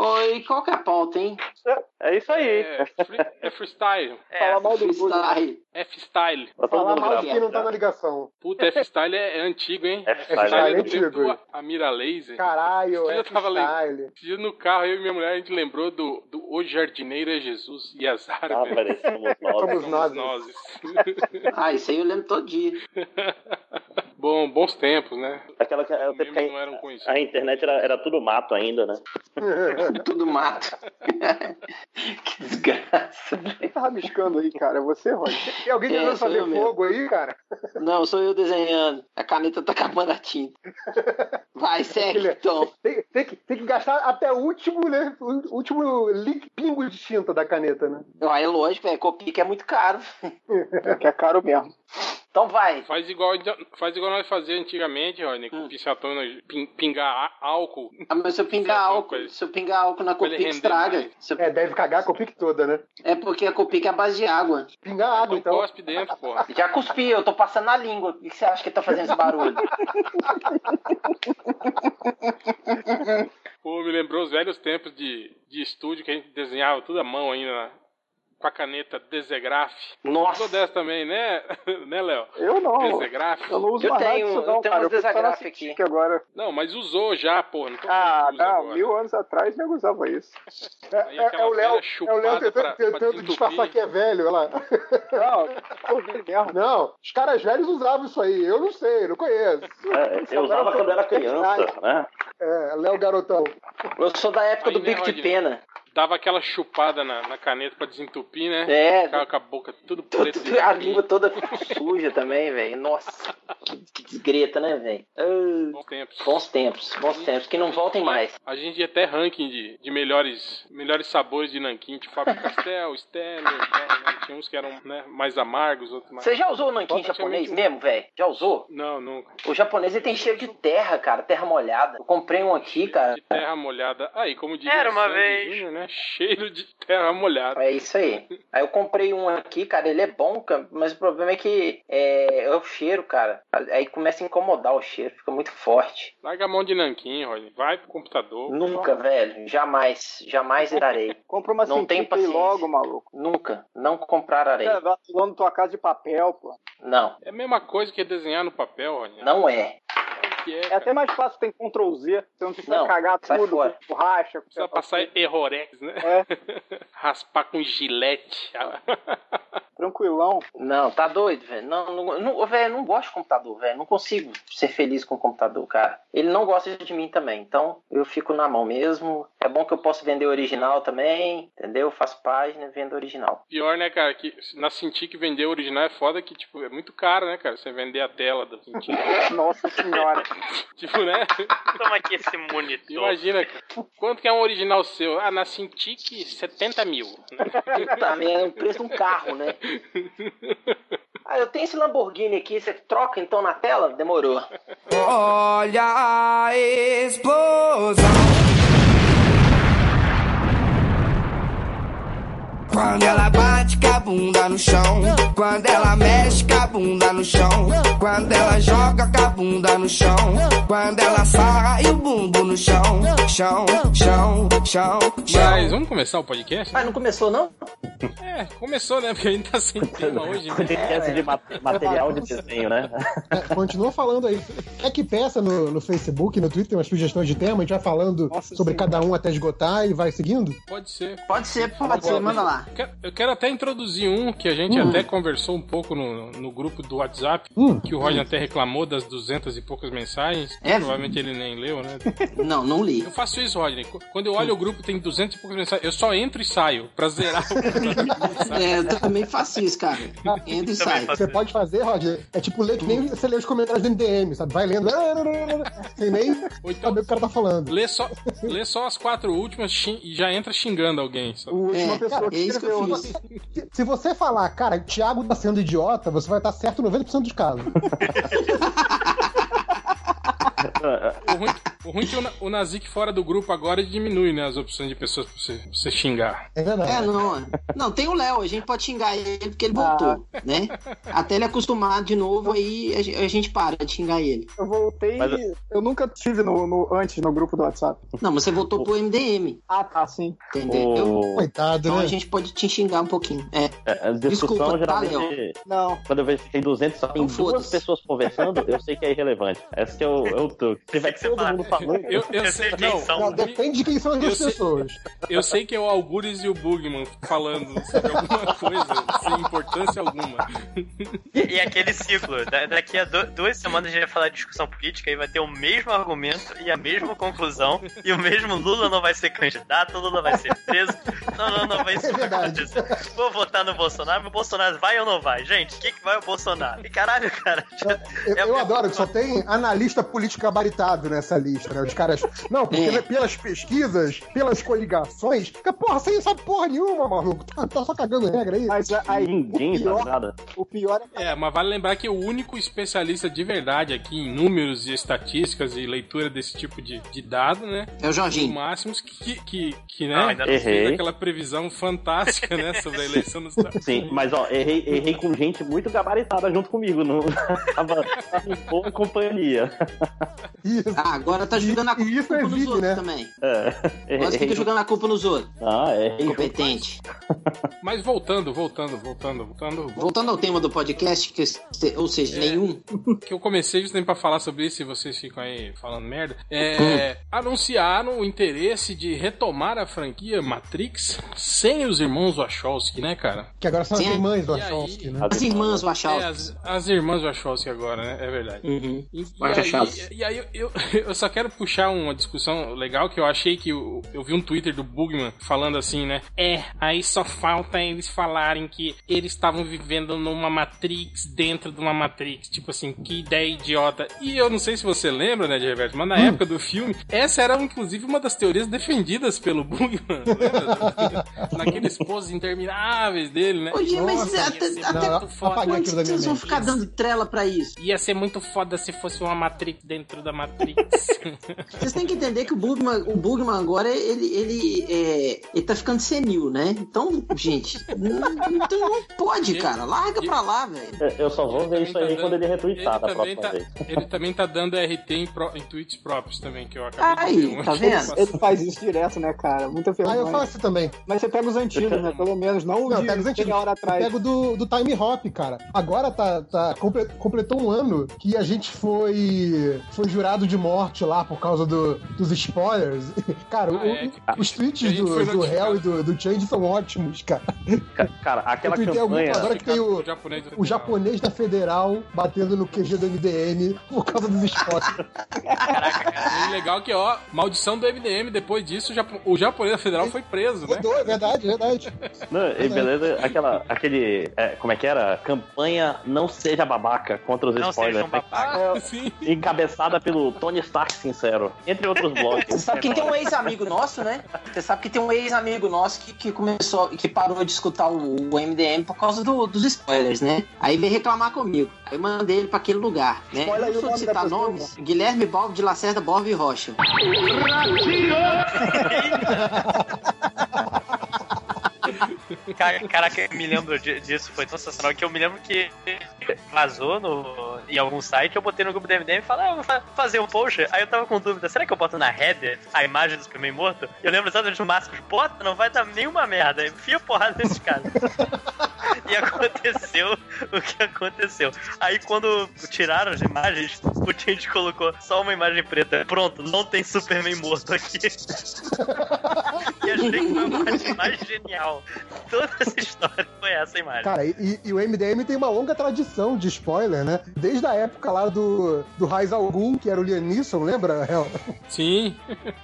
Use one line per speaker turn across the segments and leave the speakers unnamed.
aí, qual que é a pauta, hein?
É isso aí.
É, free- é freestyle.
Fala mal do Bullying.
Freestyle.
F-Style.
Tá todo
Falar
mundo
mal de
bravo.
quem não tá na ligação.
Puta, F-Style é, é antigo, hein?
F-Style
é
do tempo
antigo.
do A Mira Laser.
Caralho,
Eu
é
tava
freestyle.
Esse dia no carro, eu e minha mulher, a gente lembrou do, do O Jardineiro é Jesus e as
Ah,
árvores.
peraí, somos nós.
Somos nós.
nozes.
Ah, isso aí eu lembro todo dia.
Bom, bons tempos, né?
Aquela
É
que era
Os memes não
a,
eram conhecidos.
a internet era, era tudo mato ainda, né?
Tudo mato. que desgraça.
Quem tá rabiscando aí, cara? Você, Rony? Tem alguém
É,
tentando
sou
fazer
eu mesmo.
fogo aí, cara?
Não, sou eu desenhando. A caneta tá acabando a tinta. Vai, segue, então.
Filha.
Tom.
Tem, tem que, tem que gastar até o último, né, o último li- pingo de tinta da caneta, né?
Ah, é lógico, é Copica é muito caro.
É que é caro mesmo.
Então vai.
Faz igual, então, faz igual nós fazíamos antigamente, Rony, com
Hum.
pisciatona, pin- pingar á- álcool.
Ah, mas se eu pingar
Certo,
álcool,
coisa.
se eu pingar álcool na
Pra ele
Copica,
render
estraga.
mais.
Se eu-
É, deve cagar com o pique toda, né?
É porque a Copica é a base de água.
Pingar
Ah,
água,
Então,
então.
cospe dentro, porra.
Já cuspi, eu tô passando na língua. O que você acha que tá fazendo esse barulho?
Pô, me lembrou os velhos tempos de, de estúdio que a gente desenhava tudo à mão ainda, né? com a caneta Desegraf. Sou
Nossa.
dessa também, né, né Léo?
Eu não.
Desegraf.
Eu não uso
Eu
mais nada
tenho-
disso,
eu
não,
tenho umas
cara. Eu fui só na
desagrafe aqui.
Citic agora.
Não, mas usou já, porra. então Não tô
Ah,
confuso
não.
agora.
Mil anos atrás nego usava isso.
É,
Aí
é-
aquela
é o Léo,
velha
é o Léo
chupada
tentando,
pra- pra
tentando
desentupir.
disfarçar que é velho, olha lá.
Não, eu vi mesmo.
Não, os caras velhos usavam isso aí. Eu não sei, não conheço.
É, eu usava quando era criança, né?
É, Léo Garotão.
Eu sou da época
Aí,
do
né,
bico de
Rodney?
pena.
é-
Dava aquela chupada na, na caneta pra desentupir, né?
É,
Ficava com a boca tudo
Tudo-
preta. assim, de
a
capim.
língua toda suja também, velho. Nossa, que, que desgreta, né, velho? Ah,
Bons tempos.
Bons tempos, bons tempos, que não voltem mais.
A gente ia até ranking de, de melhores, melhores sabores de nanquim, tipo Fábio Castel, Stanley, né? tinha uns que eram né, mais amargos, outros mais...
Você já usou o nanquim
Praticamente
japonês mesmo, velho? Já usou?
Não, nunca.
O japonês ele tem cheiro de terra, cara, terra molhada. Eu comprei um aqui, cara.
De terra molhada. Aí, como diria
Era uma
Sandy
vez.
Júnior, né? Cheiro de terra molhada.
É isso aí. Aí eu comprei um aqui, cara, ele é bom, cara, mas o problema é que é, é o cheiro, cara. Aí começa a incomodar o cheiro, fica muito forte.
Larga a mão de nanquim, Rony. Vai pro computador.
Nunca, velho, jamais, jamais irarei.
Compra uma
Não tem
Citic e
paciência.
logo, maluco.
Nunca, não comprararei.
É, vai pulando tua casa de papel, pô.
Não,
É a mesma coisa que desenhar no papel, Rony.
não é.
Que
É até mais fácil, tem Ctrl Z. Você não precisa
Não,
cagar
sai
tudo
fora.
com borracha. Com
Precisa passar errorex, né? Raspar com gilete.
Tranquilão.
Não, tá doido, velho. Não, não, não, velho, não gosto de computador, velho. Não consigo ser feliz com o computador, cara. Ele não gosta de mim também, então eu fico na mão mesmo. É bom que eu posso vender original também, entendeu? Faço página e vendo original.
Pior, né, cara? Que na Cintiq vender o original é foda que, tipo, é muito caro, né, cara? Você vender a tela da Cintiq.
Nossa senhora.
tipo, né?
Toma aqui esse monitor.
Imagina, cara. Quanto que é um original seu? Ah, na Cintiq, 70 mil.
Puta merda, é o preço de um carro, né? Ah, eu tenho esse Lamborghini aqui, você troca então na tela? Demorou.
Olha a explosão. Quando ela bate com a bunda no chão, quando ela mexe com a bunda no chão, quando ela joga com a bunda no chão, quando ela sarra e o bumbum no chão, chão, chão, chão,
Mas
chão.
vamos começar o podcast?
Ah, não começou não?
É, começou, né? Porque a gente tá sem tema hoje, né?
Podcast de
É,
ma- material de desenho, né?
É, continua falando aí. É que peça no, no Facebook, no Twitter, umas sugestões de tema, a gente vai falando
Nossa
sobre
Senhora.
cada um até esgotar e vai seguindo.
Pode ser.
Pode ser, pode ser, manda lá.
Eu quero- Eu quero até introduzir um que a gente até conversou um pouco no, no grupo do WhatsApp,
Hum.
que o Roger até reclamou das duzentas e poucas mensagens.
É?
Provavelmente ele nem leu, né?
Não, não li.
Eu faço isso, Rodney. Qu- Quando eu olho o grupo, tem 200 e poucas mensagens. Eu só entro e saio pra zerar o grupo. sabe?
É, eu também faço isso, cara. Entra e sai.
Você pode fazer, Roger, é tipo ler que nem você lê os comentários do MDM, sabe? Vai lendo, ah, sem nem
Ou então,
saber o que o cara tá falando.
lê só, lê só as quatro últimas xin- e já entra xingando alguém. sabe?
O última
É,
pessoa
é
que
isso que eu
escreveu. né?
fiz.
Se, se você falar, cara, o Thiago tá sendo idiota, você vai estar certo em 90% dos casos.
O ruim, O ruim é que o, na- o Nazik fora do grupo agora diminui, né? As opções de pessoas pra você, pra você xingar.
É verdade.
É, não. é. Não, tem o Léo, a gente pode xingar ele porque ele voltou, né? Até ele acostumar de novo, aí a ge- a gente para de xingar ele.
Eu voltei.
Mas-
Eu nunca tive no, no- antes no grupo do WhatsApp.
Não, mas você voltou pro MDM,
Ah, tá, sim.
entendeu?
O...
Coitado,
Então
né?
a gente pode te xingar um pouquinho. É,
é, A discussão
Desculpa, tá,
geralmente.
Não.
quando eu vejo que tem 200, só tem
Então,
duas
foda-se.
pessoas conversando, eu sei que é irrelevante. Esse que é o, é o truque. Se tiver que todo mundo falando. tá
Eu, eu
Eu
sei,
sei quem
não,
são.
Não, depende de quem são as
Eu
duas
sei-
pessoas.
eu sei que é o Algures e o Bugman falando sobre alguma coisa, sem importância alguma.
E aquele ciclo. da- daqui a do- duas semanas a gente vai falar de discussão política e vai ter o mesmo argumento e a mesma conclusão. E o mesmo Lula não vai ser candidato, Lula vai ser preso. Não, não, não vai ser.
É verdade.
Vou votar no Bolsonaro, o Bolsonaro vai ou não vai? Gente, o que, que vai o Bolsonaro? E caralho, cara.
Eu,
É
eu
o-
adoro que só tem analista político gabaritado nessa lista, né? Os caras. Não, porque
É.
né, pelas pesquisas, pelas coligações. Que, porra, você não sabe porra nenhuma, maluco. Tá, tá só cagando regra aí.
Mas a- aí,
Ninguém
o
sabe
pior,
nada.
o pior é
É, mas vale lembrar que o único especialista de verdade aqui em números e estatísticas e leitura desse tipo de, de dado, né?
é o
O
Jorginho.
Máximos que, que, que né?
Não, ainda não.
Errei.
fez aquela previsão fantástica, né? Sobre a eleição nos Estados
Sim, mas ó, errei, errei com gente muito gabaritada junto comigo. Não tava tava em boa companhia.
Isso.
Ah, agora tá jogando a
E- e isso
culpa
é
nos
vídeo,
outros
né?
também.
É,
Agora você
errei,
fica jogando a culpa nos outros.
ah, errei junto.
Competente.
Mas voltando, voltando, voltando, voltando.
Voltando ao tema do podcast, que, se- ou seja, nenhum.
Que eu comecei justamente pra falar sobre isso e vocês ficam aí falando merda. É, anunciaram o interesse de retomar a franquia Matrix sem os irmãos Wachowski, né, cara?
Que agora são as
Sim.
irmãs do
E aí?
Wachowski, né?
As irmãs
É,
Wachowski.
as, as irmãs Wachowski agora, né? É verdade.
Uhum.
E, e
Vai,
aí,
Wachowski.
e aí eu, eu, eu só quero puxar uma discussão legal que eu achei que eu, eu vi um Twitter do Bugman falando assim, né? É, aí só falta eles falarem que eles estavam vivendo numa Matrix dentro de uma Matrix. Tipo assim, que ideia idiota. E eu não sei se você lembra, né, de Reverso, mas na
Hum.
época do filme, essa era inclusive uma das teorias defendidas pelo Bugman. lembra? Naqueles poses intermináveis dele, né?
Ô, Gê, mas
Nossa,
até,
ia ser
é, até
Não,
muito foda.
apaguei
quando
aquilo da minha
vocês vão
mente.
ficar dando trela pra isso?
Ia ser muito foda se fosse uma Matrix dentro da Matrix.
Vocês têm que entender que o Bugman, o Bugman agora, ele, ele, é, ele tá ficando senil, né? Então, gente, não, então não pode, cara. Larga pra lá, velho.
É, Eu só vou ver isso aí quando ele retweetar da
também
próxima
tá,
vez.
ele também tá dando RT em, pro- em tweets próprios também, que eu acabei de ver.
Aí,
um
tá
aqui.
vendo?
Ele faz isso direto, né, cara? Muita
Ah, eu
vergonha.
faço também.
Mas você pega os antigos, né? Pelo menos. Não,
Não,
de
pega os antigos.
meia hora
Eu
atrás.
pego do, do Time Hop, cara. Agora tá, tá comple- completou um ano que a gente foi foi jurado de morte lá por causa do- dos spoilers. Cara,
Ah,
o-
é, que-
os
que a
tweets
gente
do,
foi
do
notificado.
Hell e do, do Change são ótimos, cara.
Ca- Cara, aquela
Eu tuitei alguma
campanha.
agora que tem o,
japonês. do
o japonês da Federal batendo no QG do MDM por causa dos spoilers.
E legal que, ó, maldição do MDM, depois disso, o, japo- o japonês da federal foi preso, né?
Rodou, é verdade, é verdade.
Não, e beleza, aquela, aquele. é, como é que era? Campanha Não Seja Babaca contra os
Não um
spoilers.
sejam babacas.
Ah, sim.
Encabeçada pelo Tony Stark Sincero, entre outros blogs.
Você sabe que tem um ex-amigo nosso, né? Você sabe que tem um ex-amigo nosso que, que começou, que parou de escutar o, o MDM por causa do- dos spoilers, né? Aí veio reclamar comigo. Aí mandei ele pra aquele lugar, né?
Spoiler aí
Não
o
sou de
nome
citar
da pessoa.
nomes. Guilherme Balbo de Lacerda Borba e Rocha.
Cara- Caraca, eu me lembro di- disso, foi tão sensacional que eu me lembro que vazou no, em algum site, eu botei no grupo do MDM e falei, ah, eu vou fa- fazer um post. Aí eu tava com dúvida, será que eu boto na header a imagem do Superman morto? Eu lembro exatamente do Márcio, bota, não vai dar nenhuma merda, enfia porrada nesse cara. e aconteceu o que aconteceu. Aí quando tiraram as imagens, o Change colocou só uma imagem preta. Pronto, não tem Superman morto aqui. e achei que foi a imagem mais genial. Toda essa história foi essa imagem.
Cara, e, e o MDM tem uma longa tradição de spoiler, né? Desde a época lá do, do Raiz Algum, que era o Liam Neeson, lembra, Hel?
Sim,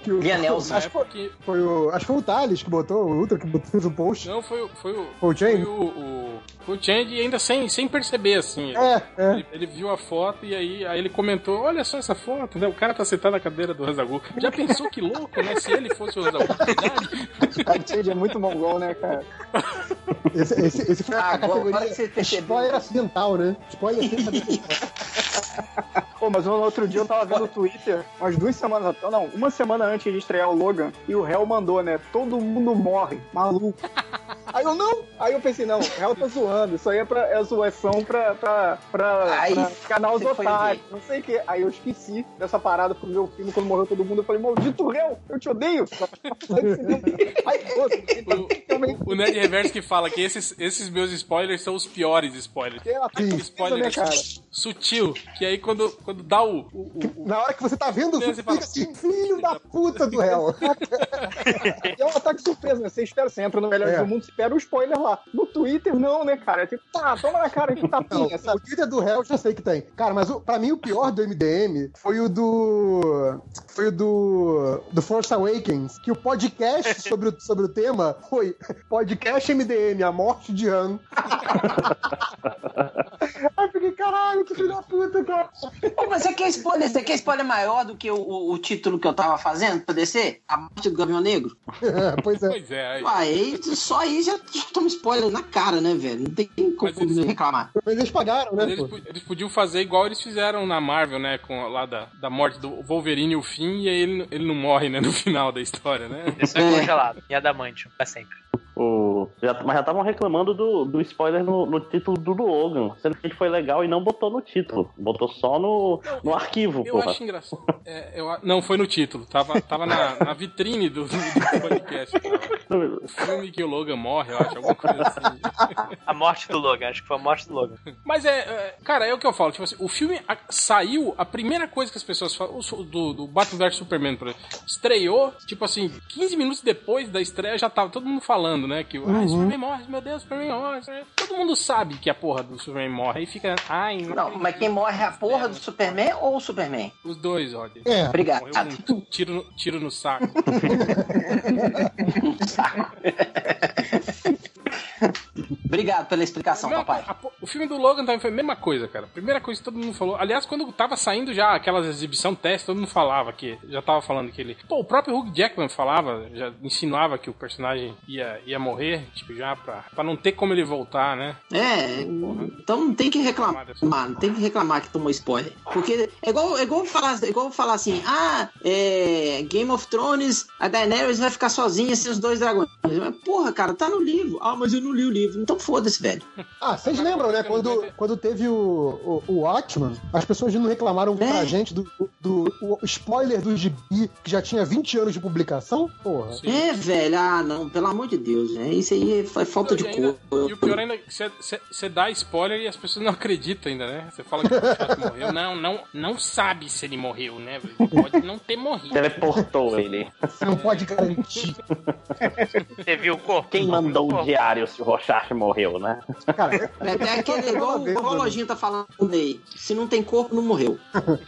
Que o-
Liam Neeson.
na
Acho que
época
foi,
que...
foi o, acho que foi o Thales que botou, o Ultra que botou, fez o post.
Não, foi, o- foi o...
Foi o
Foi
Change?
o... o foi o Change e ainda sem, sem perceber, assim.
É, é.
Ele, ele viu a foto e aí, aí ele comentou: Olha só essa foto, né? O cara tá sentado na cadeira do Ranzagu. Já pensou que louco, né? Se ele fosse o Ranzagu, de verdade?
Cara, o Change é muito mongol, né, cara?
Esse, esse, esse foi a
Agora
categoria
que você percebeu.
spoiler acidental, né? Spoiler acidental.
Pô, mas um outro dia eu tava vendo no Twitter, umas duas semanas atrás, não, uma semana antes de estrear o Logan, e o réu mandou, né? Todo mundo morre, maluco. Aí eu não! Aí eu pensei, não, o réu tá zoando, isso aí é, pra, é zoação pra, pra, pra,
Aí,
pra canal
você foi
Zotário, não sei o quê. Aí eu esqueci dessa parada pro meu filho quando morreu todo mundo. Eu falei, maldito réu, eu te odeio! aí, pô, também.
O Ned Reverso que fala que esses, esses meus spoilers são os piores spoilers.
Ela fez
Aquele spoiler
é
né, cara?
sutil, que aí quando, quando dá o, o- o-
Na hora que você tá vendo,
Você
você fica
fala,
assim, filho da puta do réu.
E é um ataque surpresa, né? Você espera, você entra no Melhores
É.
do Mundo, você espera o spoiler lá. No Twitter, não, né, cara? É Tipo, tá, toma na cara, que
Não,
tapinha,
o
sabe?
Twitter do réu eu já sei que tem. Cara, mas o, pra mim o pior do MDM foi o do. Foi o do. Do Force Awakens. Que o podcast sobre o, sobre o tema foi Podcast MDM, a morte de Han. Aí eu fiquei, caralho, que filho da puta, cara.
Pô, mas você quer spoiler? Você quer spoiler maior do que o, o- o título que eu tava fazendo pra descer? A morte do Gavião Negro?
É, pois é.
Pois é, aí.
Aí, só aí já, já toma spoiler na cara, né, velho? Não tem como
Mas eles-
reclamar.
Mas eles pagaram, né?
Mas eles,
pô?
po- eles podiam fazer igual eles fizeram na Marvel, né? Com, a- lá da, da morte do Wolverine e o Finn, e aí ele, ele não morre, né? No final da história, né?
Isso é congelado. E adamante, pra sempre.
O- já- mas já estavam reclamando do, do spoiler no, no título do Logan, sendo que foi legal e não botou no título, botou só no, no arquivo,
Eu
porra.
acho engraçado. É, eu a- não, foi no título. Tava, tava na, na vitrine do, do, do podcast. cara. O filme que o Logan morre, eu acho, alguma coisa assim.
A morte do Logan, acho que foi a morte do Logan.
Mas é, é, Cara, é o que eu falo. Tipo assim, o filme a- saiu, a primeira coisa que as pessoas falam. o su- Do, do Batman vs Superman, por exemplo. Estreou, tipo assim, 15 minutos depois da estreia já tava todo mundo falando, né? Que ah, Superman morre, meu Deus, Superman morre. Superman- Todo mundo sabe que a porra do Superman morre. Aí fica. Ai, não
Não, mas quem morre é a porra do Superman ou o Superman?
Os dois, Roger.
É.
Obrigado.
Morreu com um tiro no, tiro no saco. um.
Obrigado pela explicação,
Mesma
papai.
coisa, a po- o filme do Logan também foi a mesma coisa, cara. Primeira coisa que todo mundo falou. Aliás, quando tava saindo já aquelas exibição teste, todo mundo falava que. Já tava falando que ele. Pô, o próprio Hugh Jackman falava, já insinuava que o personagem ia, ia morrer, tipo, já pra, pra não ter como ele voltar, né? é
É, então não tem que reclamar, mano, não tem que reclamar que tomou spoiler. Porque é igual, é igual, falar, é igual falar assim, ah, é, Game of Thrones, a Daenerys vai ficar sozinha sem os dois dragões. Mas, porra, cara, tá no livro. Ah, mas eu não li o livro. Então foda-se, velho.
Ah, vocês lembram, né? Quando, quando teve o, o, o Watchman, as pessoas não reclamaram
É.
pra gente do, do, o spoiler do gibi que já tinha 20 anos de publicação? Porra.
Sim.
É, velho, ah, não, pelo amor de Deus, né? Isso aí é falta de
E ainda-
cor.
E o pior ainda é que você dá spoiler e as pessoas não acreditam ainda, né? Você fala que o Jack morreu. Não, não, não sabe se ele morreu, né? Pode não ter morrido.
Teleportou ele.
Você não pode garantir.
Você viu o corpo?
Quem mandou o
Corpo.
diário se o Rochard morreu, né?
Cara, eu,
É até aquele igual
vendo,
o Rolojinho tá falando aí. Se não tem corpo, não morreu.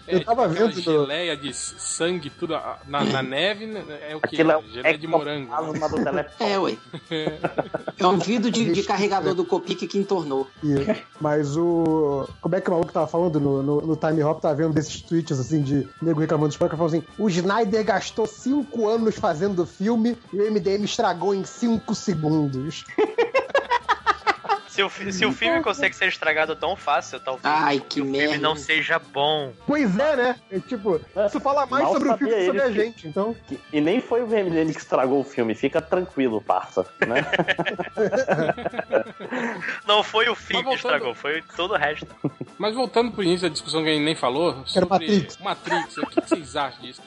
eu tava
É, Aquela
vendo. do-
geleia de sangue, tudo a- na, na neve, né? é o que?
Aquilo é um
Geleia de morango.
Ah,
né?
ectoplasma do teleport.
É, ué. É um vidro de, de carregador do Copic que entornou.
E- mas o. Como é que o maluco tava falando no, no, no Time Hop? Tava vendo desses tweets assim de nego reclamando de spoiler, que falou assim: o Snyder gastou 5 anos fazendo o filme e o MDM estragou em 5 segundos.
Se o, fi- se o filme consegue ser estragado tão fácil, talvez
Ai, que
o filme
merda.
não seja bom.
Pois é, né? É, tipo, isso fala mais
Mal
sobre o filme que
sabia
sobre a
ele que-
gente, então.
E nem foi o VMDN que estragou o filme, fica tranquilo, parça, né?
Não foi o filme que
Mas voltando-
estragou, foi todo o resto.
Mas voltando pro início da discussão que a gente nem falou, sobre
Matrix.
Matrix, o que que vocês acham disso?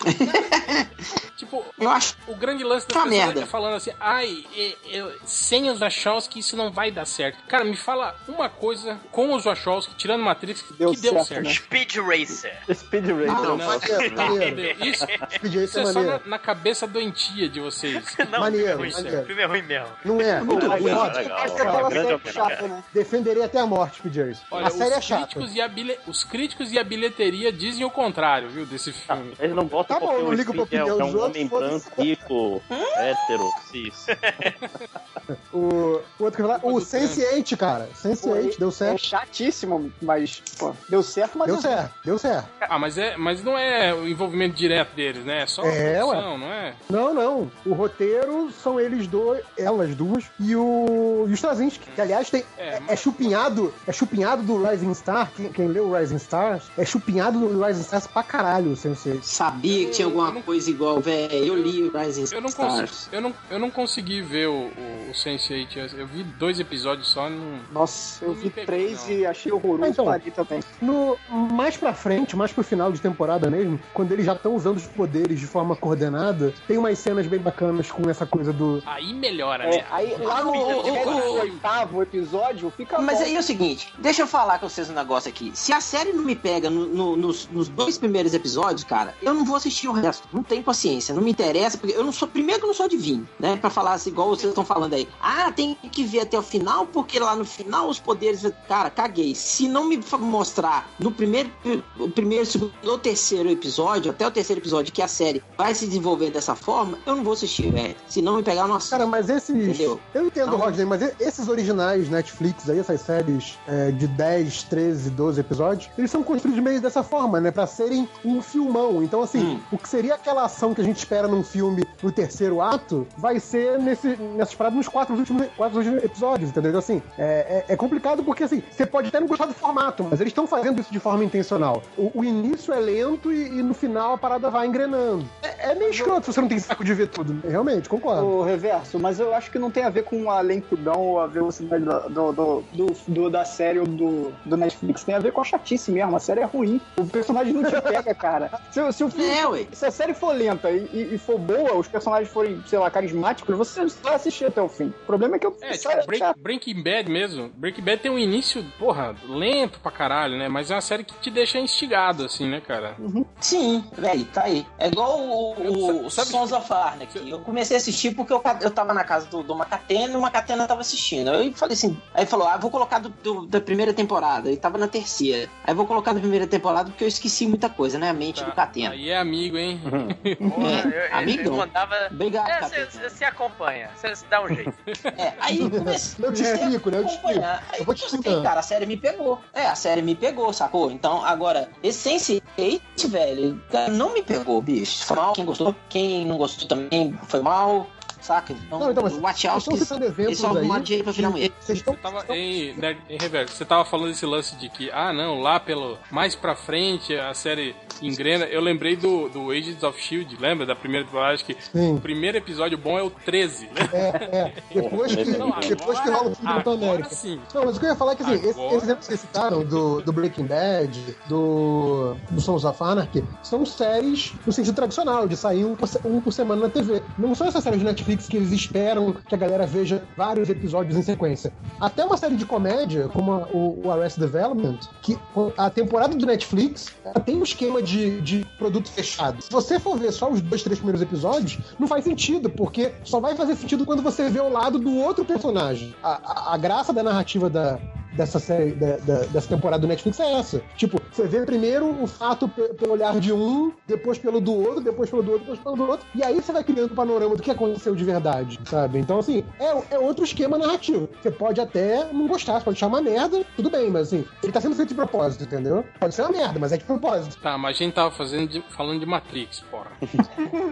tipo,
Eu acho
o grande lance das
Tá
pessoas
merda.
é falando assim, ai, e- eu- sem os Wachowski isso não vai dar certo. Cara, me fala uma coisa com os Wachowski, tirando Matrix, que deu
Deu
certo.
certo, né?
Speed Racer.
Speed Racer.
Ah,
Não,
né?
foi-
Maneiro,
Não,
é, tá maneiro.
deu. Isso,
Speed Racer
isso
é
é só
maneiro.
na, na cabeça doentia de vocês.
Não,
Maneiro,
o filme é ruim.
maneiro.
O filme é ruim mesmo.
Não é?
Muito
Não é.
ruim.
Legal,
Ótimo.
legal.
Acho que
Uma
aquela
grande
série
opinião, cara.
chata, né?
Defenderei até a morte, Speed Racer.
Olha,
a série é
os,
chata.
críticos e a bile- os críticos e a bilheteria dizem o contrário, viu, desse filme.
Eles não
Tá
botam
bom,
porque
eu não
o
ligo pra
Speed é,
opinião
é
dos
um
outros,
homem
foda-se.
branco, rico, hétero, cis.
O, o outro que eu ia falar, o Sense8 Sense8, cara. Sense8, deu
É
certo.
chatíssimo, mas, pô, deu certo, mas
Deu certo, deu certo.
Ah, mas, é, mas não é o envolvimento direto deles, né? É só
É,
produção, não é?
Não, não. O roteiro são eles dois, elas duas, e o, e o Straczynski, que aliás tem,
É,
é,
mas-
é chupinhado, é chupinhado do Rising Star, quem, quem leu o Rising Stars, é chupinhado do Rising Stars pra caralho, o Sense8.
Sabia que tinha alguma coisa igual, velho. Eu li o Rising
Eu não,
Stars.
consigo, eu, não, eu não consegui ver o, o, o Sense8. Eu vi dois episódios só. Não...
Nossa, eu vi
Não me
três
pegou, não.
e achei horroroso
Então.
parei também.
No, mais pra frente, mais pro final de temporada mesmo, quando eles já estão usando os poderes de forma coordenada, tem umas cenas bem bacanas com essa coisa do...
Aí melhora,
É,
né?
aí lá no
Ah, o- o- o-
oitavo episódio fica
Mas
Tá bom.
aí é o seguinte, deixa eu falar com vocês um negócio aqui. Se a série não me pega no- no- nos, nos dois primeiros episódios, cara, eu não vou assistir o resto. Não tenho paciência, não me interessa, porque eu não sou. Primeiro que eu não sou adivinho, né? Pra falar assim, igual vocês estão falando aí. Ah, tem que ver até o final, porque lá no final os poderes. Cara, caguei. Se não me fa- mostrar no primeiro, o primeiro, segundo ou terceiro episódio, até o terceiro episódio, que a série vai se desenvolver dessa forma, eu não vou assistir, velho. Se não me pegar, nossa.
Cara, mas esses...
Entendeu?
Eu entendo,
Não.
Rodney, mas e- esses originais Netflix aí, essas séries é, de 10, 13, 12 episódios, eles são construídos meio dessa forma, né? Pra serem um filmão. Então,
Hum.
assim, o que seria aquela ação que a gente espera num filme no terceiro ato, vai ser nesse, nessas paradas nos quatro últimos, quatro últimos episódios, entendeu? Então, assim, é, é- é complicado porque, assim, você pode até não gostar do formato, mas eles estão fazendo isso de forma intencional. O, o início é lento e, e no final a parada vai engrenando. É, é meio escroto se você não tem saco de ver tudo. né? Realmente, concordo.
O reverso, mas eu acho que não tem a ver com a lentidão ou a velocidade da- do, do, do- do- da série ou do, do Netflix. Tem a ver com a chatice mesmo. A série é ruim. O personagem não te pega, cara. Se, se o filme-
É, ué.
se a série for lenta e, e- e for boa, os personagens forem, sei lá, carismáticos, você vai assistir até o fim. O problema é que eu
É,
série
tipo, Break- Breaking Bad mesmo. Breaking Bad tem um início, porra, lento pra caralho, né? Mas é uma série que te deixa instigado, assim, né, cara?
Sim, velho, tá aí. É igual o,
Sabe-
o
sabe-
Sons of Arnak. Eu comecei a assistir porque eu, ca- eu tava na casa do, do Macatena e o Macatena tava assistindo. Eu falei assim, aí falou, ah, vou colocar do, do- da primeira temporada. E tava na terceira. Aí vou colocar da primeira temporada porque eu esqueci muita coisa, né? A mente do Catena.
Aí é amigo, hein?
Porra, eu, eu, eu
Amigão.
mandava.
Obrigado,
É,
Catena.
você- você acompanha, você você dá um jeito.
É, aí eu comecei.
Eu te
comecei a
explico, né? Eu te
acompanhar. Aí
Eu vou te
gostei,
explicar.
cara, a série me pegou. É, a série me pegou, sacou? Então, agora, esse Sense8, velho, cara, não me pegou, bicho. Foi mal, quem gostou, quem não gostou também foi mal, saca? Então,
Não, então, mas
o
Vocês estão
Wachowski,
citando
eles
eventos
só
aí.
arrumaram dinheiro pra virar um mulher.
Vocês estão
Você tava, em, Nerd- em reverso, você tava falando esse lance de que, ah, não, lá pelo mais pra frente a série engrena. Eu lembrei do, do Agents of Shield, lembra? Da primeira temporada, acho que o
Sim,
primeiro episódio bom é o 13, né?
é, é. Depois que,
Não, agora-
depois que rola o filme Capitão
Agora
América.
sim.
Não, mas o que eu ia falar é que assim, esses
Agora-
esses exemplos que vocês citaram do, do Breaking Bad, do, do Sons of Anarchy, são séries no sentido tradicional, de sair um por, se- um por semana na TV. Não são essas séries de Netflix que eles esperam que a galera veja vários episódios em sequência. Até uma série de comédia, como a- o, o Arrested Development, que a temporada do Netflix ela tem um esquema de, de produto fechado. Se você for ver só os dois, três primeiros episódios, não faz sentido, porque só vai fazer sentido quando você vê o lado do outro personagem. A, a- a graça da narrativa da, dessa série, da- da- dessa temporada do Netflix é essa. Tipo, você vê primeiro o fato pe- pelo olhar de um, depois pelo do outro, depois pelo do outro, depois pelo do outro, e aí você vai criando o panorama do que aconteceu de verdade, sabe? Então, assim, é, é outro esquema narrativo. Você pode até não gostar, você pode achar uma merda, tudo bem, mas assim, ele tá sendo feito de propósito, entendeu? Pode ser uma merda, mas é de propósito.
Tá, mas a gente tava fazendo de- falando de Matrix, porra.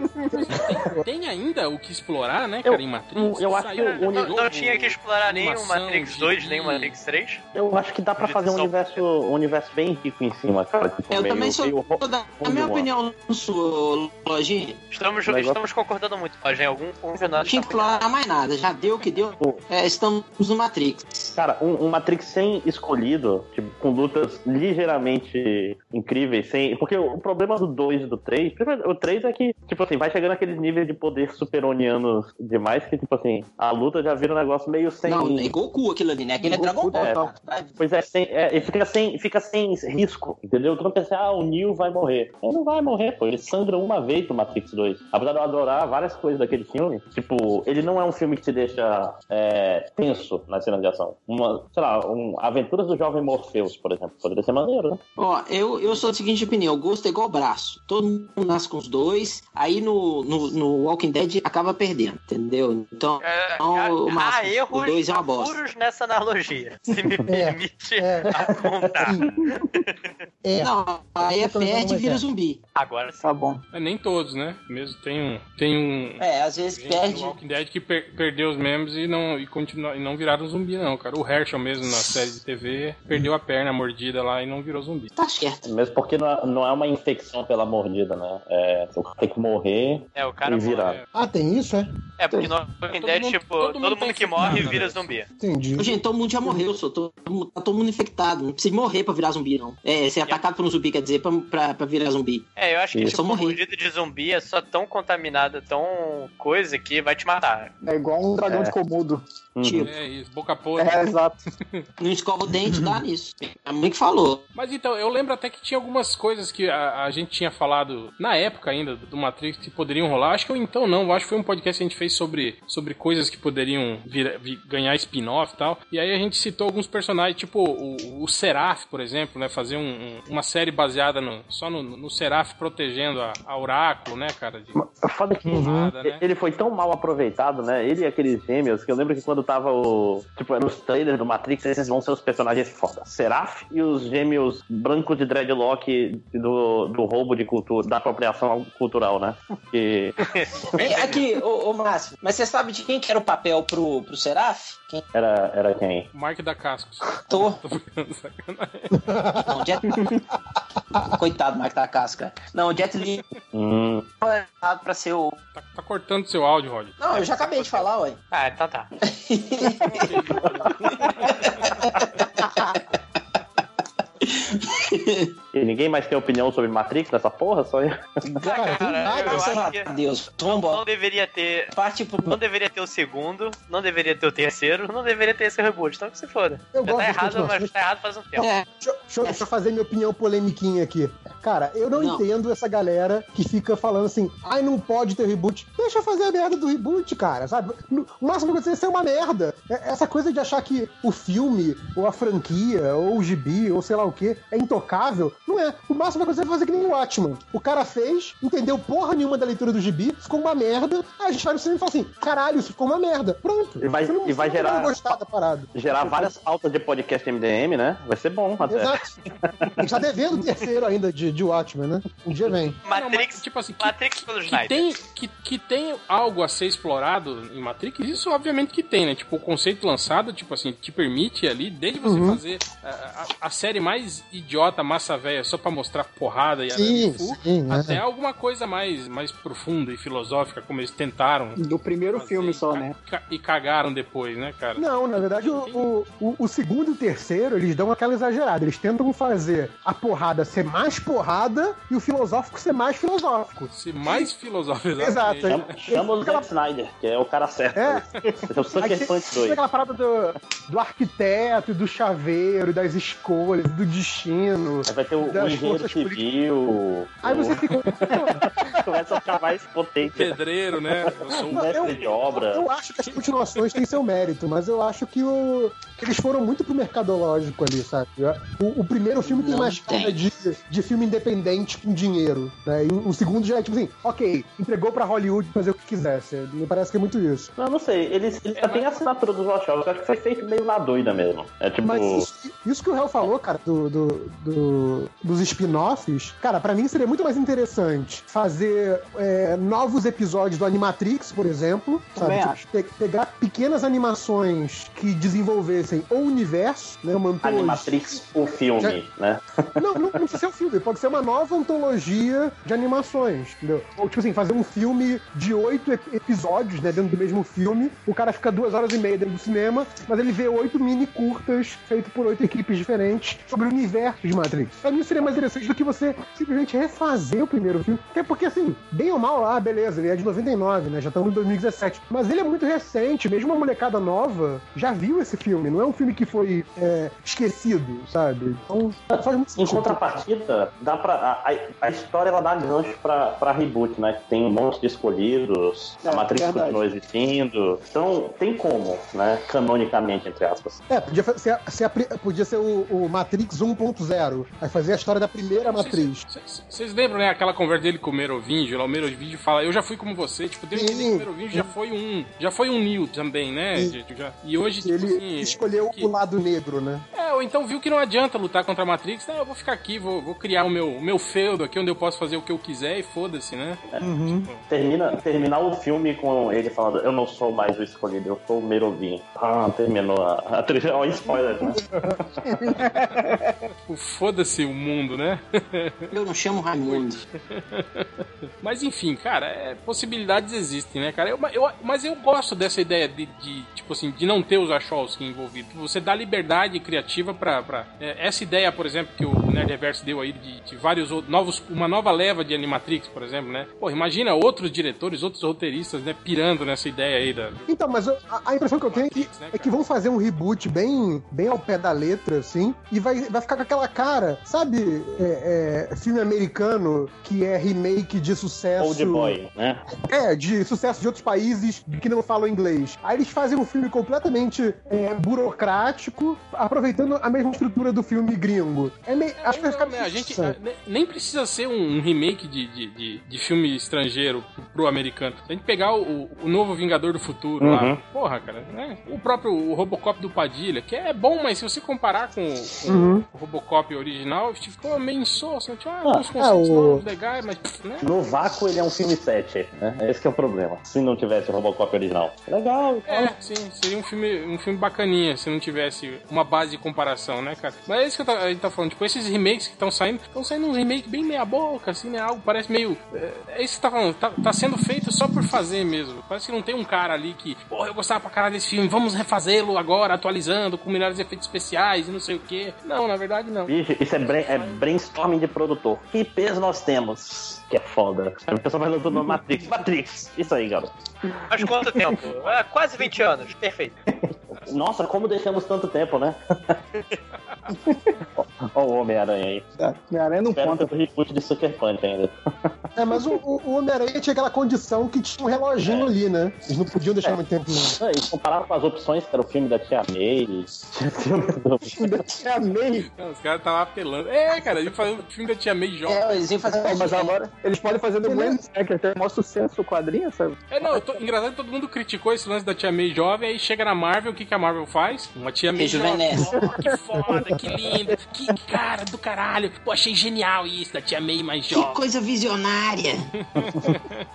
tem, tem ainda o que explorar, né, cara, em Matrix?
eu acho
Saiu
que o
um
Não,
jogo,
não tinha que explorar nem o
animação,
Matrix 2, nem o
gibi.
Matrix 3.
Eu acho que dá pra fazer um universo, um universo bem rico em cima, cara. Tipo,
Eu
meio-
também sou
meio ro-
da, da
Wonder
minha
Woman.
opinião sua, Lojinha.
Estamos,
Negócio-
estamos concordando muito, mas em algum ponto
Não
nós tá
tinha que explorar mais nada, já deu o que deu.
Pô.
É, estamos no Matrix.
Cara, um, um Matrix sem escolhido, tipo, com lutas ligeiramente incríveis, sem. Porque o, o problema do 2 e do 3, o 3 é que, tipo assim, vai chegando aqueles níveis de poder superonianos demais que, tipo assim, a luta já vira um negócio meio sem.
Não, é Goku aquilo ali, né? Aquele é Dragon Ball.
É,
não.
Pois é, sem, é, ele fica sem, fica sem risco, entendeu? Quando pensa, ah, o Neo vai morrer. Ele não vai morrer, pô. Ele sangra uma vez no Matrix 2. Apesar de eu adorar várias coisas daquele filme, tipo, ele não é um filme que te deixa é, tenso na cena de ação. Uma, sei lá, um Aventuras do Jovem Morpheus, por exemplo. Poderia ser maneiro, né?
Ó, eu, eu sou da seguinte opinião: gosto é igual braço. Todo mundo nasce com os dois, aí no, no, no Walking Dead acaba perdendo, entendeu? Então,
É,
então,
há-
o
há
máximo,
erros
o dois é uma bosta.
puros nessa analogia. Se me permite
é.
apontar.
É.
Não, aí é
Eu tô usando
perde e
uma
vira
ideia.
zumbi.
Agora sim.
Tá bom.
É, nem todos, né? Mesmo tem um. Tem um.
É, às vezes
Gente,
perde.
do Walking Dead que per- perdeu os membros e não, e, continua, e não viraram zumbi, não, cara. O Herschel mesmo na série de TV perdeu a perna mordida lá e não virou zumbi.
Tá certo.
Mesmo porque não é, não é uma infecção pela mordida, né? É, o cara tem que morrer
É, o cara
e virar.
Ah, tem isso, é?
É, porque no Walking
Todo
Dead,
mundo-
tipo,
todo
todo
mundo
mundo,
tá
que morre
infectado,
vira
né?
zumbi.
Entendi.
Gente, todo mundo já morreu, só todo mundo- tá todo mundo infectado. Não precisa morrer pra virar zumbi, não. É, ser atacado por um zumbi, quer dizer, pra, pra, pra virar zumbi.
É, eu acho que,
Isso.
tipo,
Eu morri.
mordida de zumbi é só tão contaminada, tão coisa que vai te matar.
É igual um dragão
É.
de Komodo.
Uhum.
Tipo,
É isso, boca podre.
É, exato.
não escova o dente, dá nisso. A mãe que falou.
Mas então, eu lembro até que tinha algumas coisas que a, a gente tinha falado na época ainda do Matrix que poderiam rolar. Acho que eu então não, eu acho que foi um podcast que a gente fez sobre, sobre coisas que poderiam vir, vi- ganhar spin-off e tal. E aí a gente citou alguns personagens, tipo o, o Seraph, por exemplo, né? Fazer um- um- uma série baseada no, só no, no Seraph protegendo a, a Oráculo, né, cara? De
É Foda que
Uhum.
porrada, né?
ele foi tão mal aproveitado, né? Ele e aqueles gêmeos, que eu lembro que quando tava o. Tipo, eram os trailers do Matrix, esses vão ser os personagens foda. Seraph e os gêmeos brancos de dreadlock do, do roubo de cultura, da apropriação cultural, né? Que
É, aqui, ô, ô Márcio, mas você sabe de quem que era o papel pro, pro Seraf? Quem
era, era quem?
Mark da Cascos.
ator?
Tô brincando, sacanagem.
Não, Jet... Coitado, Mark da Casca. Não, o Jet Li
Hum,
foi errado pra ser o.
Tá, tá cortando seu áudio, Rod.
Não, eu já acabei de falar, ué.
Ah, então tá.
e ninguém mais tem opinião sobre Matrix nessa porra? Só eu.
Cara, tem
Cara,
vários.
eu acho que é.
Graças a Deus.
não
Vambora.
deveria ter.
Parte pro.
Não deveria ter o segundo, não deveria ter o terceiro, não deveria ter esse reboot. Então que se foda.
Eu
Já tá
gosto de
errado,
continuações.
mas tá errado faz um tempo.
É,
Deixa, eu- deixa eu- deixa eu fazer minha opinião polemiquinha aqui. Cara, eu não,
Não.
entendo essa galera que fica falando assim, ai, não pode ter reboot. Deixa eu fazer a merda do reboot, cara, sabe? No- O máximo que aconteceu é ser uma merda. É- Essa coisa de achar que o filme, ou a franquia, ou o gibi, ou sei lá o que, é intocável, não é. O máximo que aconteceu foi fazer que nem o Watchman. O cara fez, entendeu porra nenhuma da leitura do gibi, ficou uma merda, aí a gente vai no cinema e fala assim, caralho, isso ficou uma merda. Pronto.
E vai-
Você não-
e vai
você não
gerar-
vai gostar da parada.
Gerar várias pautas de podcast MDM, né? Vai ser bom até.
Exato. A gente tá devendo o terceiro ainda de, de Watchmen, né? Um dia vem.
Não,
Matrix,
mas, tipo assim, que,
Matrix pelo
que,
Snyder.
tem, que, que tem algo a ser explorado em Matrix, isso obviamente que tem, né? Tipo, o conceito lançado, tipo assim, te permite ali, desde você
Uhum.
fazer a, a- a série mais idiota, massa velha, só pra mostrar porrada e arame
Sim,
fu,
sim, né?
até alguma coisa mais, mais profunda e filosófica, como eles tentaram.
Do primeiro
fazer
filme
e
só,
ca-
né?
ca- E cagaram depois, né, cara?
Não, na verdade, o, o- o, o segundo e o terceiro, eles dão aquela exagerada. Eles tentam fazer a porrada ser mais porrada e o filosófico ser mais filosófico.
Se mais filosófico.
Exato.
exatamente.
Chama, chama o Zack Snyder, que é o cara certo.
É.
Esse é o
Aí
Sucker
tem-
Punch
tem
2.
aquela parada do, do arquiteto, e do chaveiro, e das escolhas, do destino.
Aí vai ter o, o
das
engenheiro
forças políticas.
civil.
Aí
o-
você fica.
começa a ficar mais potente. né?
Pedreiro, né? Eu sou
Um
um
mestre de obra.
Eu acho que as continuações têm seu mérito, mas eu acho que, o- que eles foram muito pro mercadológico ali, sabe? O, o primeiro filme tem
Não
mais cara
tem.
de, de filme independente com dinheiro, né? E o, o segundo já é tipo assim, ok, entregou pra Hollywood fazer o que quisesse. Me parece que é muito isso.
Não, não sei. Eles, eles já têm a assinatura dos Wachowski. Acho que foi feito meio na doida mesmo. É tipo...
Mas isso, isso que o Hel falou, cara, do, do- do- dos spin-offs, cara, pra mim seria muito mais interessante fazer é, novos episódios do Animatrix, por exemplo. Sabe?
Também
Tipo,
acho.
pe- pegar pequenas animações que desenvolvessem o universo, né? Uma antologia.
Animatrix, o filme, né?
Não, não precisa ser um filme, pode ser uma nova antologia de animações, entendeu? Ou, tipo assim, fazer um filme de oito ep- episódios, né, dentro do mesmo filme. O cara fica duas horas e meia dentro do cinema, mas ele vê oito mini curtas feitos por oito equipes diferentes sobre o universo de Matrix. Pra mim seria mais interessante do que você simplesmente refazer o primeiro filme. Até porque, assim, bem ou mal, ah, beleza, ele é de 99, né? Já estamos em 2017. Mas ele é muito recente, mesmo uma molecada nova já viu esse filme. Não é um filme que foi é, esquecido, sabe? Então, faz muito
Em
sentido.
contrapartida, dá pra, a, a- a história ela dá gancho pra, pra reboot, né? Que Tem um monte de escolhidos, a
É,
Matrix
verdade.
continua existindo. Então, tem como, né? Canonicamente, entre aspas.
É, podia fa- ser, a- ser a pri- podia ser o, o Matrix 1.0. Aí fazer a história da primeira Matrix.
Vocês vocês lembram, né, aquela conversa dele com o Merovingio? Lá o Merovingio fala, eu já fui como você. Tipo, deu a entender que o
Sim.
Merovingio já foi um... Já foi um Neo também, né?
Sim.
Gente, já- E hoje, tipo
Ele
assim...
escolheu
que-
o lado negro, né?
É, ou então viu que não adianta lutar contra a Matrix, né? Eu vou ficar aqui, vou, vou criar o meu, o meu feudo aqui, onde eu posso fazer o que eu quiser e foda-se, né?
Termina, terminar o filme com ele falando: Eu não sou mais o escolhido, eu sou o Merovim. Ah, terminou a, a trilha. Ó, spoiler, né?
Tipo, foda-se o mundo, né?
Eu não chamo Raimundo.
Mas enfim, cara, é, possibilidades existem, né, cara? Eu- eu- mas eu gosto dessa ideia de, de, tipo assim, de não ter os Achowski envolvidos. Você dá liberdade criativa pra. pra- é, essa ideia, por exemplo, que o Nerd Reverso deu aí de, de vários outros. Novos, uma nova leva de Animatrix, por exemplo, né? Pô, imagina outros diretores, outros roteiristas, né, pirando nessa ideia aí da.
Então, mas eu- a, a impressão que eu tenho é que,
Matrix, né,
é que vão fazer um reboot bem, bem ao pé da letra, assim, e vai, vai ficar com aquela cara, sabe, é, é, filme americano que é remake de sucesso.
Old Boy, né?
É, de sucesso de outros países que não falam inglês. Aí eles fazem um filme completamente é, burocrático, aproveitando a mesma estrutura do filme gringo. É meio, acho que vai ficar
Não, né, a gente
meio-
a- ne- nem precisa ser um, um remake de, de, de, de filme estrangeiro pro- pro americano. Se a gente pegar o, o novo Vingador do Futuro lá,
Uhum.
porra, cara, né? O próprio o Robocop do Padilha, que é bom, mas se você comparar com, o- com o Robocop original, ficou meio insosso. né? Tinha alguns
é,
conceitos
o-
novos legais, mas, pff, né?
No vácuo ele é um filme 7, né? Esse que é o problema. Se não tivesse o Robocop original. Legal.
É, sim, seria um filme, um filme bacaninha se não tivesse uma base de comparação, né, cara? Mas é isso que eu tá- a gente tá falando, tipo, esses remakes que estão saindo, estão saindo um remake bem meia-boca, assim, né? Algo parece meio. É, é isso que você tá falando, tá, tá sendo feito só por fazer mesmo. Parece que não tem um cara ali que, porra, eu gostava pra caralho desse filme, vamos refazê-lo agora, atualizando, com melhores efeitos especiais e não sei o quê. Não, na verdade, não.
Bicho, isso é, bra- é brainstorming de produtor. Que peso nós temos? Que é foda. A pessoa vai lutando no Matrix. Matrix! Isso aí, garoto.
Mas quanto tempo? Ah, quase 20 anos. Perfeito.
Nossa, como deixamos tanto tempo, né? Ó o Homem-Aranha aí.
Tá. Homem-Aranha não
Espera
conta.
o reboot de Sucker Punch ainda.
É, mas o, o- o Homem-Aranha tinha aquela condição que tinha um reloginho ali, né? Eles não podiam deixar
É.
muito tempo, não.
Ah, E comparado com as opções, que era o filme da Tia May. Tinha filme do...
É meio.
Não, os caras estavam apelando. É, cara, a gente fazendo o filme da Tia May jovem.
É, eles iam fazer
Mas agora eles podem fazer do Gwen Stacker, que é o maior sucesso o quadrinho, sabe?
É, não, eu tô- engraçado que todo mundo criticou esse lance da Tia May jovem, aí chega na Marvel, o que, que a Marvel faz? Uma Tia May jovem.
Rejuvenesce.
Ó, que foda, que lindo, que cara do caralho. Pô, achei genial isso da Tia May mais
Que
jovem.
coisa visionária.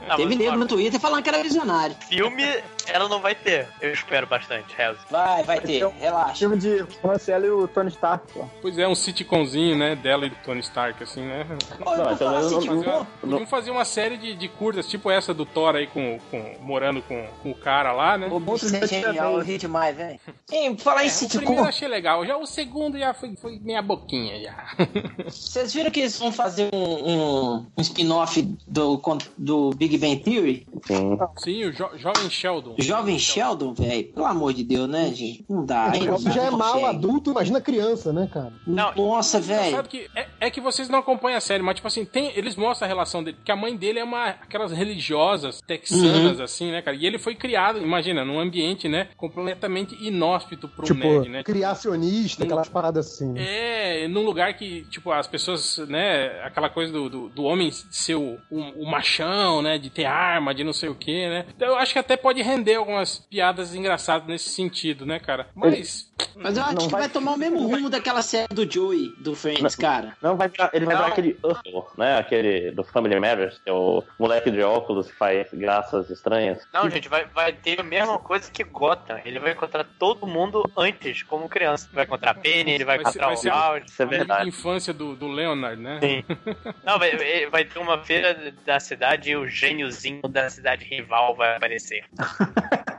Ah,
Teve
mas,
nego
claro,
no Twitter falando que era visionário.
né?
Filme, ela não vai ter. Eu espero bastante, Hells.
Vai, vai ter, relaxa.
é um Filme de Marcelo e o Tony Stark, pô.
Pois é, um sitcomzinho, né, dela e do Tony Stark, assim, né?
Olha,
Não,
por
então
falar
eu não-
assim,
Fazer uma-
tipo,
não-
Podiam fazer uma série de, de curtas, tipo essa do Thor aí, com, com- morando com, com o cara lá, né?
isso é genial, eu ri demais, velho. Ei, por falar em
O
sitcom,
primeiro eu achei legal, já o segundo já foi, foi meia boquinha já.
vocês viram que eles vão fazer um, um, um spin-off do, con- do Big Bang Theory?
Sim.
Sim, o jo- Jovem Sheldon.
Jovem Sheldon, velho? Pelo amor de Deus, né, gente? Não dá. hein?
Então, já é
Não
mal
consegue.
adulto, imagina criança, né, cara?
Não.
Nossa, velho.
Sabe que é, é que vocês não acompanham a série, mas tipo assim, tem, eles mostram a relação dele, porque a mãe dele é uma aquelas religiosas texanas assim, né, cara? E ele foi criado, imagina, num ambiente, né, completamente inóspito para um
tipo,
nerd, né?
criacionista, aquelas paradas assim.
É, num lugar que, tipo, as pessoas, né, aquela coisa do, do, do homem ser o, o- o machão, né, de ter arma, de não sei o que, né? Então eu acho que até pode render algumas piadas engraçadas nesse sentido, né, cara? Mas,
Mas eu acho que vai tomar o mesmo rumo daquela série do Joey, do Friends, cara.
Não, vai virar- ele vai virar aquele Urkel, né? Aquele do Family Matters, que é o moleque de óculos que faz graças estranhas.
Não, gente, vai, vai ter a mesma coisa que Gotham. Ele vai encontrar todo mundo antes, como criança. Vai encontrar a Penny, ele vai
Vai ser-
encontrar
vai
o
ser- um-
Howard.
Isso é
A
verdade.
infância do, do Leonard, né?
Sim. Não, vai, ele vai ter uma feira da cidade e o gêniozinho da cidade rival vai aparecer.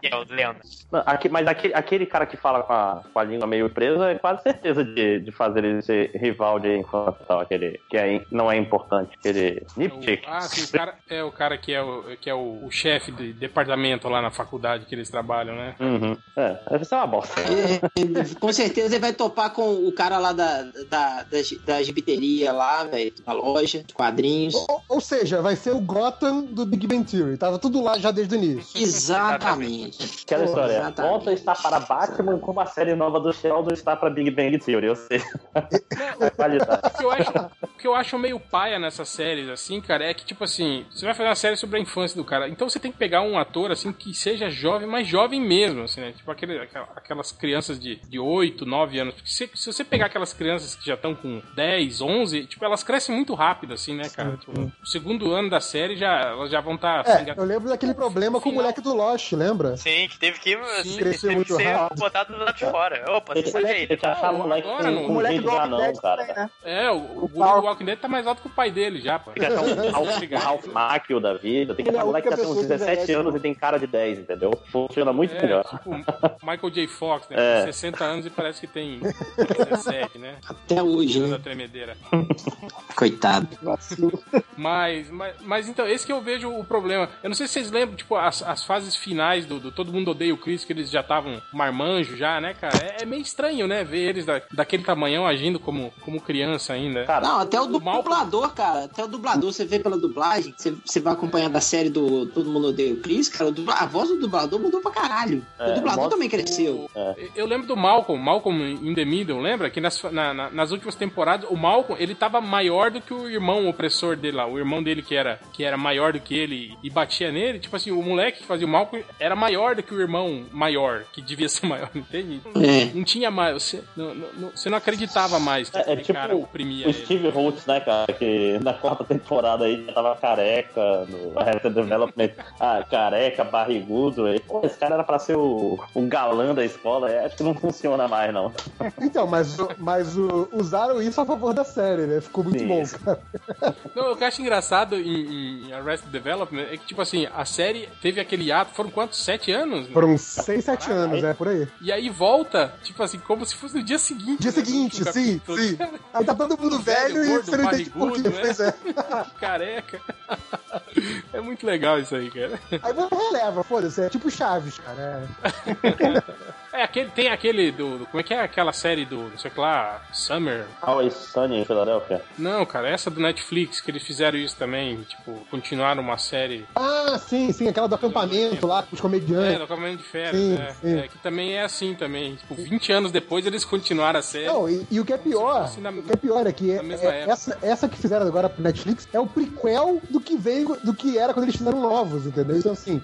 Que é o Leonard.
Não, aque- mas aque- aquele cara que fala com a, com a língua meio presa é quase certeza de, de fazer ele ser rival de infantil, aquele que é, in- não é importante, aquele nipchick.
O- ah, sim, o cara é o cara que é o, que é o, o chefe de departamento lá na faculdade que eles trabalham, né?
Uhum. É, essa é uma bosta.
É, com certeza ele vai topar com o cara lá da, da, da, gi- da gibiteria lá, velho, da loja, de quadrinhos.
Ou, ou seja, vai ser o Gotham do Big Bang Theory. Tava tudo lá já desde o início.
Exatamente.
Aquela
Pô,
história.
exatamente.
Gotham está para Batman como a série nova do Sheldon está para Big Bang Theory, ou seja, tá. a qualidade.
O que, eu acho, o que eu acho meio paia nessas séries, assim, cara, é que, tipo assim, você vai fazer uma série sobre a infância do cara, então você tem que pegar um ator, assim, que seja jovem, mas jovem mesmo, assim, né? Tipo aquele, aquela- aquelas crianças de, de 8, 9 anos. Porque se, se você pegar aquelas crianças que já estão com 10, 11, tipo, elas crescem muito rápido, assim, né, cara? Tipo, o segundo ano da série já, elas já vão tá estar.
É, eu lembro daquele problema com o moleque do Lost, lembra?
Sim, que teve que assim,
Sim.
teve que
Cresceu muito
ser
rápido.
botado do lado de fora. Opa,
Tem que-
sai daí.
tem que achar um moleque
Agora,
com
o
com
moleque
jeito
do
de
Walking
anão,
Dead
cara.
também, né?
É, o, o Google Walking Dead tá mais alto que o pai dele já, pô.
Tem que achar um Ralph- um Ralph Macchio da vida. Tem que
Ele é
achar
a
um moleque
única
que já tem uns
pessoa que
17
envelhece,
anos e tem cara de 10, entendeu? Funciona muito
É,
melhor.
tipo, Michael J. Fox, né?
É.
Tem 60 anos e parece que tem 17, né?
Até hoje,
Da
né?
tremedeira.
Coitado.
Mas, mas, mas então, esse que eu vejo o problema. Eu não sei se vocês lembram, tipo, as, as fases finais do, do Todo Mundo Odeia o Chris, que eles já estavam marmanjo já, né, cara? É, é meio estranho, né? Ver eles da, daquele tamanhão agindo como, como criança ainda.
Cara,
Não, até o du-
Mal-
dublador, cara. Até o dublador, você vê pela dublagem, você, você vai acompanhando a série do Todo Mundo Odeia o Chris, cara. o dubla- a voz do dublador mudou pra caralho.
É,
o dublador
mostra-
também cresceu.
Eu lembro do Malcolm, Malcolm in the Middle, lembra? Que nas, na- na- nas últimas temporadas, o Malcolm, ele tava maior do que o irmão opressor dele lá. O irmão dele que era, que era maior do que ele e batia nele. Tipo assim, o moleque que fazia o Malcolm era maior do que o irmão maior, que devia ser maior, entende?
É.
Não tinha mais, você não, não- não- você não acreditava mais que
É, é
aquele
tipo
cara oprimia
o
ele.
Steve Holtz, né, cara, que na quarta temporada aí já tava careca, no Arrested Development, ah, careca, barrigudo, aí, pô, esse cara era pra ser o, o galã da escola, é, acho que não funciona mais, não.
Então, mas, o- mas o- usaram isso a favor da série, né? Ficou muito
Sim.
bom, cara.
Não, o que eu acho engraçado em, em Arrested Development é que, tipo assim, a série teve aquele ato, foram quantos? Sete anos? né?
Foram 6, 7 anos, é, por aí.
E aí volta, tipo assim, como se fosse no dia seguinte.
Dia
né?
seguinte,
Do
sim,
capítulo.
sim. Aí tá todo mundo
Velho,
velho,
gordo,
e você não entende por
barrigudo,
quê.
né?
Pois é.
Careca. É muito legal isso aí, cara.
Aí você releva, foda-se. É tipo Chaves, cara. é.
É, aquele, tem aquele do, do- Como é que é aquela série do. Não sei o que lá. Summer.
Always Sunny em Filadélfia.
Não, cara, essa do Netflix, que eles fizeram isso também. Tipo, continuaram uma série.
Ah, sim, sim. Aquela do acampamento lá com os
É,
comediantes.
do Caminho de Férias.
Sim,
é,
sim.
é, que também é assim também. Tipo, 20 anos depois eles continuaram a série.
Não, e, e o que é pior,
fosse na-
o que é pior é que é-
na mesma
é-
época.
essa, essa que fizeram agora pro Netflix é o prequel do que veio, do que era quando eles fizeram novos, entendeu? Então assim.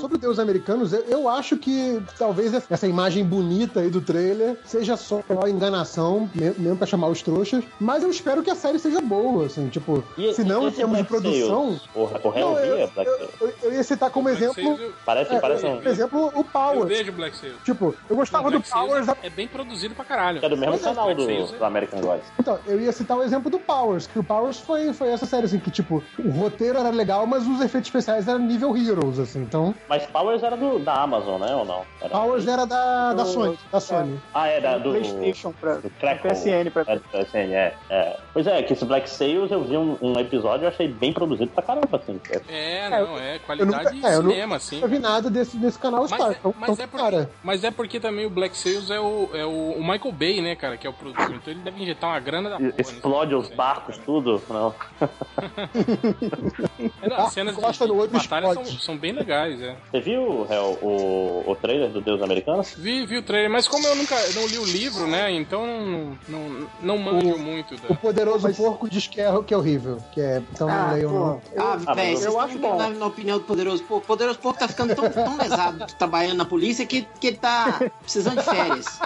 Sobre Deus Americanos, eu, eu acho que talvez essa imagem bonita aí do trailer seja só uma enganação, me- mesmo pra chamar os trouxas, mas eu espero que a série seja boa, assim, tipo,
E-
se não
e
em
esse é
termos de
Black
produção.
Sails? O, o Hell
Não, eu,
Via, é Black
eu-
Sails.
eu- eu ia citar como
Black
exemplo,
Sails,
Parece,
é,
parece um...
por exemplo, o
eu, eu
Powers.
vejo Black Sails.
Tipo, eu gostava do
Black Sails
Powers
é bem produzido pra caralho.
que é do mesmo
Black
canal do,
Sails é-
do American Gods.
Então, eu ia citar o exemplo do Powers, que o Powers foi, foi essa série, assim, que, tipo, o roteiro era legal, mas os efeitos especiais eram nível Heroes, assim. Então,
Mas Powers era do, da Amazon, né, ou não? Era-
Powers era da, da Sony, da Sony.
Ah, é, da, do...
PlayStation pra
do Crackle.
PSN pra
É, do PSN, é, é. Pois é, que esse Black Sails eu vi um, um episódio e achei bem produzido pra caramba, assim. É
É, não, é
nunca-
qualidade de
é, eu nu-
cinema, assim.
Eu vi nada desse, desse canal
Mas,
Star.
é,
então,
mas, é
então,
porque,
cara,
mas é porque também o Black Sails é o, é o, o Michael Bay, né, cara, que é o produtor. Então ele deve injetar uma grana da porra. né? É, nisso.
É, Explode os barcos, tudo. Não.
É, não, as cenas de,
Encosta no
de
outro
batalha são,
explode.
são bem legais, é.
Você viu Hel, o, o trailer do Deus Assim, Americanos?
Vi, vi o trailer, mas como eu nunca não li o livro, né, então não, não, não manjo muito da...
o poderoso porco diz que é, que é horrível. Que é, então não
Ah,
leiam,
pô.
não.
Ah,
mas
velho,
eu
vocês
acho
estão
bom.
na, na opinião do Poderoso Porco. O Poderoso Porco tá ficando tão, tão lesado trabalhando na polícia que, que ele tá precisando de tá férias.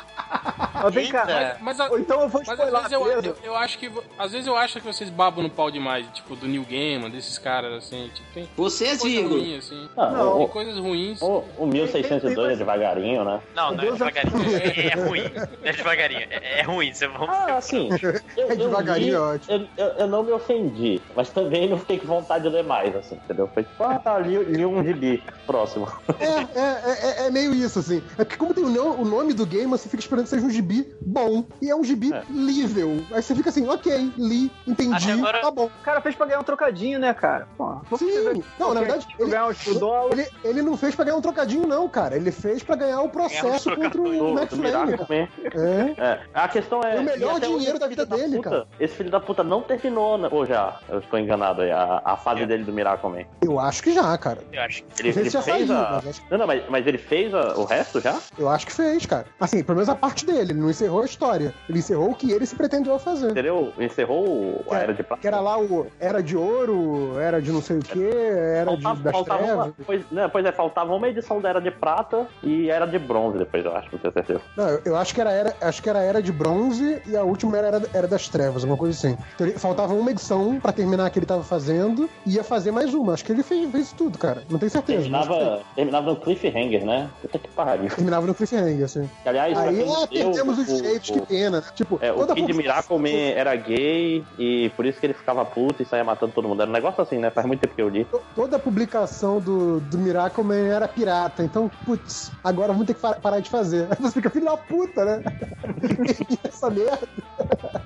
Mas vem cá.
É.
Eita.
Mas, a-
Ou então eu vou
mas às
spoiler
vezes eu,
Pedro.
eu, eu acho que. vo- Às vezes eu acho que vocês babam no pau demais, tipo, do New Gaiman, desses caras, assim, tipo, tem
Vocês,
coisa
Igor.
ruim, assim.
Ah,
Não.
o-
Tem coisas ruins.
O, o 1602 é devagarinho, né?
Não, não, é
Deus é-
devagarinho. É, é ruim. Não é devagarinho. É, é ruim. Você vai...
Ah, assim. Eu,
É devagarinho,
eu li,
é ótimo.
Eu, eu, eu não me ofendi, mas também não fiquei com vontade de ler mais, assim, entendeu? Foi tipo, ah, tá, li, li um gibi. Próximo.
É, é, é, é meio isso, assim. É porque como tem o, no- o nome do game, você fica esperando que seja um gibi bom. E é um gibi
É.
lível. Aí você fica assim, ok, li, entendi,
Até agora-
tá bom.
O cara fez pra ganhar um trocadinho, né, cara? Pô, vou precisar
Sim. Não, na
tipo
verdade, ele,
ganhar um uns dólares.
ele, ele não fez pra ganhar um trocadinho, não, cara. Ele fez pra ganhar o processo
Ganhar um
contra o
Do-
Max
do Miracle
Flame.
Man.
É.
É. A questão é.
O melhor
e até hoje
dinheiro da
esse
vida
filho
dele,
puta-
cara.
Esse filho da puta não terminou, né? ou já, eu estou enganado aí, a, a fase dele do Miracle Man.
Eu acho que já, cara.
Eu acho que
Ele,
Não sei
ele
se já
fez
saiu,
a.
mas acho
Não, não, mas, mas ele fez a- o resto já?
Eu acho que fez, cara. Assim, pelo menos a parte dele. Ele não encerrou a história. Ele encerrou o que ele se pretendeu a fazer.
Entendeu? Encerrou o- a Era de Prata.
Que era lá o Era de Ouro, Era de não sei o quê, Era de,
Faltava,
das
faltava
Trevas.
uma, pois, né, pois é, faltava uma edição da Era de Prata e Era de Bronze depois, eu acho, não tenho certeza.
Não, eu, eu acho que era, era acho que era Era de Bronze e a última era, era, era das Trevas, alguma coisa assim. Então, ele- faltava uma edição pra terminar a que ele tava fazendo e ia fazer mais uma. Acho que ele fez, fez tudo, cara. Não tenho certeza. mas fez.
Terminava, terminava no cliffhanger, né? Puta que pariu.
Terminava no cliffhanger, assim.
Que, Aliás, pra
Aí
quem
ah,
leu
perdemos os
o-
direitos,
o-
que pena. Tipo,
É, o
toda
Kid
publicação-
Miracle Man é- era gay e por isso que ele ficava puto e saía matando todo mundo. Era um negócio assim, né? Faz muito tempo que eu li.
To- Toda a publicação do, do Miracle Man era pirata, então, putz, agora vamos ter que fa- parar de fazer. Aí você fica, filho da puta, né? Essa merda.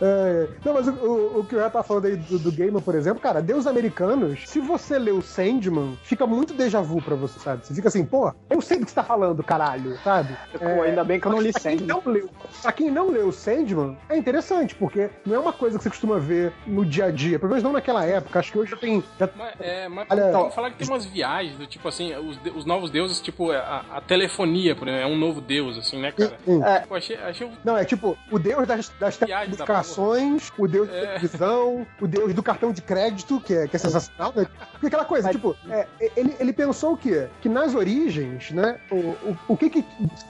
É, não, mas o, o- o que o Real tá falando aí do, do Gaiman, por exemplo, cara, Deus Americanos, se você lê o Sandman, fica muito déjà vu pra você, sabe? Você fica assim, pô, eu sei do que você tá falando, caralho, sabe?
Pô, ainda bem que eu não li né?
Pra quem
Sandman.
não leu- Pra quem não leu Sandman, é interessante, porque não é uma coisa que você costuma ver no dia a dia, pelo menos não naquela época, acho que hoje já tem... já-
Mas, é, mas
Olha,
então, falar que tem umas viagens do tipo assim, os, de- os novos deuses, tipo, a, a telefonia, por exemplo, é um novo deus, assim, né, cara?
Hum.
Tipo, achei, achei um-
Não, é tipo, o deus das, das
Viagem da
telecomunicações, o deus da televisão, o deus do cartão de crédito, que é, que é sensacional, né? Porque aquela coisa, tipo, é, ele, ele pensou o quê? Que nas origens, né, o, o, o que que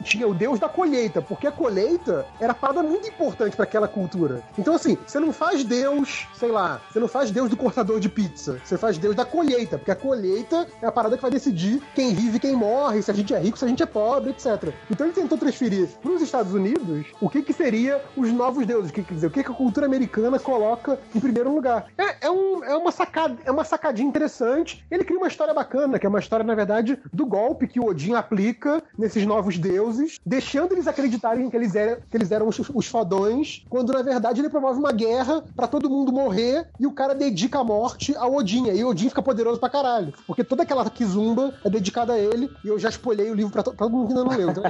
tinha o deus da colheita? Porque a colheita era parada muito importante para aquela cultura. Então, assim, você não faz deus, sei lá, você não faz deus do cortador de pizza, você faz deus da colheita, porque a colheita é a parada que vai decidir quem vive e quem morre, se a gente é rico, se a gente é pobre, etc. Então ele tentou transferir para os Estados Unidos o que que seria os novos deuses, que, quer dizer, o que que a cultura americana coloca em primeiro lugar. É, é um- é uma, sacada, é uma sacadinha interessante. Ele cria uma história bacana, que é uma história, na verdade, do golpe que o Odin aplica nesses novos deuses, deixando eles acreditarem que eles eram, que eles eram os, os fodões, quando na verdade ele promove uma guerra para todo mundo morrer e o cara dedica a morte ao Odin. Aí o Odin fica poderoso pra caralho, porque toda aquela kizumba é dedicada a ele e eu já espolhei o livro pra, to- pra todo mundo que ainda não leu. Então,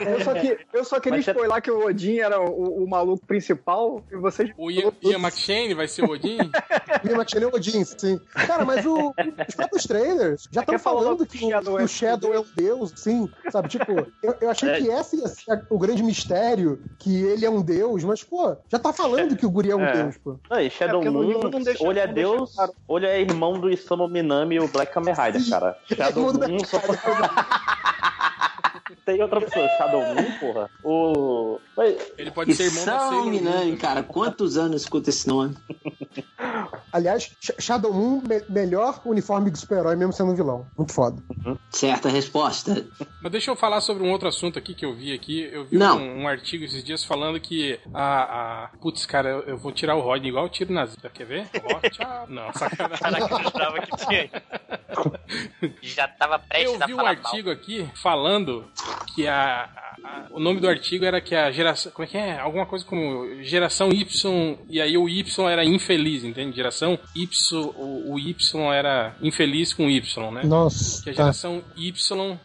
Eu só, que, eu só queria
Mas você-
spoiler que o Odin era o, o maluco principal e vocês.
O Ian, Ian McShane vai ser o Odin?
Liam McShane é o Odin, sim. Cara, mas o- os próprios trailers já estão
Quer falar
falando
logo
que
É que Shadow
o que
é-
o Shadow é um deus, sim. Sabe, tipo, eu, eu achei
É.
que esse ia ser o grande mistério, que ele é um deus, mas, pô, já tá falando que o guri é um
É.
deus, pô.
Não, e
É,
Shadow
porque no
Moon,
livro não deixa-
olha é
não deixa
Deus,
claro.
olha é irmão do Isamu Minami e o Black Kamen Rider, cara. Shadow
irmão do
Moon só Tem outra pessoa, Shadow Moon, porra. O. Mas,
Ele pode ser irmão da
São
Sailor Moon
Minami,
também.
cara. Quantos anos escuta esse nome?
Aliás, Sh- Shadow Moon, me- melhor uniforme do super-herói, mesmo sendo um vilão. Muito foda.
Certa resposta.
Mas deixa eu falar sobre um outro assunto aqui que eu vi aqui. Eu vi
Não.
um, um artigo esses dias falando que a. a... Putz, cara, eu, eu vou tirar o Rodney igual eu tiro na zebra. Quer ver? Ó, tchau. Não, sacanagem.
Caraca, eu jurava que tinha. Já tava prestes
Eu
a
vi um
falar
artigo aqui falando que a, a- a- o nome do artigo era que a geração. Como é que é? Alguma coisa como geração Y. E aí o Y era infeliz, entende? Geração Y. O, o Y era infeliz com Y, né?
Nossa.
Que a
tá.
geração Y,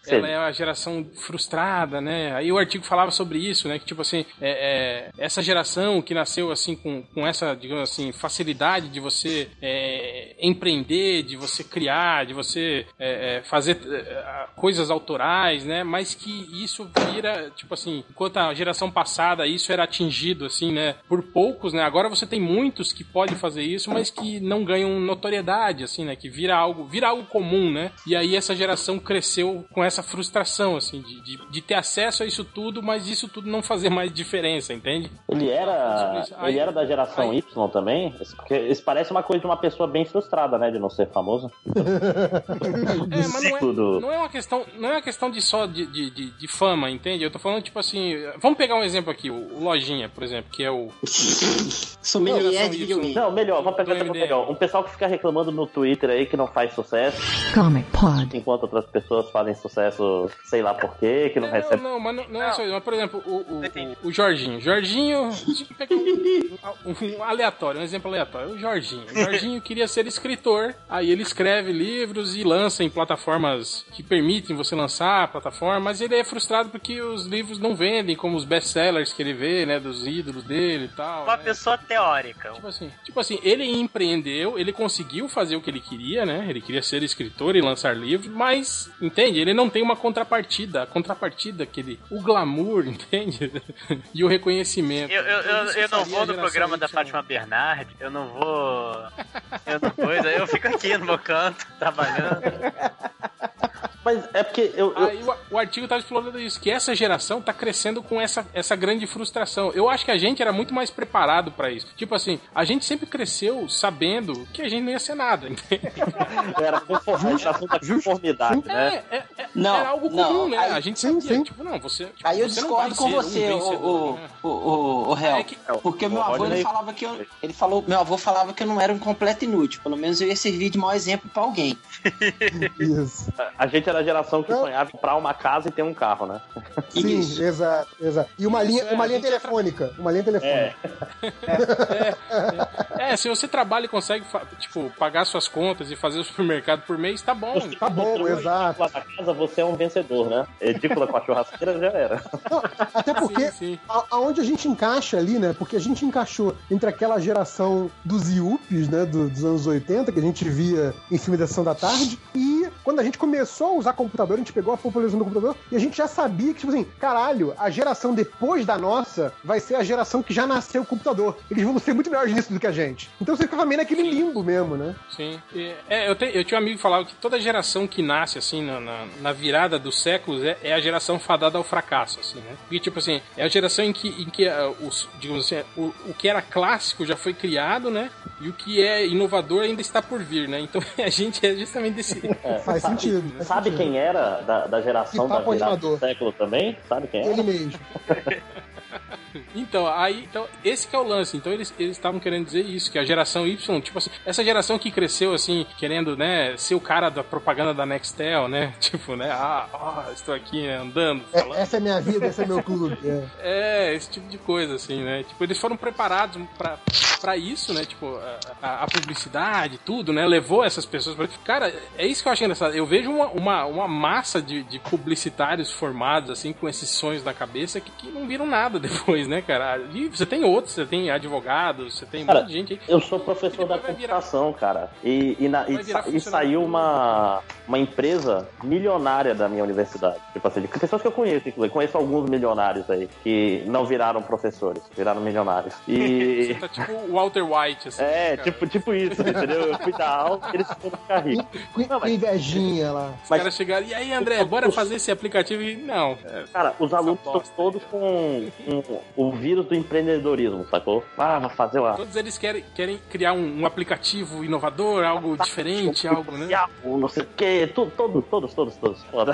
Sim.
ela é a geração frustrada, né? Aí o artigo falava sobre isso, né? Que tipo assim, é, é, essa geração que nasceu assim com, com essa, digamos assim, facilidade de você é, empreender, de você criar, de você é, é, fazer é, coisas autorais, né? Mas que isso vira, tipo assim, enquanto a geração passada isso era atingido, assim, né? Por poucos, né? Agora você tem muitos que podem fazer isso, mas que não ganham notoriedade, assim, né? Que vira algo, vira algo comum, né? E aí essa geração cresceu com essa frustração, assim, de, de, de ter acesso a isso tudo, mas isso tudo não fazer mais diferença, entende?
Ele era,
Aí-
ele era da geração
aí-
Y também? Esse- Porque isso parece uma coisa de uma pessoa bem frustrada, né? De não ser famoso.
É, mas não é,
Tudo.
não é uma questão, não é uma questão de só de, de, de, de fama, entende? Eu tô falando tipo assim, vamos pegar um exemplo aqui, o, o Lojinha, por exemplo, que é o
Sommelier de videogame.
Não, melhor, vamos pegar
Do
vamos
MDM.
pegar um pessoal que fica reclamando no Twitter aí que não faz sucesso,
Comic Pod.
enquanto outras pessoas fazem sucesso, sei lá por quê, que não
Não,
recebe.
não, mas não, não é
Não.
só isso. Mas, por exemplo, o, o,
Entendi.
o Jorginho. Jorginho, deixa eu pegar um, um aleatório, um exemplo aleatório. O Jorginho. O Jorginho queria ser escritor, aí ele escreve livros e lança em plataformas que permitem você lançar a plataforma, mas ele é frustrado porque os livros não vendem, como os best-sellers que ele vê, né, dos ídolos dele e tal.
Uma
né?
pessoa teórica. um
Tipo assim, tipo assim, ele empreendeu, ele conseguiu fazer o que ele queria, né? Ele queria ser escritor e lançar livro, mas, entende? Ele não tem uma contrapartida. A contrapartida, aquele. O glamour, entende? e o reconhecimento.
Eu, eu,
Então,
eu,
isso
eu não
faria
vou
a
no
geração
programa da
Y.
Fátima Bernardi, eu não vou. Eu não vou, eu fico aqui no meu canto, trabalhando.
Mas é porque eu. eu-
Aí Ah, o, o artigo tava explorando isso, que essa geração tá crescendo com essa, essa grande frustração. Eu acho que a gente era muito mais preparado pra isso. Tipo assim, a gente sempre cresceu sabendo que a gente não ia ser nada, entende?
eu era conforme, esse assunto é conformidade, né?
É, é, é-
Não,
era algo
não,
comum, né?
aí-
a gente
sim,
sabia,
sim.
tipo, não, você. tipo,
Aí eu
você não
discordo
vai
com
ser
você,
um
o,
vencedor,
o,
né?
o, o, o Hel.
É que-
Porque
o
meu avô
Rodney-
ele falava que eu, ele falou, meu avô falava que eu não era um completo inútil, pelo menos eu ia servir de mau exemplo pra alguém.
Isso.
A gente era a geração que
Não.
sonhava em comprar uma casa e ter um carro, né?
Sim,
Isso.
exato, exato. E uma linha, uma linha telefônica. Uma linha telefônica.
É, se você trabalha e consegue, fa- tipo, pagar suas contas e fazer o supermercado por mês, tá bom.
Tá bom, exato.
Lá na casa você é um vencedor, né? Edícula com a churrasqueira já era.
Até
Assim,
porque
Sim, sim.
A- aonde a gente encaixa ali, né? Porque a gente encaixou entre aquela geração dos Yuppies, né? do- dos anos 80, que a gente via em filme da Sessão da Tarde. E quando a gente começou a usar computador, a gente pegou a popularização do computador e a gente já sabia que, tipo assim, caralho, a geração depois da nossa vai ser a geração que já nasceu com o computador. Eles vão ser muito melhores nisso do que a gente. Então você ficava meio naquele limbo mesmo, né?
Sim. E, É, eu, te- eu tinha um amigo que falava que toda geração que nasce, assim, na, na, na virada dos séculos, é, é a geração fadada ao fracasso, assim, né? E, tipo assim, é a geração em que, em que ah, os, digamos assim, o, o que era clássico já foi criado, né? E o que é inovador ainda está por vir, né? Então a gente é justamente desse...
É,
Faz
sabe-
sentido, faz
Sabe
sentido.
quem era da, da geração
E
da
papo
virada
animador.
do século também? Sabe quem era?
Ele mesmo.
Então, aí, então, esse que é o lance. Então, eles eles estavam querendo dizer isso, que a geração Y, tipo assim, essa geração que cresceu, assim, querendo, né, ser o cara da propaganda da Nextel, né? Tipo, né, ah, ó, estou aqui né, andando, falando.
É, essa é minha vida, esse é meu clube. É.
É, esse tipo de coisa, assim, né? Tipo, eles foram preparados pra, pra isso, né? Tipo, a, a- a publicidade, tudo, né? Levou essas pessoas pra. Cara, é isso que eu acho engraçado. Eu vejo uma, uma, uma massa de, de publicitários formados, assim, com esses sonhos na cabeça que, que não viram nada depois, né, cara? E você tem outros, você tem advogados, você tem um
Cara,
monte de gente aí.
Eu sou professor da
Vai virar-
computação, cara. E, e, na- e
Vai virar
sa- e
funcionário
saiu
público.
uma, uma empresa milionária da minha universidade. Tipo assim, de pessoas que eu conheço, inclusive. Conheço alguns milionários aí que não viraram professores, viraram milionários.
Você
E.
tá tipo o Walter White, assim. né,
É,
cara?
tipo, tipo isso, entendeu? Eu fui dar aula e eles foram ficar ricos.
Com,
Não, mas-
com invejinha lá.
Os
mas-
caras chegaram, e aí, André, bora fazer esse aplicativo? E não. É,
Cara, os alunos estão
bosta aí.
todos com, com o vírus do empreendedorismo, sacou? Ah, vou fazer uma.
Todos eles querem, querem criar um, um aplicativo inovador, algo diferente, algo, né?
um Não sei o quê, tu- todo, todos, todos, todos. Foda.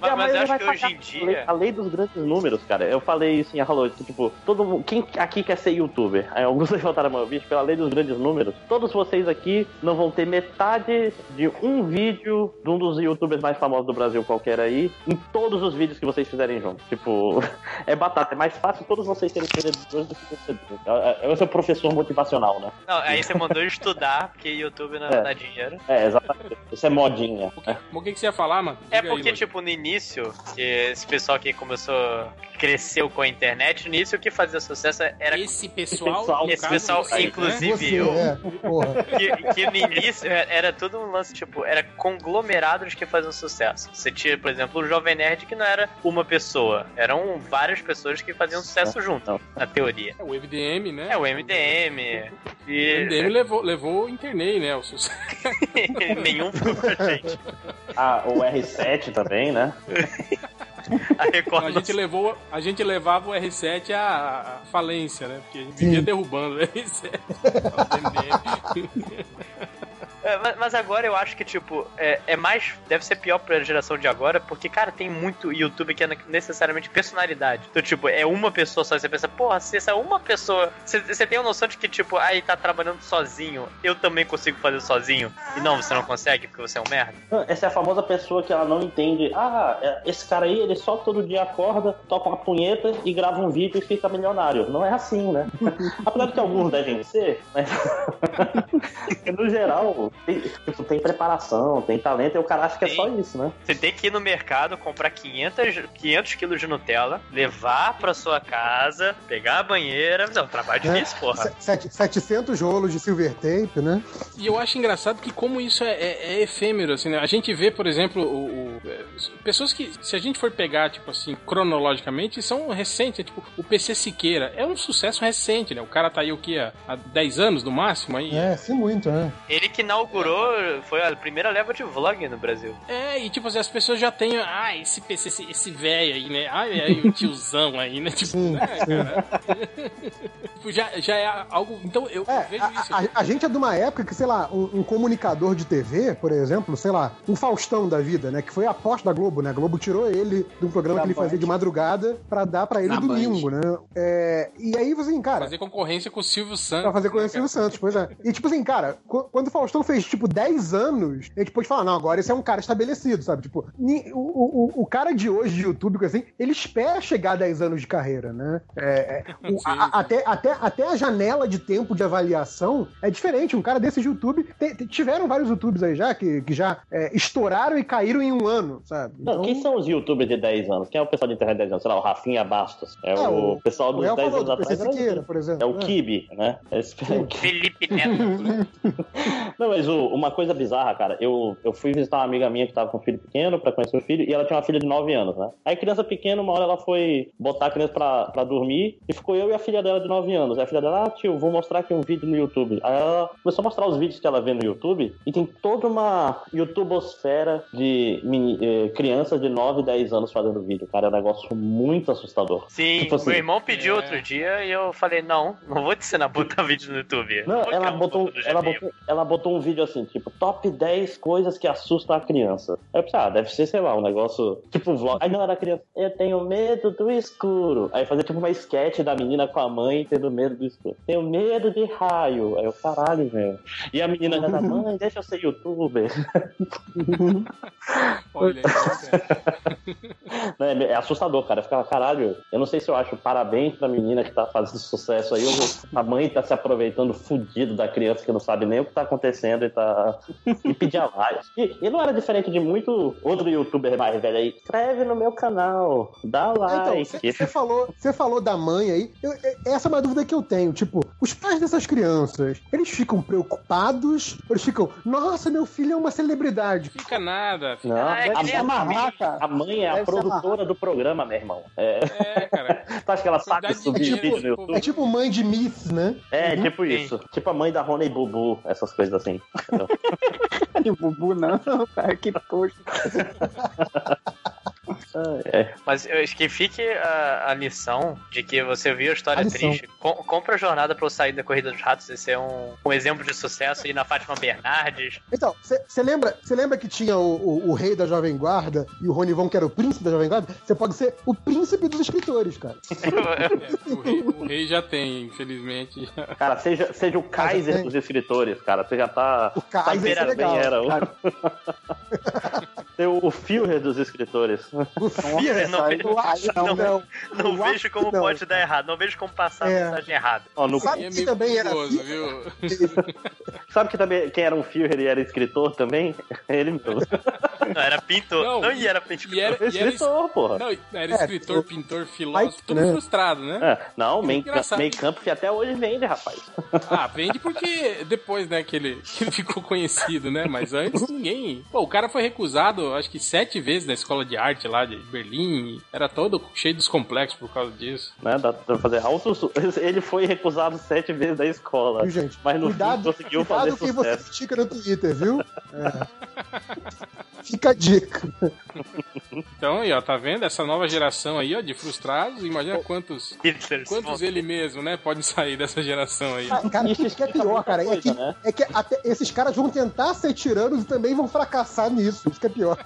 Mas,
E a
mas eu
maioria
acho
vai
que hoje
pagar
em
a lei-
dia.
A lei dos grandes números, cara. Eu falei isso em Arrow, tipo, todo mundo. Quem aqui quer ser youtuber? Aí alguns levantaram a mão, bicho, pela lei dos grandes números, todos vocês aqui não vão ter metade de um vídeo de um dos youtubers mais famosos do Brasil qualquer aí, em todos os vídeos que vocês fizerem juntos. Tipo, é batata. É mais fácil todos vocês serem empreendedores do que você. É- é- Esse é o professor motivacional, né?
Não, aí você mandou eu estudar, porque YouTube não
É.
dá dinheiro.
É, exatamente. Isso é modinha.
Mas O que, que você ia falar, mano?
É
Diga aí,
porque,
Luiz.
tipo, no início, que esse pessoal que começou. cresceu com a internet, nisso o que fazia sucesso era
Esse pessoal,
Pessoal,
no
esse
caso,
pessoal,
você, né?
inclusive
Você,
eu,
é, porra.
que, que no início era era todo um lance, tipo, era conglomerados que faziam sucesso. Você tinha, por exemplo, o Jovem Nerd, que não era uma pessoa, eram várias pessoas que faziam sucesso junto, na teoria.
É, o MDM, né?
É, o MDM.
O MDM
E
levou, levou o internet, né? O sucesso.
nenhum ficou pra gente.
Ah, o R7 também, né?
A Record
A
não
gente, levou, a gente levava o R7 à à falência, né? Porque a gente
Sim.
vivia derrubando o R7. O MDM.
É, mas- mas agora eu acho que, tipo, é, é mais. Deve ser pior pra geração de agora, porque, cara, tem muito YouTube que é necessariamente personalidade. Então, tipo, é uma pessoa só. e Você pensa, porra, se essa uma pessoa. Você- Você tem a noção de que, tipo, aí tá trabalhando sozinho, eu também consigo fazer sozinho. E não, você não consegue porque você é um merda.
Não, Essa é a famosa pessoa que ela não entende. Ah, é- esse cara aí, ele só todo dia acorda, toca uma punheta e grava um vídeo e fica milionário. Não é assim, né? Apesar de que alguns devem ser, mas. no geral, tem, tipo, tem preparação, tem talento, e o cara acha que é só isso, né?
Você tem que ir no mercado, comprar 500, 500 quilos de Nutella, levar pra sua casa, pegar a banheira. Não, trabalho difícil, porra.
Se- sete- 700 rolos de silver tape, né?
E eu acho engraçado que como isso é, é- é efêmero, assim, né? A gente vê, por exemplo, o, o- é, pessoas que, se a gente for pegar, tipo assim, cronologicamente, são recentes. Tipo, o PC Siqueira é um sucesso recente, né? O cara tá aí, o que, há, há 10 anos no máximo aí?
É, sim, muito, né?
Ele que inaugurou, foi a primeira leva de vlog no Brasil.
É, e tipo assim, as pessoas já têm, ah, esse PC, esse, esse velho aí, né? Ah, é o tiozão aí, né? Tipo,
Sim, sim.
tipo, já, já é algo... Então, eu
É,
vejo isso.
a, a- a gente é de uma época que, sei lá, um, um comunicador de TV, por exemplo, sei lá, um Faustão da vida, né? Que foi a aposta da Globo, né? A Globo tirou ele de um programa
Da
que ele fazia
Band.
de madrugada pra dar pra ele
Na
domingo, né? É, e aí, assim, cara.
Fazer concorrência com o Silvio Santos.
Pra fazer
né,
coisa
cara?
Silvio Santos, pois é. E tipo assim, cara, qu- quando o Faustão fez tipo 10 anos, a gente pôde falar, não, agora esse é um cara estabelecido, sabe? Tipo, ni- o, o- o- o cara de hoje de YouTube, coisa assim, ele espera chegar a 10 anos de carreira, né? É, é, o-
Sim,
a-
sim.
a- até, até, até a janela de tempo de avaliação é diferente. Um cara desse de YouTube. te- te- tiveram vários YouTubes aí já que, que já é, estouraram e caíram em um ano, sabe? Então,
Não, quem são os youtubers de 10 anos? Quem é o pessoal de internet de 10 anos? Sei lá, o Rafinha Bastos. É,
É,
o,
o-
pessoal dos
Léo
10
falou
anos
do PC
atrás. era
Siqueira, por
É
exemplo.
o Kibe, né? Esse-
Felipe Neto.
Não, mas o- uma coisa bizarra, cara, eu, eu fui visitar uma amiga minha que tava com um filho pequeno pra conhecer o filho, e ela tinha uma filha de 9 anos, né? Aí criança pequena, uma hora ela foi botar a criança pra, pra dormir, e ficou eu e a filha dela de 9 anos. Aí a filha dela, ah, tio, vou mostrar aqui um vídeo no YouTube. Aí ela começou a mostrar os vídeos que ela vê no YouTube, e tem toda uma youtubosfera de meni- eh, crianças de 9, 10 anos fazendo vídeo, cara, é um negócio muito assustador.
Sim,
Tipo assim,
meu irmão pediu
é.
outro dia e eu falei, não, não vou te ensinar a botar vídeo no YouTube.
Não,
Vou um
ela
tirar
botou,
foto do
ela,
Gmail.
botou, ela botou um vídeo assim, tipo, top 10 coisas que assustam a criança. Aí eu pensei, ah, deve ser, sei lá, um negócio tipo vlog. Aí não era criança, eu tenho medo do escuro. Aí fazia tipo uma sketch da menina com a mãe tendo medo do escuro. Tenho medo de raio. Aí eu, caralho, meu. E a menina já tá, mãe, deixa eu ser youtuber.
Olha aí, cara.
Né, É assustador, cara. Eu ficava, caralho, eu não sei se eu acho parabéns pra menina que tá fazendo sucesso aí. ou a mãe tá se aproveitando fudido da criança que não sabe nem o que tá acontecendo e tá. e pedir a live. E, e não era diferente de muito outro youtuber mais velho aí. Escreve no meu canal, dá
Então,
like.
você falou, cê falou da mãe aí. Eu- é- essa é uma dúvida que eu tenho. Tipo, os pais dessas crianças, eles ficam preocupados? Eles ficam, nossa, meu filho é uma celebridade.
Fica nada, fica
Não,
Ah, é
a,
que nem
a-
amarrar, cara.
a mãe é a
né? Deve ser
produtora do programa, meu irmão. É,
é, cara.
tu acha que ela
Dá
sabe
de
subir
dinheiro,
vídeo no
pô.
YouTube?
É tipo mãe de Miss, né?
É, tipo
Sim.
isso. Tipo a mãe da Rony Bubu, essas coisas assim.
De bubu, não, cara, que tosco.
É, é.
Mas eu acho que fique a, a lição de que você viu a história
A lição.
triste. Com- compra a jornada pra eu sair da Corrida dos Ratos e ser um, um exemplo de sucesso e ir na Fátima Bernardes.
Então, você lembra, cê lembra que tinha o, o- o rei da Jovem Guarda e o Ronivon, que era o príncipe da Jovem Guarda? Você pode ser o príncipe dos escritores, cara.
É, o, rei, o rei já tem, infelizmente.
Cara, seja, seja o Kaiser dos escritores, cara. Você já tá.
O Kaiser
Sabe
seria
bem
legal.
era o-
cara.
ser o Führer dos escritores.
O Führer,
não,
sabe? tá? Eu acho que
não,
não.
Não
Eu acho
vejo
que
como
não.
pode dar errado, não vejo como passar
É.
a mensagem errada.
Ó, no-
Sabe
é
que
meio
também era
perigoso,
assim?
viu?
Sabe que também quem era um Führer e era escritor também? Ele mesmo. é
Não, era pintor.
Não,
Não, e era pintor.
E era, e era, es-
Escritor, porra.
não, era escritor, pintor, filósofo,
Ai,
tudo
É, né?
frustrado, né?
É, não, meio
Engraçado.
campo que até hoje vende, rapaz.
Ah, vende porque depois, né, que ele, que ele ficou conhecido, né? Mas antes ninguém. Pô, o cara foi recusado, acho que sete vezes na escola de arte lá de Berlim. Era todo cheio dos complexos por causa disso.
Né? Dá pra fazer altos. Ele foi recusado sete vezes da escola.
Viu, gente?
Mas no
cuidado,
fim conseguiu
cuidado
fazer
quem você
sucesso.
critica no Twitter, viu? É. Fica a dica.
Então, aí, ó, tá vendo? Essa nova geração aí, ó, de frustrados. Imagina quantos.
Hitler,
Quantos
bom,
ele mesmo, né? Podem sair dessa geração aí.
Cara, isso que é pior, cara. É que,
né?
é que até esses caras vão tentar ser tiranos e também vão fracassar nisso. Isso que é pior.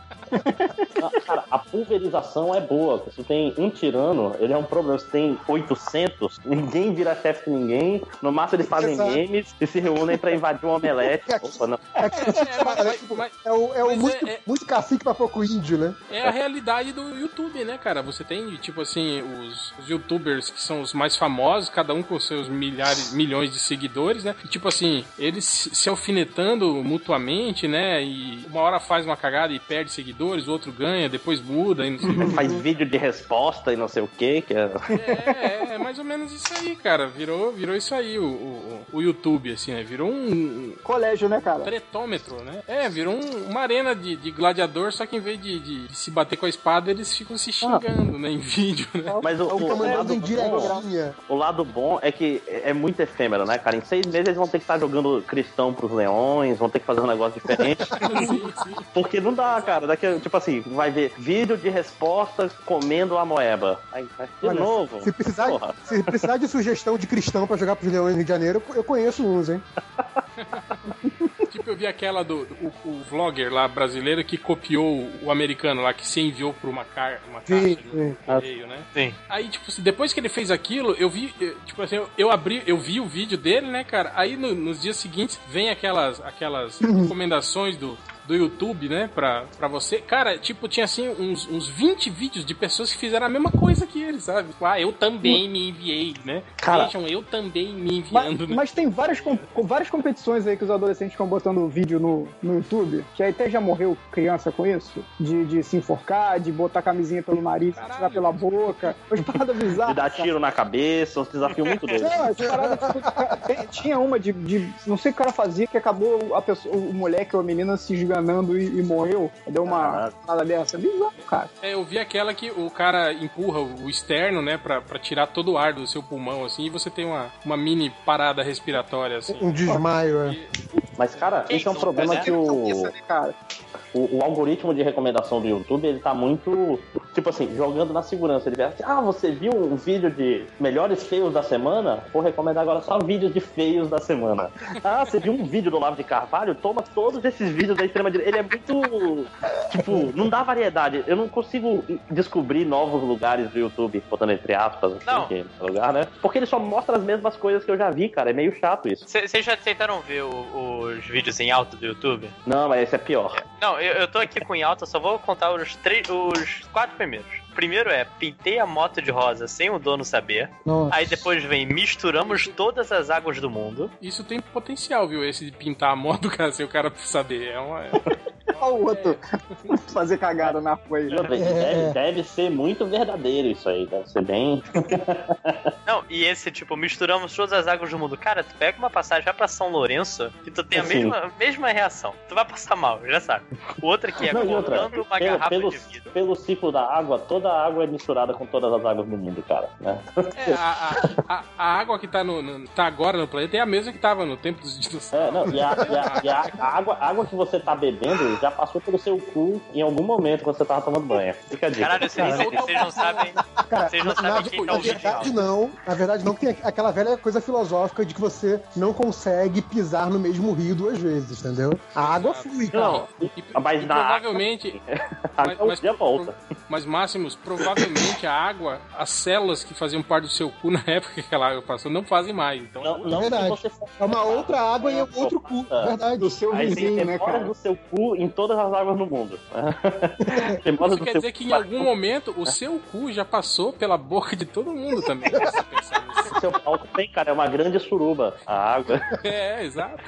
Ah, Cara, a pulverização é boa. Se tem um tirano, ele é um problema. Se tem 800, ninguém vira chefe de ninguém. No máximo, eles fazem
Exato.
memes e se reúnem pra invadir um omelete. Opa, não.
É, que-
mas-
né, tipo,
mas-
é o, é o
mas
muito,
é- é-
muito cacique pra pouco índio, né?
É a realidade do YouTube, né, cara? Você tem, tipo assim, os, os youtubers que são os mais famosos, cada um com seus milhares, milhões de seguidores, né? E, tipo assim, eles se se alfinetando mutuamente, né? E uma hora faz uma cagada e perde seguidores, o outro ganha, depois muda e não sei o
Faz vídeo de resposta e não sei o quê, que. é-
É, é, é mais ou menos isso aí, cara. Virou, virou isso aí, o, o, o YouTube, assim, né? Virou um
Colégio, né, cara?
tretômetro, né? É, virou um- uma arena de, de gladiador, só que em vez de, de- de se bater com a espada, eles ficam se
Ah.
xingando, né? Em vídeo, né?
Mas É o, o,
Fica
o
mandando
lado bom,
indiretinha.
o lado bom é que é muito efêmero, né, cara? Em seis meses eles vão ter que estar jogando cristão pros leões, vão ter que fazer um negócio diferente.
Sim, sim.
Porque não dá, cara. Daqui, a- tipo assim, vai ver vídeo de resposta comendo a moeba. Aí, aí, de
Olha,
novo.
Se precisar,
Porra.
se precisar de sugestão de cristão pra jogar pros leões no Rio de Janeiro, eu conheço uns, hein?
Tipo, eu vi aquela do do- o, o vlogger lá brasileiro que copiou o americano lá, que se enviou pra uma, car uma
Sim,
caixa de
sim.
correio, né?
Sim.
Aí, tipo, se- depois que ele fez aquilo, eu vi, eh, tipo assim, eu, eu abri, eu vi o vídeo dele, né, cara? Aí no- nos dias seguintes vem aquelas, aquelas recomendações do. Do YouTube, né? Pra, pra você. Cara, tipo, tinha assim uns, uns 20 vídeos de pessoas que fizeram a mesma coisa que ele, sabe? Tipo, ah, eu também me enviei, né?
Cara-
Vejam, eu também me
Mas,
enviando, né?
mas tem várias, com- com várias competições aí que os adolescentes ficam botando vídeo no, no YouTube, que aí até já morreu criança com isso, de, de se enforcar, de botar camisinha pelo nariz,
Caralho.
tirar pela boca, umas paradas
De
bizarras.
dar tiro na cabeça, um desafio muito doido.
Não, essa parada, tipo, tem- tinha uma de, de- Não sei o que o cara fazia, que acabou a pessoa, o moleque ou a menina se esganando e, e morreu. Deu uma
Caraca.
parada dessa. Bizarro, cara.
É, eu vi aquela que o cara empurra o externo, né, pra, pra tirar todo o ar do seu pulmão, assim, e você tem uma, uma mini parada respiratória, assim.
Um desmaio, é.
Mas, cara,
Quem
isso é um
nunca,
problema
né?
que
Cabeça,
o,
né, cara?
o, o algoritmo de recomendação do YouTube, ele tá muito, tipo assim, jogando na segurança. Ele vê assim, ah, você viu um vídeo de melhores feios da semana? Vou recomendar agora só vídeos de feios da semana. Ah, você viu um vídeo do Olavo de Carvalho? Toma todos esses vídeos da extrema-direita. Ele é muito, tipo, não dá variedade. Eu não consigo descobrir novos lugares do YouTube, botando entre aspas, assim,
Não.
que é lugar, né? Porque ele só mostra as mesmas coisas que eu já vi, cara. É meio chato isso.
Vocês já tentaram ver o- os vídeos em alta do YouTube?
Não, mas esse é pior.
Não, eu, eu tô aqui com em alta, só vou contar os, três, os quatro primeiros. O Primeiro é pintei a moto de rosa sem o dono saber.
Nossa.
Aí depois vem misturamos todas as águas do mundo.
Isso tem potencial, viu, esse de pintar a moto, cara, se o cara saber. É uma...
Olha o outro. Fazer cagada na rua aí.
Outra vez, Deve, deve ser muito verdadeiro isso aí, deve ser bem.
Não, e esse tipo, misturamos todas as águas do mundo. Cara, tu pega uma passagem, vai pra São Lourenço e tu tem a
Sim.
mesma, mesma reação. Tu vai passar mal, já sabe. O outro aqui é
Não, e outra,
cortando uma
pelo,
garrafa
pelo,
de vidro.
pelo ciclo da água, toda a água é misturada com todas as águas do mundo, cara. Né?
É, a, a, a- a água que tá, no, no- tá agora no planeta é a mesma que tava no tempo dos dinossauros.
É, não, e a, e a- e a- a água, a água que você tá bebendo já passou pelo seu cu em algum momento quando você tava tomando banho. Fica a dica.
Caralho, vocês, vocês não sabem.
Cara,
Vocês não
na-
sabem
na-
quem tá
na
ouvindo.
verdade, não. Na verdade, não, que tem aquela velha coisa filosófica de que você não consegue pisar no mesmo rio duas vezes, entendeu? A água flui, cara.
Não,
E-
mas
e
na água,
provavelmente,
a água
mas-
já volta.
mas Máximo, anos, provavelmente a água, as células que faziam parte do seu cu na época que aquela água passou, não fazem mais. Então,
Não, não
Verdade.
se você for
É uma outra água e é um outro cu.
Ah.
Verdade.
Do seu
Aí você
vizinho, né,
demora
cara?
do seu cu em todas as águas do mundo. demora
isso quer dizer que em algum momento o seu cu já passou pela boca de todo mundo também. se você pensar nisso.
O seu pau tem, cara, é uma grande suruba. A água.
É, exato.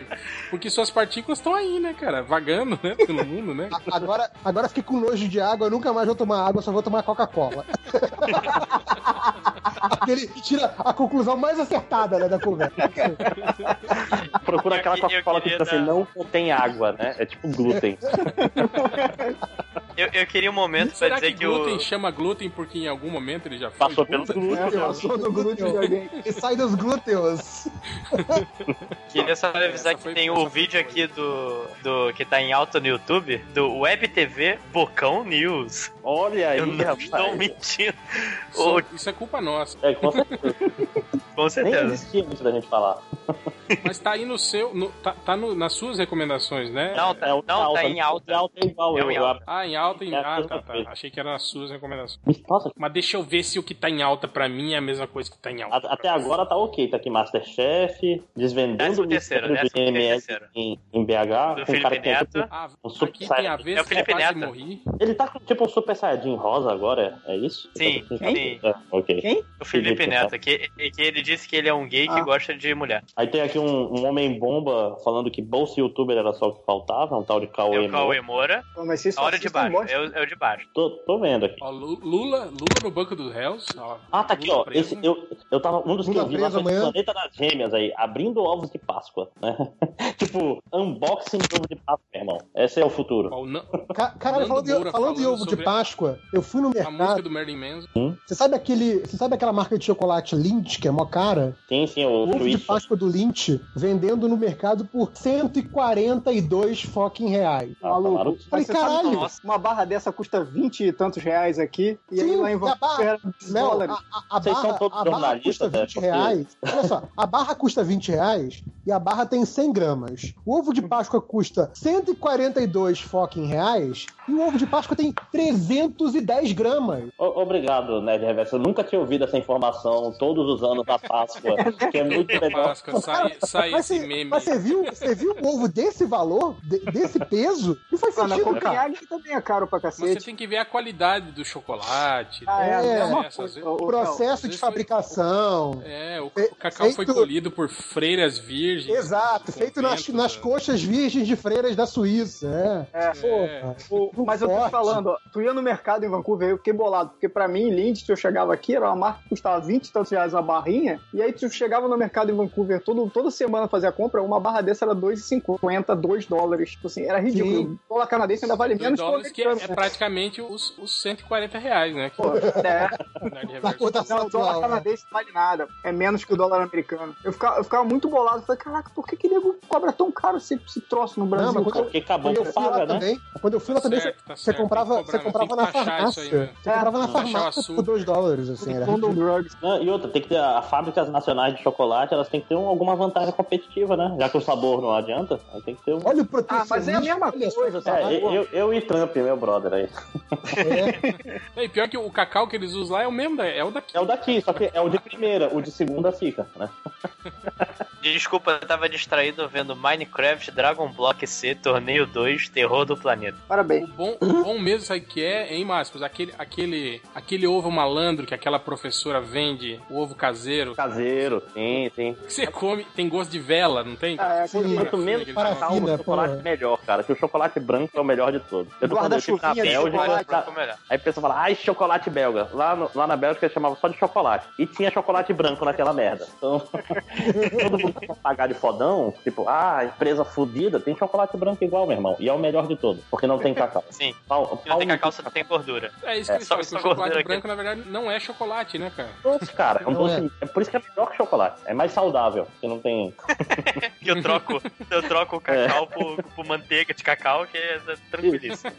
Porque suas partículas estão aí, né, cara? Vagando, né? Pelo mundo, né?
A- Agora, agora eu fiquei com nojo de água, eu nunca mais vou tomar água, só vou tomar Coca-Cola. Ele tira a conclusão mais acertada né, da conversa.
Procura aquela
Eu que- eu
Coca-Cola que
queria
tipo assim,
dar-
não contém água, né? É tipo glúten.
Eu, eu queria um momento pra
Será
dizer
que,
que,
glúten
o.
chama glúten porque em algum momento ele já foi?
Passou pelos glúteos.
É, passou do glúteo de alguém.
E sai dos glúteos.
Queria só avisar
essa
que
foi-
tem
essa
o
foi
vídeo
boa.
aqui do, do. que tá em alta no YouTube, do Web TV Bocão News.
Olha aí,
Eu não estou
rapaz.
mentindo.
Isso, isso é culpa nossa.
É, com certeza.
Ô, com
Nem
certeza.
existia antes da gente falar.
Mas tá aí no seu. no- tá tá no- nas suas recomendações, né?
Não, tá,
É,
não, tá em alta.
é igual.
É
eu,
em
eu-
Ah, em alta em.
É a
Ah,
mesma
tá, tá.
coisa.
Achei que era nas suas recomendações.
Nossa,
Mas deixa eu ver se o que tá em alta pra mim é a mesma coisa que tá em alta.
a- até agora tá ok. Tá aqui Masterchef, desvendando
Décimo
o
terceiro,
mistério do
décimo
IMS
terceiro.
em, em BH.
Do
com um
Felipe
cara que é tipo-
Neto.
Ah,
O Super
aqui tem
Saiyajin.
a vez
É o
que eu
Felipe
quase
Neto.
morri.
Ele tá com tipo um Super Saiyajin rosa agora, é isso?
Sim,
Tá com-
quem?
É, ok.
Quem?
O Felipe
Felipe
Neto, que, que ele disse que ele é um gay que
Ah.
gosta de mulher.
Aí tem aqui um, um homem bomba falando que bolsa youtuber era só o que faltava, um tal de
É
Cauê.
o Cauê
Moura.
Moura.
Pô, Mas vocês
A
só um
hora de
assistem
baixo.
bosta.
É o, é o de baixo.
Tô, tô vendo aqui.
Ó, Lu- Lula, Lula no banco dos réus. ó.
Ah, tá aqui,
Lula
ó.
preso.
Esse, eu, eu tava. Um dos que
Lula
eu vi lá
preso
foi do
amanhã.
Planeta das Gêmeas aí, abrindo ovos de Páscoa, né? tipo, unboxing de ovo de Páscoa, meu irmão. Esse é o futuro.
Ó, o Nan-
Ca- Caralho,
Nando
falando, de-
Moura
falando de
falando
ovo de
sobre-
Páscoa, eu fui no
a música
mercado.
do Merlin Manson.
Você sabe aquele. Você sabe aquela marca de chocolate Lindt, que é mó cara?
Sim, sim,
O
o
ovo de
Twitch.
Páscoa do Lindt vendendo no mercado por 142 fucking reais.
Ah,
Maluco.
claro.
Mas
Falei,
você sabe que
caralho.
nossa, uma barra dessa custa 20 e tantos reais aqui. E aí
Sim,
lá em
e a barra-
Vancouver era 10
Léo,
dólares.
a, a- a
Vocês
barra,
são todos
a barra
jornalistas,
custa
né?
20
Porque-
reais. Olha só, a barra custa 20 reais e a barra tem 100 gramas. O ovo de Páscoa custa 142 fucking reais e o ovo de Páscoa tem 310 gramas.
O- Obrigado, Ned Reverso. Eu nunca tinha ouvido essa informação todos os anos da Páscoa, que é muito melhor.
Páscoa, sai, sai
Mas
esse
você,
meme.
mas você viu, você viu um ovo desse valor, de- desse peso? Não faz
Pô, Na
sentido, cara.
Copenhague também é caro pra
Mas você
cacete.
tem que ver a qualidade do chocolate. né?
Ah, é,
É,
é, uma
essas
coisa.
vezes-
Ô,
O
Léo,
processo de
isso é foi-
fabricação.
É, o,
Fe-
o cacau foi
feito-
colhido por freiras virgens.
Exato,
do
feito nas,
convento,
nas
né?
coxas virgens de freiras da Suíça. É.
É,
Porra.
O- mas eu tô
Forte.
te falando, ó, tu ia no mercado em Vancouver, eu fiquei bolado, porque pra mim, Lindt, eu chegava aqui, era uma marca que custava 20 e tantos reais uma barrinha, e aí tu chegava no mercado em Vancouver todo, toda semana fazer a compra, uma barra dessa era 2,50, 2 dólares, tipo assim, era ridículo.
Sim.
O dólar canadense ainda vale
Dois
menos que o
dólares, que
americano.
é praticamente os, os 140 reais, né? Que
Pô, é.
o Nerd
Na
Reverso-
cotação
Não, o dólar
atual. né?
canadense não vale nada. É menos que o dólar americano. Eu ficava, eu ficava muito bolado. Falei, caraca, por que que nego cobra tão caro esse, esse troço no Brasil?
Não, mas
cara?
Porque acabou
Quando eu
que
fui lá
paga, né?
também, quando eu fui lá
Tá
também,
certo, tá
você
certo,
comprava,
tem que
você
cobrar,
comprava
mas
na
tem que taxar isso aí,
farmácia.
né?
Você comprava na
Taxar o
farmácia por
açúcar.
2 dólares, assim, era
London
ridículo.
Drugs.
Não, e outra, tem que ter as fábricas nacionais de chocolate, elas têm que ter um- alguma vantagem competitiva, né? Já que o sabor não adianta, aí tem que ter um.
Olha o protecionismo.
mas é a mesma
olha só,
coisa,
tá?
É, eu, eu- eu e Trump, meu brother aí.
É.
E pior que o cacau que eles usam lá é o mesmo, da- é o daqui.
É o daqui, só que é o de primeira, o de segunda fica, né?
Desculpa, eu tava distraído vendo Minecraft, Dragon Block C, Torneio 2, Terror do Planeta.
O
Parabéns.
bom, o bom mesmo, sabe o que é, hein, Márcio? Aquele, aquele, aquele ovo malandro que aquela professora vende, o ovo caseiro,
Caseiro, sim, sim.
que você come, tem gosto de vela, não tem?
Ah, é,
Sim.
Quanto menos
Parafina,
catar o chocolate,
pô.
melhor, cara. Que o chocolate branco é o melhor de todos. Eu tô falando, eu tive na
Guarda-chuvinha de
Bélgica,
chocolate.
Pra
tá-
comer.
aí a pessoa fala, ai, chocolate belga. Lá, no- lá na Bélgica chamava só de chocolate. E tinha chocolate branco naquela merda. Então, todo mundo quer pagar de fodão, tipo, ah, empresa fodida, tem chocolate branco igual, meu irmão. E é o melhor de todos, porque não tem cacau.
Sim,
Pau,
não tem
pau no tá
cacau, só tem gordura.
É isso que
É,
eles
só-
falam, que
só
o chocolate
gordura aqui.
branco, na verdade, não é chocolate, né, cara?
doce, cara. É um
Não
doce. É. por isso que é melhor que chocolate. É mais saudável, porque não tem.
Que eu troco, eu
É.
troco o cacau por, por manteiga de cacau, que é tranquilíssimo.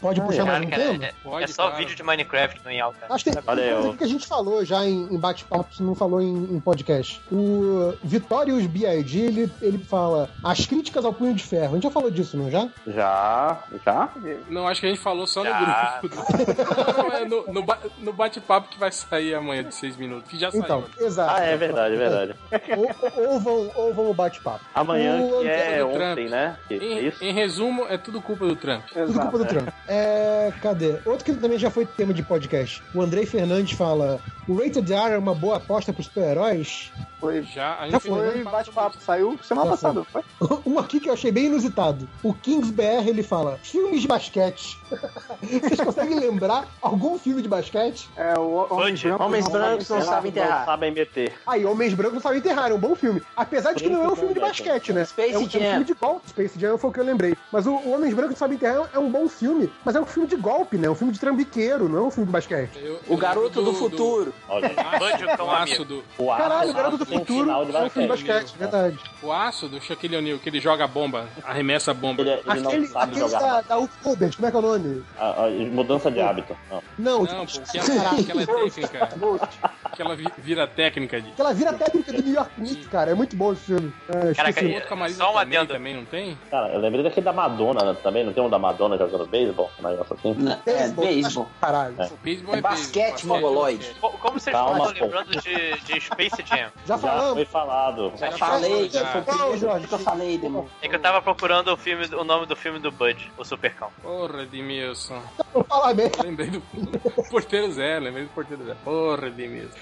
Pode puxar mais
Cara,
um
cara,
tema?
é,
Pode,
é só
claro.
vídeo de Minecraft no Yalka.
Acho que tem
Olha aí,
tem coisa
eu-
que a gente falou já em, em bate-papo, que não falou em, em podcast. O, Vitórios B.I.G., ele, ele fala as críticas ao Punho de Ferro. A gente já falou disso, não é já?
Já, já?
Não, acho que a gente falou só
Já.
no grupo. Não, é no, no, ba- no bate-papo que vai sair amanhã de seis minutos, que já saiu.
Então, exato.
Ah, é verdade, é verdade.
Ou, ou vão, ou vão o bate-papo.
Amanhã,
O
que é
Antônio
ontem,
Trump.
né? Que- é
Em,
isso?
em resumo, é tudo culpa do Trump.
Tudo culpa do Trump. É, cadê? Outro que também já foi tema de podcast. O Andrei Fernandes fala: o Rated R é uma boa aposta para super-heróis?
Foi,
Já, a
Já
gente fez
foi
um
bate-papo, saiu semana
Já foi.
passada. Foi?
Um aqui que eu achei bem inusitado. O Kings BR ele fala: filmes de basquete. Vocês conseguem lembrar algum filme de basquete?
É, o Homens
Bunch.
Brancos.
Homens brancos não sabem
Não
enterrar.
sabem meter.
Aí, Homens Brancos não sabem enterrar, é um bom filme. Apesar de que não é um filme de basquete, né?
Space
é um, é um
Jam.
filme de golpe. Space Jam foi o que eu lembrei. Mas o, o Homens Brancos não sabem enterrar é um bom filme, mas é um filme de golpe, né? É um filme de trambiqueiro, não é um filme de basquete.
Eu-
O
eu
garoto do
lembro
futuro.
Olha,
Bunch
Aço,
é um
o aço
amigo.
do,
o aço,
Caralho, o
o
Garoto do
aço tem um
Futuro
final de
é um filme de
basquete. né?
basquete, verdade.
o aço do Shaquille O'Neal, que ele joga a bomba, arremessa a bomba.
Ele, é- ele não
Aquele,
sabe
aquele
jogar.
da, da Ulf Rubens, como é que é o nome?
Ah, ah, mudança de hábito. Não.
Não, tipo,
Não, pô, que ela, que ela é técnica. Que ela vi- vira técnica de.
que ela vira técnica do New York Knicks, cara. É muito bom esse filme. É,
Caraca,
esqueci.
é-
Outro com a Marisa
Só um
Tomei
adendo.
também, não tem?
Cara, eu lembrei daquele da Madonna né, também, não tem um da Madonna jogando beisebol? Um negócio assim?
Não, É,
Beisebol.
beisebol.
Caralho.
É.
O beisebol é,
É basquete,
beisebol,
mongoloide.
basquete.
Co- Como vocês
Calma,
estão
pô.
lembrando de, de Space Jam?
Já
Já
falamos.
foi falado.
Já
Já
falei,
falou,
já foi o
já.
Não,
primeiro
Jorge.
que eu falei, demônio.
É que eu tava procurando o, filme, o nome do filme do Bud, o Supercão.
Porra, Edmilson.
Vou falar bem.
Lembrei do Porteiro Zero, lembrei do Porteiro Zero. Porra, Edmilson.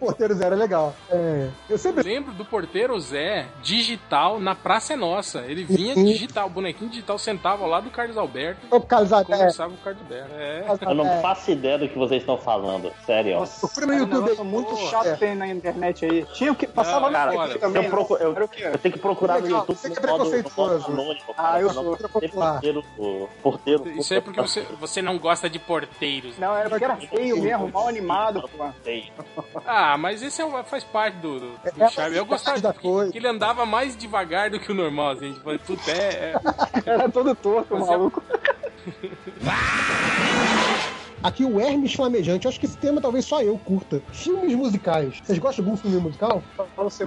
Porteiro Zero é legal. É, eu sempre.
Lembro do Porteiro Zé digital na Praça é Nossa. Ele vinha digital, bonequinho digital, sentava lá do Carlos Alberto.
Ô, Carlos
e
Alberto.
Conversava com o Carlos Alberto. É.
Carlos
Eu não
Alberto.
faço ideia do que vocês estão falando. Sério.
Procura no YouTube
É um negócio
aí.
muito
Porra,
chato
é.
que tem na internet aí. Tinha o que passava
Não,
na
cara,
TV
se
também. né?
eu procu- eu-
Era o quê?
Eu tenho que procurar no
Legal,
YouTube.
você que é
no modo- no modo
preconceituoso.
anônimo,
Ah, eu
pra não
sou
ultra
ter
popular.
Porteiro, o porteiro.
Isso é porque você, você não gosta de porteiros. né?
Não, era porque era feio mesmo, mal animado, pô.
Sei.
Ah, mas esse é, o- faz parte do, do, do
É a
charme. Eu gostava
da
que-
coisa.
que ele andava mais devagar do que o normal, assim. Tipo, puta, é, é-
Era todo torto, o
Mas eu-
maluco.
é, Aqui o Hermes Flamejante. Eu acho que esse tema talvez só eu curta. Filmes musicais. Vocês gostam de algum filme musical?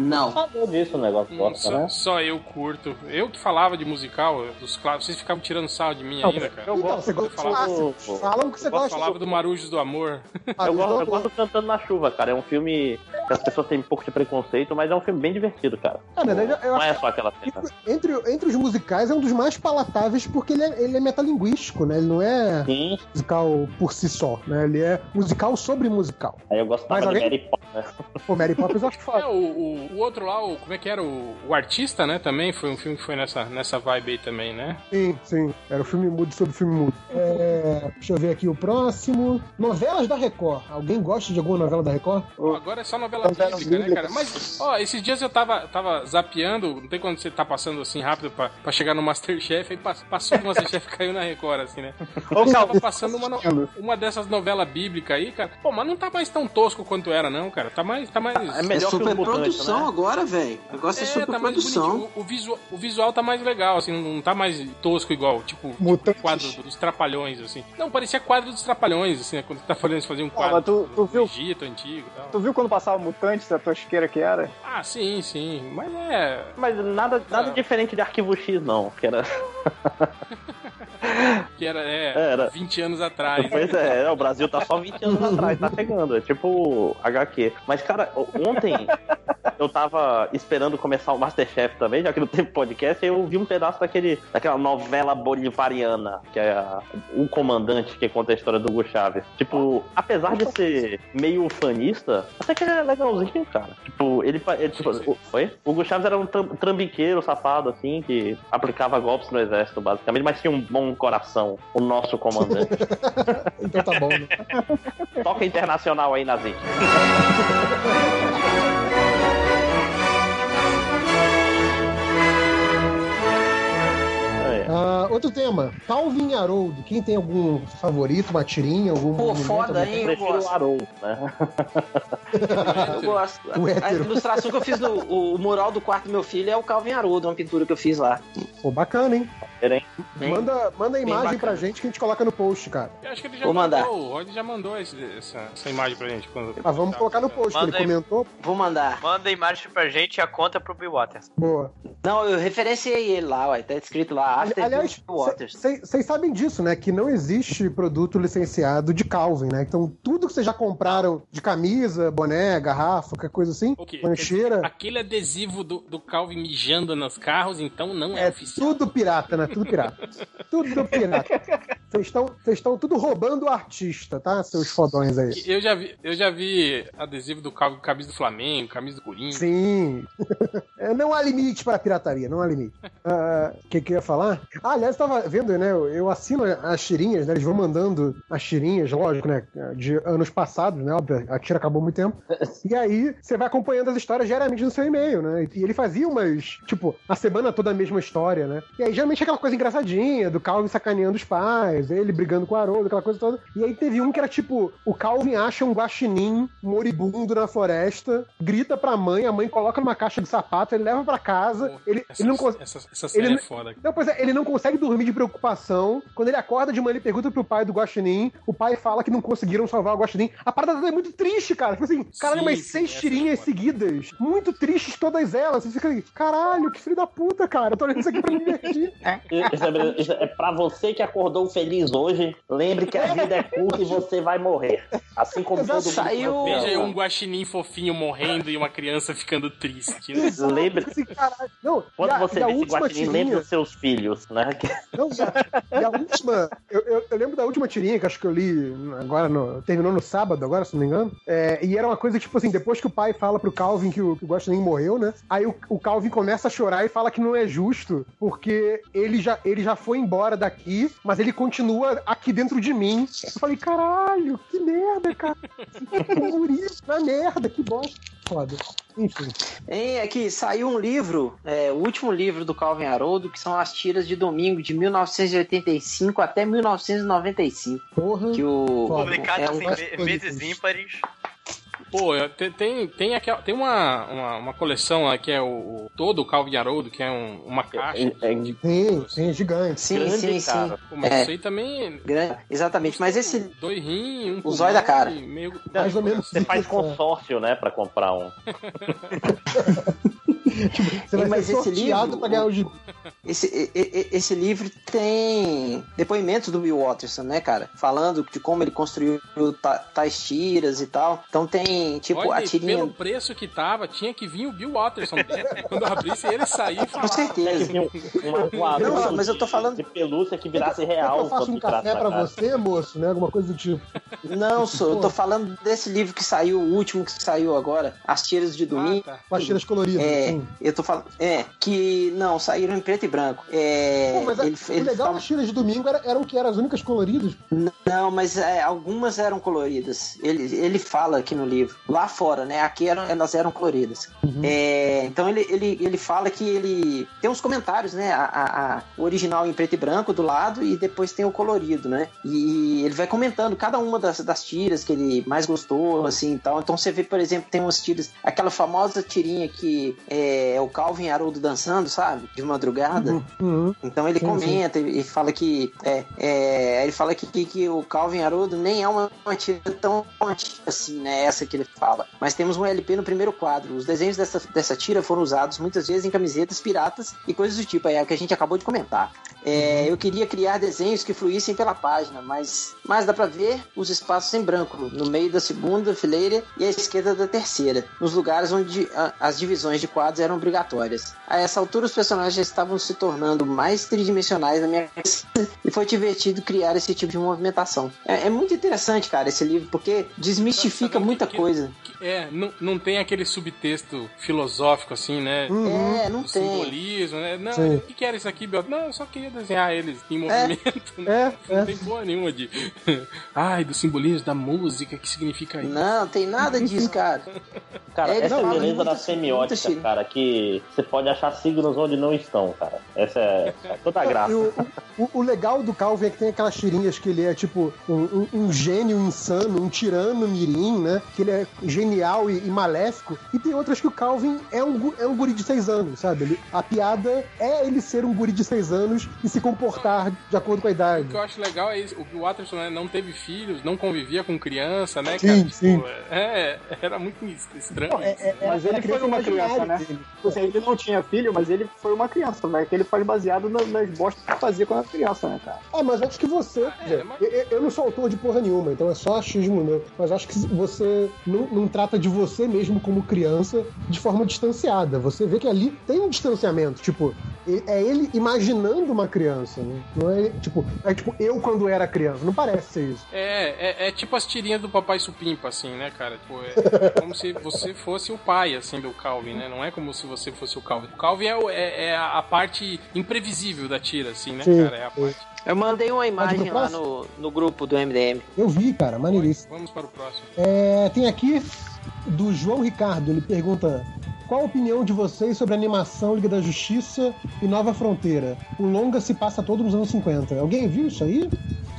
Não.
Sabia disso o negócio,
Hum,
gosta,
só,
né?
só eu curto. Eu que falava de musical, eu- dos clássicos, vocês ficavam tirando sarro de mim ainda, cara.
Eu
então,
gosto
você
quando
gosta de
falava do-
clássicos. Fala o que você
Eu
gosta.
falava do Marujos do Amor.
Ah,
Eu gosto, eu
então,
gosto do Cantando na Chuva, cara. É um filme que as pessoas têm um pouco de preconceito, mas é um filme bem divertido, cara.
Ah, na verdade, eu
não é
acho-
só aquela cena.
Entre, entre os musicais é um dos mais palatáveis porque ele é, ele é metalinguístico, né? Ele não é
Sim,
musical por si só, né? Ele é musical sobre musical.
aí eu gosto
Mas
de
alguém-
Mary Poppins, né?
Pô, Mary Poppins eu acho
É,
foda.
o, o, o outro lá, o, como é que era? O, o Artista, né? Também foi um filme que foi nessa, nessa vibe aí também, né?
Sim, sim. Era o filme mudo sobre o filme mudo. É, deixa eu ver aqui o próximo. Novelas da Record. Alguém gosta de alguma novela da Record?
Agora é só novela
Novela
bíblica, né,
bíblica.
cara? Mas, ó, esses dias eu tava, tava zapeando, não tem quando você tá passando assim rápido pra, pra chegar no Masterchef, aí pass- passou do Masterchef e caiu na Record, assim, né? Eu tava passando uma, no- uma dessas novelas bíblicas aí, cara. Pô, mas não tá mais tão tosco quanto era, não, cara. Tá mais. Tá mais...
É
É
melhor que
super
o Mutante,
produção
né?
agora, velho. O negócio é, super
tá mais
produção.
bonitinho. O, o visual, o visual tá mais legal, assim, não tá mais tosco igual, tipo, tipo
Mutantes.
quadro dos trapalhões, assim. Não, parecia quadro dos trapalhões, assim, né? Quando os trapalhões faziam um quadro
mas tu-
do,
tu
do
viu?
Egito antigo e
Tu
tal.
viu quando passava o mutante, a tosqueira que era?
Ah, sim, sim. Mas é.
Mas nada, nada diferente de Arquivo X, não. Que era...
Que era, é,
Era.
20 anos atrás.
Pois é, o Brasil tá só 20 anos atrás, tá chegando. É tipo HQ. Mas, cara, ontem eu tava esperando começar o Masterchef também, já que não teve podcast, e eu vi um pedaço daquele, daquela novela bolivariana, que é a- o comandante que conta a história do Hugo Chávez. Tipo, apesar de ser meio fanista, até que ele é legalzinho, cara. Tipo, ele. pa- ele tipo, o- oi? O Hugo Chávez era um tram- trambiqueiro safado, assim, que aplicava golpes no exército, basicamente, mas tinha um bom coração, o nosso comandante.
Então tá bom, né?
Toca internacional aí, Nazik. É.
Ah, outro tema. Calvin e Haroldo. Quem tem algum favorito, uma tirinha, algum.
Pô,
monumento,
foda,
algum-
hein? Eu
Prefiro o
gosto.
Haroldo, né?
né?
Eu gosto.
O
A
Um hétero.
ilustração que eu fiz no o mural do quarto do meu filho é o Calvin Haroldo, uma pintura que eu fiz lá.
Pô, bacana, hein?
Era, hein?
Bem-
Manda, manda a imagem
bacana.
pra gente que a gente coloca no post, cara.
Eu acho que ele já
Vou mandar.
mandou. O Rod já mandou esse- essa, essa imagem pra gente. Quando... tá
Ah, vamos colocar no post, que
Manda
ele
aí.
comentou.
Vou mandar.
Manda a imagem pra gente e a conta pro Bill Waters.
Boa.
Não, eu referenciei ele lá, ué. Tá escrito
Ah,
lá, After
Aliás,
Bill Waters.
vocês sabem disso, né? Que não existe produto licenciado de Calvin, né? Então, tudo que vocês já compraram de camisa, boné, garrafa, qualquer coisa assim,
O quê?
mancheira,
Aquele adesivo do, do Calvin mijando nos carros, então não é,
é
oficial.
tudo pirata, né? Tudo pirata. tudo pirata. Vocês estão- vocês estão tudo roubando o artista, tá? Seus fodões aí.
Eu já, vi, eu já vi adesivo do Calvin com camisa do Flamengo, camisa do Corinthians.
Sim. É, não há limite para a pirataria, não há limite. Ah, O que, que eu ia falar? Ah, aliás, eu tava vendo, né? Eu, eu assino as tirinhas, né? Eles vão mandando as tirinhas, lógico, né? De anos passados, né? Óbvio, a tira acabou há muito tempo. E aí, você vai acompanhando as histórias geralmente no seu e-mail, né? E ele fazia umas, tipo, a semana toda a mesma história, né? E aí, geralmente, aquela coisa engraçadinha, do Calvin sacaneando os pais, ele brigando com o Haroldo, aquela coisa toda. E aí teve um que era tipo, o Calvin acha um guaxinim moribundo na floresta, grita pra mãe, a mãe coloca numa caixa de sapato, ele leva pra casa,
Pô,
ele,
Essa,
ele não consegue...
essa, essa série
ele
é foda.
Não, pois é, ele não consegue dormir de preocupação. Quando ele acorda de manhã, ele pergunta pro pai do Guaxinim. O pai fala que não conseguiram salvar o Guaxinim. A parada toda é muito triste, cara. Tipo assim, caralho,
Sim,
umas
sim,
seis
essa
tirinhas
é foda.
seguidas. Muito tristes todas elas. Você fica assim, caralho, que filho da puta, cara. Eu tô olhando isso aqui pra me divertir.
Isso é, isso é pra você que acordou feliz hoje, lembre que a vida é curta e você vai morrer. Assim como todo
Exato,
mundo.
saiu-
vai
Veja aí
morrer.
um guaxinim fofinho morrendo e uma criança ficando triste. né?
Lembre-
Assim, caralho. Não,
Quando
e a-
você
e a
vê esse
última
guaxinim,
tirinha-
lembre dos seus filhos, né? Que-
Não, e a, e a última. Eu, eu- eu lembro da última tirinha que acho que eu li agora, no- terminou no sábado, agora, se não me engano. É, e era uma coisa tipo assim: depois que o pai fala pro Calvin que o, que o Guaxinim morreu, né? Aí o, o Calvin começa a chorar e fala que não é justo, porque ele já, ele já foi embora daqui, mas ele continua aqui dentro de mim. Eu falei: caralho, que merda, cara. Um guri na merda, que bosta. Foda. Enfim.
Hein, aqui saiu um livro, é, o último livro do Calvin Haroldo, que são as tiras de domingo de 1985 até 1995.
Porra.
Que o.
Foda.
Publicado
é um-
assim, me-
coisas.
meses ímpares.
Pô, eu- tem, tem, tem, aquela- tem uma, uma, uma coleção lá que é o, o- todo o Calvin Haroldo, que é um- uma caixa.
É- é-
Sim, sim, gigante.
Sim,
grande,
sim, sim.
cara.
Pô, mas
é.
isso aí também.
Grande- Exatamente, mas esse
Dois rins, um.
O
pulmão
zóio da cara.
e Meio...
Mais ou menos.
Você faz consórcio, né, pra comprar um.
Você vai
Mas
ser
esse
sorteado
livro-
pra ganhar o gibi.
Esse, e- e- esse livro tem depoimentos do Bill Watterson, né, cara? Falando de como ele construiu ta- tais tiras e tal. Então tem, tipo,
Olha,
a
e
tirinha.
pelo preço que tava, tinha que vir o Bill Watterson dentro. Quando eu abrisse, ele saía e
Com
falava.
certeza.
um, Uma, uma
Não,
uma-
mas eu tô falando-
De pelúcia É que virasse
Quer que
real.
eu faço
sobre
um
traço
café
da
pra
cara.
você, moço, né? Alguma coisa do tipo.
Não, sou, eu tô falando desse livro que saiu, o último que saiu agora, As Tiras de
Ah,
Domingo.
tá.
Com as tiras coloridas.
É,
assim.
eu tô falando. É, que. Não, saíram em preto e branco. É.
Pô, mas a-
ele-
o
ele
legal
fala-
das tiras de domingo era- eram que eram as únicas coloridas.
Não, mas é, algumas eram coloridas. Ele, ele fala aqui no livro. Lá fora, né? Aqui eram- elas eram coloridas. É, então ele, ele, ele fala que ele. Tem uns comentários, né? A, a- a- o original em preto e branco do lado e depois tem o colorido, né? E ele vai comentando cada uma das, das tiras que ele mais gostou, assim e tal. Então você vê, por exemplo, tem umas tiras. Aquela famosa tirinha que é, o Calvin Haroldo dançando, sabe? De
Uhum.
madrugada.
Uhum.
Então ele
Sim,
comenta e e fala que é, é, ele fala que, que, que o Calvin Haroldo nem é uma, uma tira tão antiga assim, né? Essa que ele fala. Mas temos um LP no primeiro quadro. Os desenhos dessa, dessa tira foram usados muitas vezes em camisetas piratas e coisas do tipo. É o que a gente acabou de comentar. É, eu queria criar desenhos que fluíssem pela página, mas, mas dá pra ver os espaços em branco, no meio da segunda fileira e à esquerda da terceira, nos lugares onde ah, as divisões de quadros eram obrigatórias. A essa altura, os personagens já estavam se tornando mais tridimensionais na minha cabeça e foi divertido criar esse tipo de movimentação. É, é muito interessante, cara, esse livro, porque desmistifica
Sabe o que-
muita
que-
coisa.
Que- É, não, não tem aquele subtexto filosófico assim, né?
Uhum.
É, não
Do
tem.
simbolismo, né? Não,
Sim.
o que, que era isso aqui, Bel? Não, eu só queria desenhar eles
É.
em movimento. né?
É,
Não
é.
tem porra nenhuma de. Ai, do simbolismo da música, que significa isso?
Não, tem nada disso, cara.
Cara,
Ele
essa
fala
beleza
muitas-
da
muitas
semiótica,
coisas.
cara, que você pode achar signos onde não estão, cara. Essa é, é toda a
E
graça.
o, o- o legal do Calvin é que tem aquelas tirinhas que ele é tipo um, um- um gênio insano, um tirano mirim, né? Que ele é genial e, e maléfico. E tem outras que o Calvin é um, gu- é um guri de seis anos, sabe? Ele- a piada é ele ser um guri de seis anos e se comportar de acordo com a idade.
O que eu acho legal é isso, o que o Watterson né, não teve filhos, não convivia com criança, né, cara?
Sim, sim.
Pô, É, era muito estranho.
É, é, é,
Mas
mas
ele
ele foi uma criança, né? Tipo assim, ele não tinha filho, mas ele foi uma criança, velho. Que ele faz baseado na- nas bostas que fazia quando era criança, né, cara?
Ah, mas acho que você.
Ah, é,
quer dizer,
mas-
eu- eu, eu não sou autor de porra nenhuma, então é só achismo meu. Mas acho que você não, não trata de você mesmo como criança de forma distanciada. Você vê que ali tem um distanciamento. Tipo, e- é ele imaginando uma criança, né? Não é tipo, é tipo eu quando era criança. Não parece ser isso.
É, é, é tipo as tirinhas do Papai Supimpa, assim, né, cara? Tipo, é como se você fosse o pai, assim, do Calvin, né? Não é como se você fosse o Calvin. O Calvin é, o- é- é a a parte imprevisível da tira, assim, né,
Sim.
cara? É a parte.
Eu mandei uma imagem
pro
lá no, no grupo do MDM.
Eu vi, cara, maneiríssimo.
Vamos para o próximo.
É, tem aqui do João Ricardo, ele pergunta. Qual a opinião de vocês sobre a animação Liga da Justiça e Nova Fronteira? O longa se passa todo nos anos 50. Alguém viu isso aí?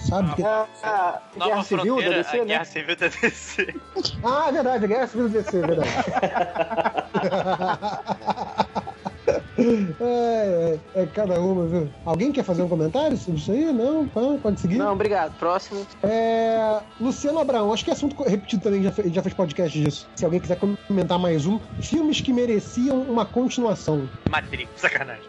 Sabe?
Ah,
que-
A, a
Nova
Guerra Civil da
Fronteira,
DC,
a
né?
Guerra Civil da DC.
Ah, é verdade, a Guerra Civil do DC, é verdade. é, é, é cada uma, viu? Alguém quer fazer um comentário sobre isso aí? Não? Pã, Pode seguir?
Não, obrigado. Próximo.
É, Luciano Abraão, acho que é assunto co- repetido também, já fe- já fez podcast disso. Se alguém quiser comentar mais um, filmes que mereciam uma continuação.
Matrix, sacanagem.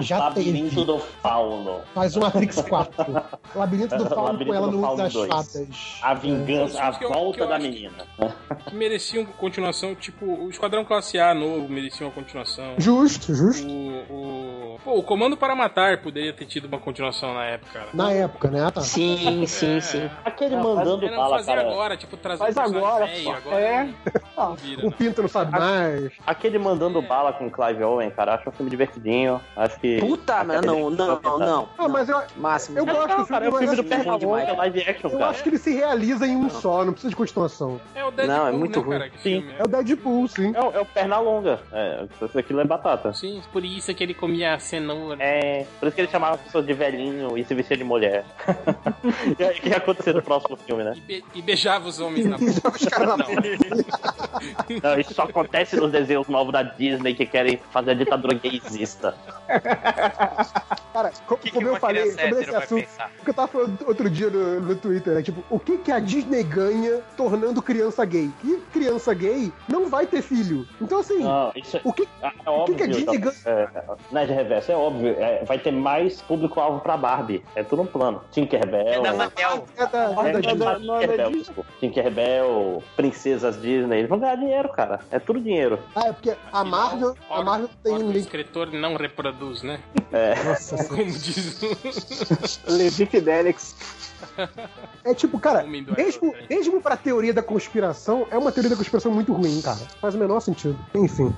Já
Um Labirinto
teve.
do Fauno.
Faz um Matrix 4. Labirinto do Fauno com
Um Labirinto
ela
do
no Uso
Fauno
das
dois.
Fatas.
A vingança, a
Que eu- que
volta
eu
da
acho que-
menina.
Que mereciam continuação, tipo, o Esquadrão Classe A novo merecia uma continuação.
Justo, justo.
O, o... Pô, o Comando para Matar poderia ter tido uma continuação na época, cara. É,
Na época, né? Ah, tá.
Sim, sim, sim.
Aquele
Não,
mandando
Era
bala,
fazer
cara.
agora, tipo, trazer
Faz
um personagem
agora,
velho,
só.
agora
É.
não- não vira,
O
não.
Pinto não sabe mais.
Aquele mandando bala com Clive Owen, cara. Acho um filme divertidinho. Acho que.
Puta, mas não, não, não, não.
Ah, mas eu,
Máximo.
eu gosto do
Não, cara, é o
filme, mas
filme do
acho que-
Pernalonga,
Pernalonga, é live action,
eu
cara.
acho que ele se realiza em um só, não precisa de continuação.
É o Deadpool,
Não, é muito
né,
ruim.
cara, que
Sim.
filme é.
É o Deadpool, sim.
É, o- é o Pernalonga. É, isso- aquilo é batata.
Sim, por isso que ele comia cenoura.
É, por isso que ele chamava as pessoas de velhinho e se vestia de mulher. E aí, o que ia acontecer no próximo filme, né?
E, be- e beijava os homens na boca.
Os caras na-
Não, isso só acontece nos desenhos novos da Disney que querem fazer a ditadura gaysista.
Cara, co-
O que, que
como eu
uma
falei
criança
sobre
hétero
esse
vai
assunto,
pensar?
o que eu tava falando outro dia no, no Twitter, né? Tipo, o que, que a Disney ganha tornando criança gay? Que criança gay não vai ter filho. Então, assim,
Não, isso é,
o que.
é
O que
óbvio.
que a Disney
tá- é, não é de reverso, é óbvio. É, vai ter mais público-alvo pra Barbie. É tudo um plano.
É
Tinkerbell.
da Mattel.
É da,
É,
da
é
Disney.
da-
não é da
Tinkerbell,
Disney?
desculpa. Tinkerbell, princesas Disney, eles vão ganhar dinheiro, cara. É tudo dinheiro.
Ah, é porque a Marvel, a Marvel tem
Ora,
um
o
link. É.
escritor não reproduz, né?
Nossa,
Como diz o
Levi Fidelix.
é tipo, cara,
homem do
mesmo,
Iron Man.
mesmo pra teoria da conspiração, é uma teoria da conspiração muito ruim, cara. Faz o menor sentido. Enfim.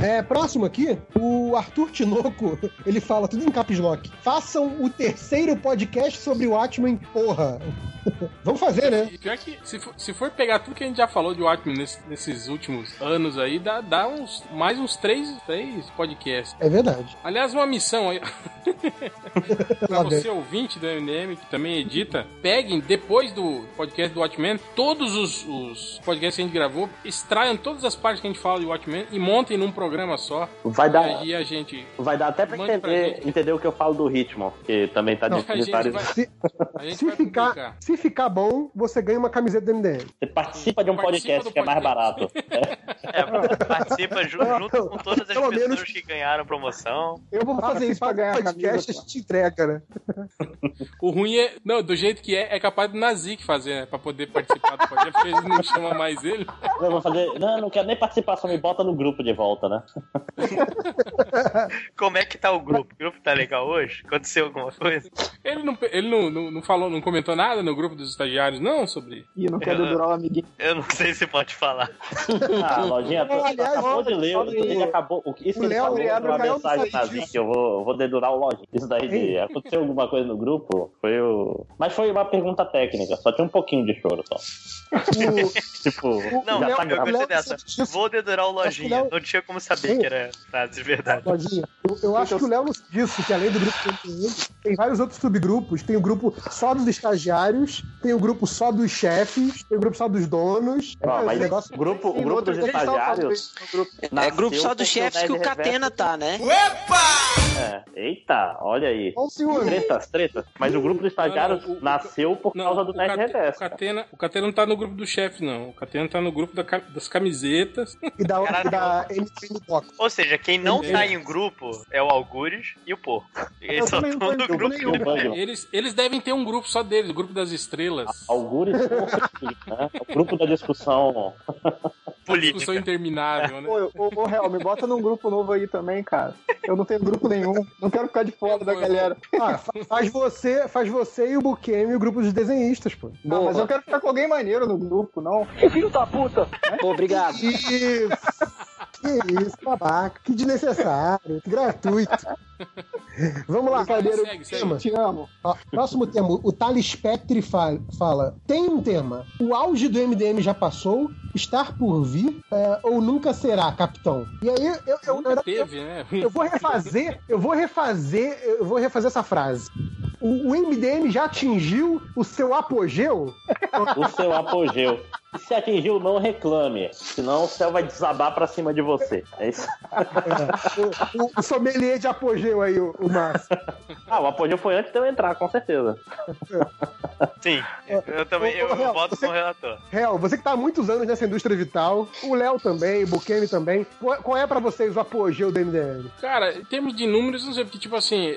É, próximo aqui, o Arthur Tinoco, ele fala tudo em caps lock. Façam o terceiro podcast sobre o Watchmen, porra. Vamos fazer, né?
E pior que, se for, se for pegar tudo que a gente já falou de Watchmen nesse- nesses últimos anos aí, dá, dá uns, mais uns três, três podcasts.
É verdade.
Aliás, uma missão aí, pra
Lá vem.
você ouvinte do MDM, que também edita, peguem, depois do podcast do Watchmen, todos os, os podcasts que a gente gravou, extraiam todas as partes que a gente fala de Watchmen e montem num programa só.
Vai
E
dar,
aí a gente,
vai dar até pra
Mande pra
entender,
gente.
entender o que eu falo do ritmo, que também tá
Não,
difícil.
a
de
gente vai-
Se,
a gente
se
vai publicar.
ficar, se ficar bom, você ganha uma camiseta do MDM.
Você participa de um
Participa
podcast
do
que é mais
podcast.
barato.
É, participa ju- junto com todas as
Pelo
pessoas
menos-
que ganharam promoção.
Eu vou fazer isso pra ganhar
a
podcast, a
camisa, pô.
gente entrega, né?
O ruim é. Não, do jeito que é, é capaz do Nazik fazer, né? Pra poder participar do podcast, porque ele não chama mais ele.
Eu vou fazer. Não, não quero nem participar, só me bota no grupo de volta, né?
Como é que tá o grupo? O grupo tá legal hoje? Aconteceu alguma coisa?
Ele não, ele não, não, não falou, não comentou nada no grupo dos estagiários, não, sobre.
E não quer dedurar o amiguinho.
Eu não sei se pode falar.
Ah, lojinha, tu, tu
Aliás,
acabou de ler,
olha aí.
ele acabou. o que- Isso
O
que ele
Léo
falou
Adriano
uma
caiu
mensagem
no
pra
site
mim,
disso.
que eu vou, eu vou dedurar o lojinha. Isso daí de, aconteceu alguma coisa no grupo? Foi o. Mas foi uma pergunta técnica, só tinha um pouquinho de choro só. tipo,
Não,
já
eu
tá
gostei
gravado.
dessa. Vou dedurar o lojinha. Não tinha como saber que era frase de verdade.
Lojinha, eu, eu acho que o Léo não disse que além do grupo que tem ele, tem vários outros subgrupos. Tem o grupo só dos estagiários, tem o grupo só dos chefes, tem o grupo só dos donos.
Ó,
Esse
mas
negócio é
o grupo, o
Tem
grupo
outro
dos
que eles estavam
estagiários.
fazendo isso no grupo.
É grupo
nasceu
só dos
porque o
tá?
chefes que o
Nerd Reverso-
Catena tá, né?
É, eita, olha aí.
Olha o senhor.
Tretas, tretas. Mas o grupo dos estagiários
Não, não, o-
nasceu por causa do
o Cat-
Nerd
o
Reverso. cara.
Catena, o Catena não tá no grupo do chefe, não. O Catena tá no grupo da ca- das camisetas.
E da,
Caralho.
e da MCN Box.
Ou seja, quem não
Entendeu?
tá em grupo é o Algures e o Porco. Eles só
também não tô
estão
em
no grupo.
grupo nenhum.
O Bangman.
Eles, eles devem ter um grupo só deles, o grupo das
Ah,
estrelas.
Algures, né? o grupo da discussão.
Discussão
política.
interminável, né?
Ô, ô, ô, Real, me bota num grupo novo aí também, cara. Eu não tenho grupo nenhum. Não quero ficar de fora da galera.
Ah, fa- faz você, faz você e o Buquemi e o grupo dos desenhistas, pô.
Ah, mas eu quero ficar com alguém maneiro no grupo, não.
Pô, obrigado.
Que isso. Que isso, babaca. Que desnecessário. Que gratuito. Vamos lá.
Brincadeira. Segue, segue.
Tema.
Te amo.
Ó, Próximo tema. O Thales Petri fa- fala: tem um tema. O auge do MDM já passou, estar por vir é, ou nunca será, capitão? E aí, eu, eu,
Nunca
eu-
teve, né?
eu vou refazer, eu vou refazer, eu vou refazer essa frase. O, o MDM já atingiu o seu apogeu?
o seu apogeu. E Se atingiu, não reclame. Senão o céu vai desabar pra cima de você. É isso.
O, o, o sommelier de apogeu aí, o, o Márcio.
Ah, o apogeu foi antes de eu entrar, com certeza.
Sim. Eu também
Ô, ô,
eu
Real,
voto
você-
com o relator.
Real, você que tá há muitos anos nessa indústria vital, o Léo também, o Bukemi também, qual, qual é pra vocês o apogeu do MDM?
Cara, em termos de números, não sei, porque, tipo assim,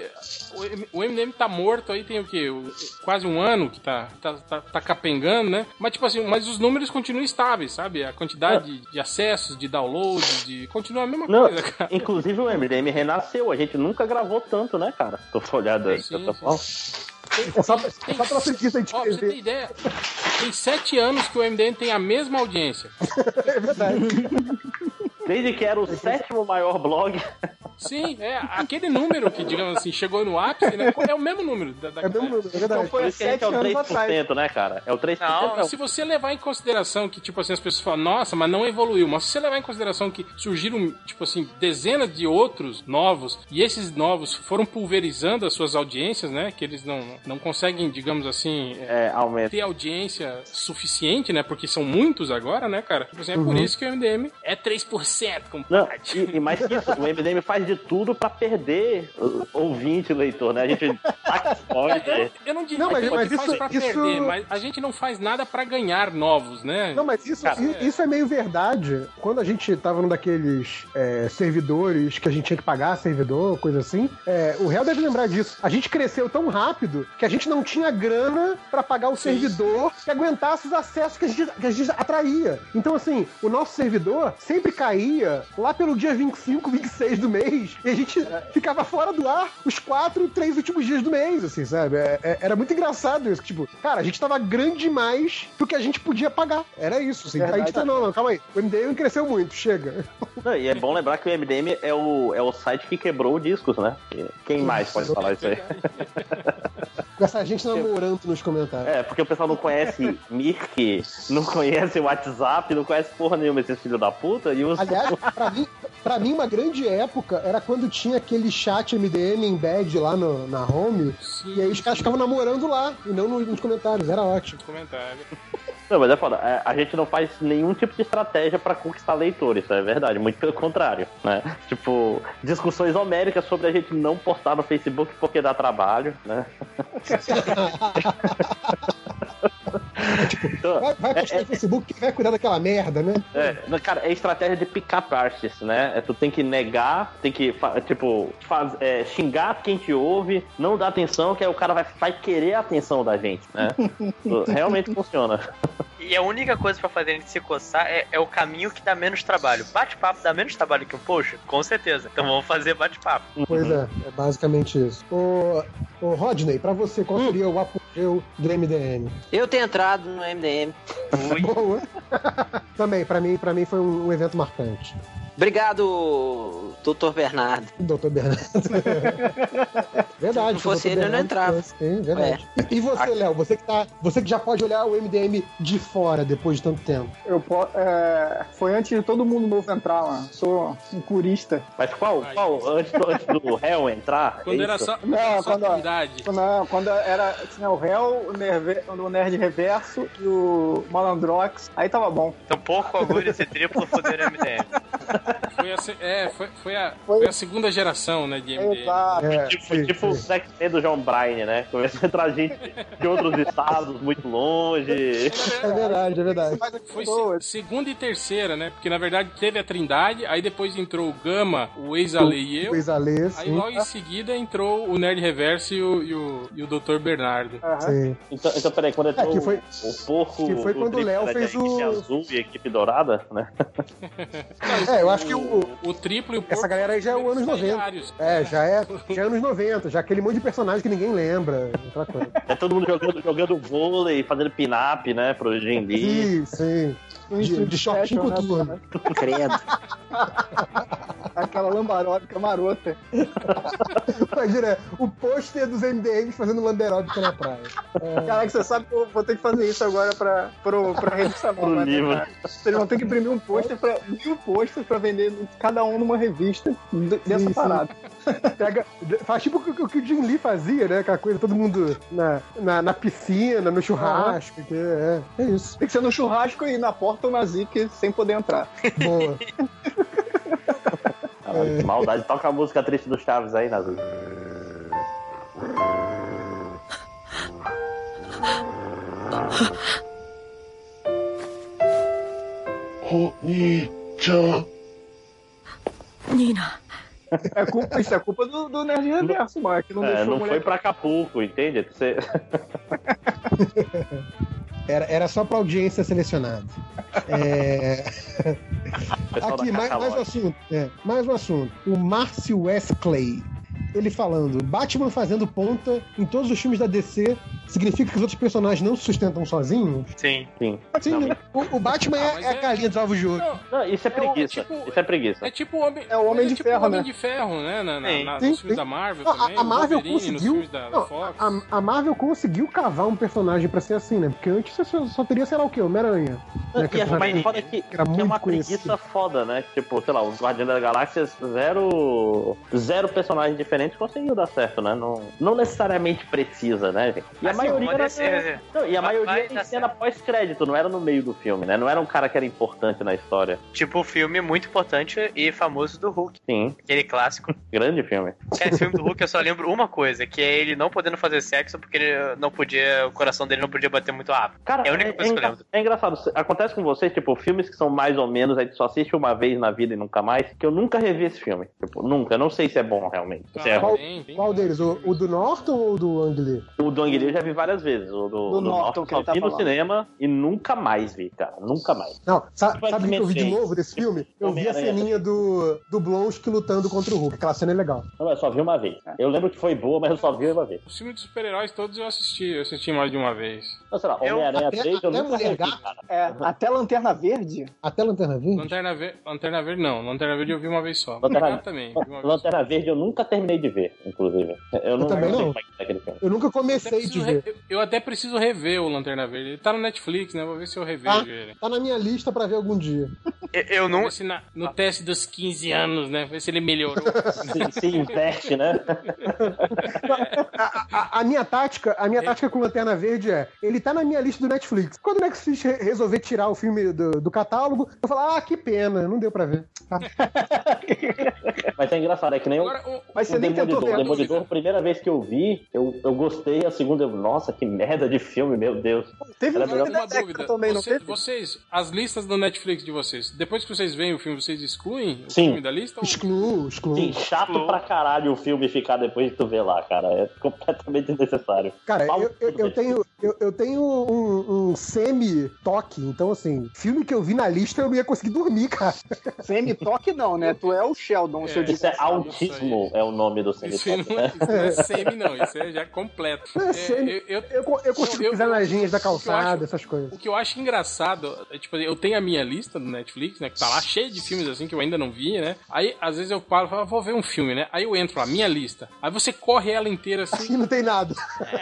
o M- o MDM tá morto aí, tem o quê? O- Quase um ano que tá, tá, tá, tá capengando, né? Mas, tipo assim, mas os números continuam estáveis, sabe? A quantidade de, de acessos, de downloads, de. continua a mesma
Não,
coisa, cara.
inclusive o MDM renasceu. A gente nunca gravou tanto, né, cara? Tô folhado aí.
Sim,
eu tô
sim.
falando.
É só, é só pra seguir sem te
Ó, pra você ter
perder.
ideia, tem sete anos que o MDM tem a mesma audiência.
É verdade.
Desde que era o sétimo maior blog.
Sim, é aquele número que, digamos assim, chegou no ápice, né? É o mesmo número. Da, da-
É o mesmo número, é
Então
verdade.
foi
Por
há
isso que a gente
sete
é o
anos atrás.
3%, né, cara? É o 3%.
Não,
Se você levar em consideração que, tipo assim, as pessoas falam, nossa, mas não evoluiu. Mas se você levar em consideração que surgiram, tipo assim, dezenas de outros novos, e esses novos foram pulverizando as suas audiências, né? Que eles não, não conseguem, digamos assim, é,
É, aumenta.
ter audiência suficiente, né? Porque são muitos agora, né, cara? Tipo assim, é
Uhum.
por isso que o MDM é 3%,
Não,
compadre.
e, e mais que isso, o MDM faz de tudo pra perder o- ouvinte, leitor, né? A gente taca spoiler.
Eu não diria
Não, mas-
que
mas
faz
isso-
pra
isso-
perder, mas a gente não faz nada pra ganhar novos, né?
Não, mas isso,
Cara,
i- isso é meio verdade. Quando a gente tava num daqueles é, servidores que a gente tinha que pagar servidor, coisa assim, é, o réu deve lembrar disso. A gente cresceu tão rápido que a gente não tinha grana pra pagar o servidor que aguentasse os acessos que a, gente, que a gente atraía. Então, assim, o nosso servidor sempre caía lá pelo dia 25, 26 do mês e a gente eh, ficava fora do ar os quatro, três últimos dias do mês, assim, sabe? É- é- era muito engraçado isso. que, Tipo, cara, a gente tava grande demais do que a gente podia pagar. Era isso, assim. Aí a gente falou, não, não, calma aí. O MDM cresceu muito, chega.
Não, e é bom lembrar que o MDM é o, é o site que quebrou o discos, né? Quem mais pode falar isso aí?
Com essa gente namorando nos comentários.
É, porque o pessoal não conhece Mirk, não conhece WhatsApp, não conhece porra nenhuma esses filhos da puta. E os...
Aliás, pra mim, pra mim, uma grande época era quando tinha aquele chat MDM em bed lá no- na home.
Sim,
E aí os caras ficavam namorando lá e não no- nos comentários. Era ótimo.
comentário.
Não, mas é foda. é, A gente não faz nenhum tipo de estratégia pra conquistar leitores, isso é verdade. Muito pelo contrário, né? Tipo, discussões homéricas sobre a gente não postar no Facebook porque dá trabalho, né? então,
Vai, vai
É,
postar no Facebook que vai cuidar daquela merda, né?
É, não, cara, é estratégia de picar partes, né? É, tu tem que negar, tem que, fa- tipo, faz, é, xingar quem te ouve, não dar atenção, que aí o cara vai, vai querer a atenção da gente, né? Tu- Realmente funciona.
E a única coisa pra fazer a gente se coçar é, é o caminho que dá menos trabalho. Bate-papo dá menos trabalho que um post? Com certeza. Então vamos fazer bate-papo.
Uhum.
Pois é, é basicamente isso. Ô, ô Rodney, pra você,
Hum.
qual seria o apogeu do MDM?
Eu tenho entrado no MDM.
Ui.
Boa! Também, pra mim, pra mim foi um, um evento marcante.
Obrigado, doutor Bernardo.
Doutor Bernardo. verdade.
Se não fosse
doutor
ele, eu
Bernardo,
não entrava. É.
Sim, verdade. E, e você, Léo, você que tá. Você que já pode olhar o MDM de fora depois de tanto tempo.
Eu po- é, foi antes de todo mundo novo entrar, mano. Sou um curista.
Mas qual,
Ai,
qual antes, do- antes do réu entrar?
Quando
é
era
isso?
só,
Não,
era só
quando-
atividade.
Não, quando era tinha o réu, o, Nerve- o Nerd Reverso e o Malandrox, aí tava bom.
Então pouco, algures e triplo poder MDM.
Foi a, se- é, foi, foi a, foi a segunda geração, né, de MDM.
Exato.
É,
Tipo,
sim,
tipo o
sim.
Sex Man do John Bryan, né? Começa a entrar gente de outros estados, muito longe.
É verdade, é verdade.
Mas as
Foi se-
pessoas-
segunda e terceira, né? Porque na verdade teve a Trindade, aí depois entrou o Gama, o Ex-Ale e eu.
Coisa lê,
Aí
sim.
logo em seguida entrou o Nerd Reverso e o, e o, e o Dr. Bernardo.
Aham.
sim.
Então, então peraí, quando entrou
É, que foi-
o, o porco.
que foi quando o Léo
Trípode,
fez
a equipe
o-
azul e a equipe dourada, né?
É, eu acho que o,
O triplo e o
essa
porco
galera aí já é o anos 90.
diários.
É, já é, já é anos 90, já aquele monte de personagem que ninguém lembra. Aquela coisa.
É todo mundo jogando, jogando vôlei, fazendo pin-up, né? Pro
Sim,
Genli.
sim. De, de shortinho
Fashion, né?
coturno.
Credo.
Aquela lambaróbica marota.
Imagina, o pôster dos MDMs fazendo landeróbica na praia.
Caraca, você sabe que eu vou ter que fazer isso agora pra, pro, pra revista
Pro
nova,
livro.
cara? Vocês vão ter que imprimir um pôster pra, mil posters pra vender cada um numa revista d- dessa
sim.
parada.
Pega, faz tipo o que, o que o Jim Lee fazia, né? Aquela coisa, todo mundo na, na, na piscina, no churrasco. que é, é isso.
Tem que ser no churrasco e na porta uma zica sem poder entrar.
Boa.
Caralho, que maldade. Toca a música triste do Chaves aí, Nazu.
É culpa, isso é culpa do, do Nerd Reverso, Mark, que não
É,
deixou
não
a
foi
mulher.
pra Acapulco, entende? Você-
Era, era só pra audiência selecionada. É,
pessoal
aqui,
da
mais, mais um
Cacalote.
assunto. é, mais um assunto. O Márcio West Clay. Ele falando, Batman fazendo ponta em todos os filmes da DC significa que os outros personagens não se sustentam sozinhos?
Sim.
Sim.
Sim,
Não,
né? o, o Batman
Ah,
é,
mas
é a
é-
galinha dos ovos de ouro.
Não,
Não, isso é
É o-
preguiça.
tipo-
Isso é preguiça.
é tipo o Homem,
É o Homem
mas
de
tipo
Ferro,
o Homem
né?
de Ferro, né? Na, na,
Sim.
na-
Sim,
nos filmes
sim.
da Marvel
Não, a-
também.
a
o
Marvel
Wolverine, Nos
conseguiu-
filmes da, da
Não,
Fox.
a, a Marvel conseguiu cavar um personagem pra ser assim, né? Porque antes só, só teria, sei lá o quê, Homem-Aranha.
Não,
né?
e é mais
personagem
foda que,
que era
que é uma
muito conhecido.
preguiça foda, né? Tipo, sei lá, os Guardiões da Galáxia, zero, zero personagens diferentes conseguiu dar certo, né? Não, não necessariamente precisa, né, gente? E a
Assim,
maioria
pode
era,
ser.
não, e
Vai-
a maioria
vai
era em
dar
cena pós-crédito, não era no meio do filme, né? Não era um cara que era importante na história.
Tipo, o filme muito importante e famoso do Hulk,
Sim,
aquele clássico.
grande filme.
Cara, esse filme do Hulk eu só lembro uma coisa, que é ele não podendo fazer sexo porque ele não podia, o coração dele não podia bater muito rápido.
Cara,
É a única coisa que eu
engra-
lembro.
é engraçado. Acontece com vocês, tipo, filmes que são mais ou menos, aí tu só assiste uma vez na vida e nunca mais, que eu nunca revi esse filme. Tipo, nunca. Eu não sei se é bom realmente. Se é
Ah,
ruim.
tem, tem
Qual
muito
deles? O,
filme.
o do Norton ou o do Ang Lee?
O Dong Lee eu já vi várias vezes. O do,
Norton,
do Norton,
que ele
só
tá
vi no
falando.
cinema e nunca mais vi, cara. Nunca mais.
Não, sa-
Batman
sabe o que eu vi de
fez.
novo desse filme? Eu vi a
Homem-Aranha
ceninha do, do Blonsky lutando contra o Hulk. Aquela cena é legal.
Não, eu só vi uma vez. Eu lembro que foi boa, mas eu só vi uma vez.
Os filmes de super-heróis todos eu assisti, eu assisti mais de uma vez.
Então, sei lá, Homem-Aranha
até-
3 eu
até
nunca
Mulher
revi,
Gato.
cara.
É, até Lanterna Verde,
Até Lanterna Verde?
Lanterna Verde, Lanterna Verde não, Lanterna Verde eu vi uma vez só.
Lanterna-
Lanterna também, vi uma vez só.
Lanterna Verde eu nunca terminei de ver, inclusive. Eu, não
também
sei
não.
como é que é aquele filme.
Eu nunca
Até
comecei de
preciso
ver.
re- eu- Eu até preciso rever o Lanterna Verde. Ele tá no Netflix, né? Vou ver se eu revejo
Ah.
ele.
Tá na minha lista pra ver algum dia.
Eu, eu
Vou
não.
ver se na- no teste dos 15 anos, né? Ver se ele melhorou.
Se, se inverte, né?
A, a- a minha tática, a minha
É.
tática com Lanterna Verde é, ele tá na minha lista do Netflix. Quando o Netflix re- resolver tirar o filme do, do catálogo, eu falo, ah, que pena, não deu pra ver.
Mas é engraçado, é que nem o,
Agora, um, o-
mas
o
você nem tentou
Demolidor. né?
ver.
O Demolidor, a primeira vez que eu vi, eu, eu gostei. A segunda, eu, nossa, que merda de filme, meu Deus.
Teve
Era
um filme
melhor-
da
uma
década
dúvida.
também,
Você-
não teve?
vocês, as listas do Netflix de vocês, depois que vocês veem o filme, vocês excluem o
Sim.
filme da lista? Ou...
Excluo, excluo.
Sim, chato pra caralho o filme ficar depois de tu ver lá, cara. É completamente desnecessário.
Cara,
Paulo,
eu, eu,
tudo
eu
bem.
tenho, eu, eu tenho um, um semi-toque, então assim, filme que eu vi na lista eu não ia conseguir dormir, cara.
Semi-toque não, né? Tu é o Sheldon, se eu
É.
disser.
Isso é autismo, é o nome do
Isso aí
sindicato,
não,
né?
isso não é semi, não. Isso é já completo.
Não é semi.
eu- eu-
Eu, co- eu consigo
Não, eu-
pisar nas linhas da
o que eu
calçada,
acho-
essas coisas.
O que eu acho engraçado, é, tipo, eu tenho a minha lista do Netflix, né? Que tá lá cheia de filmes assim que eu ainda não vi, né? Aí, às vezes, eu paro e falo, "Ah, vou ver um filme, né? Aí eu entro, a minha lista. Aí você corre ela inteira assim.
E não tem nada.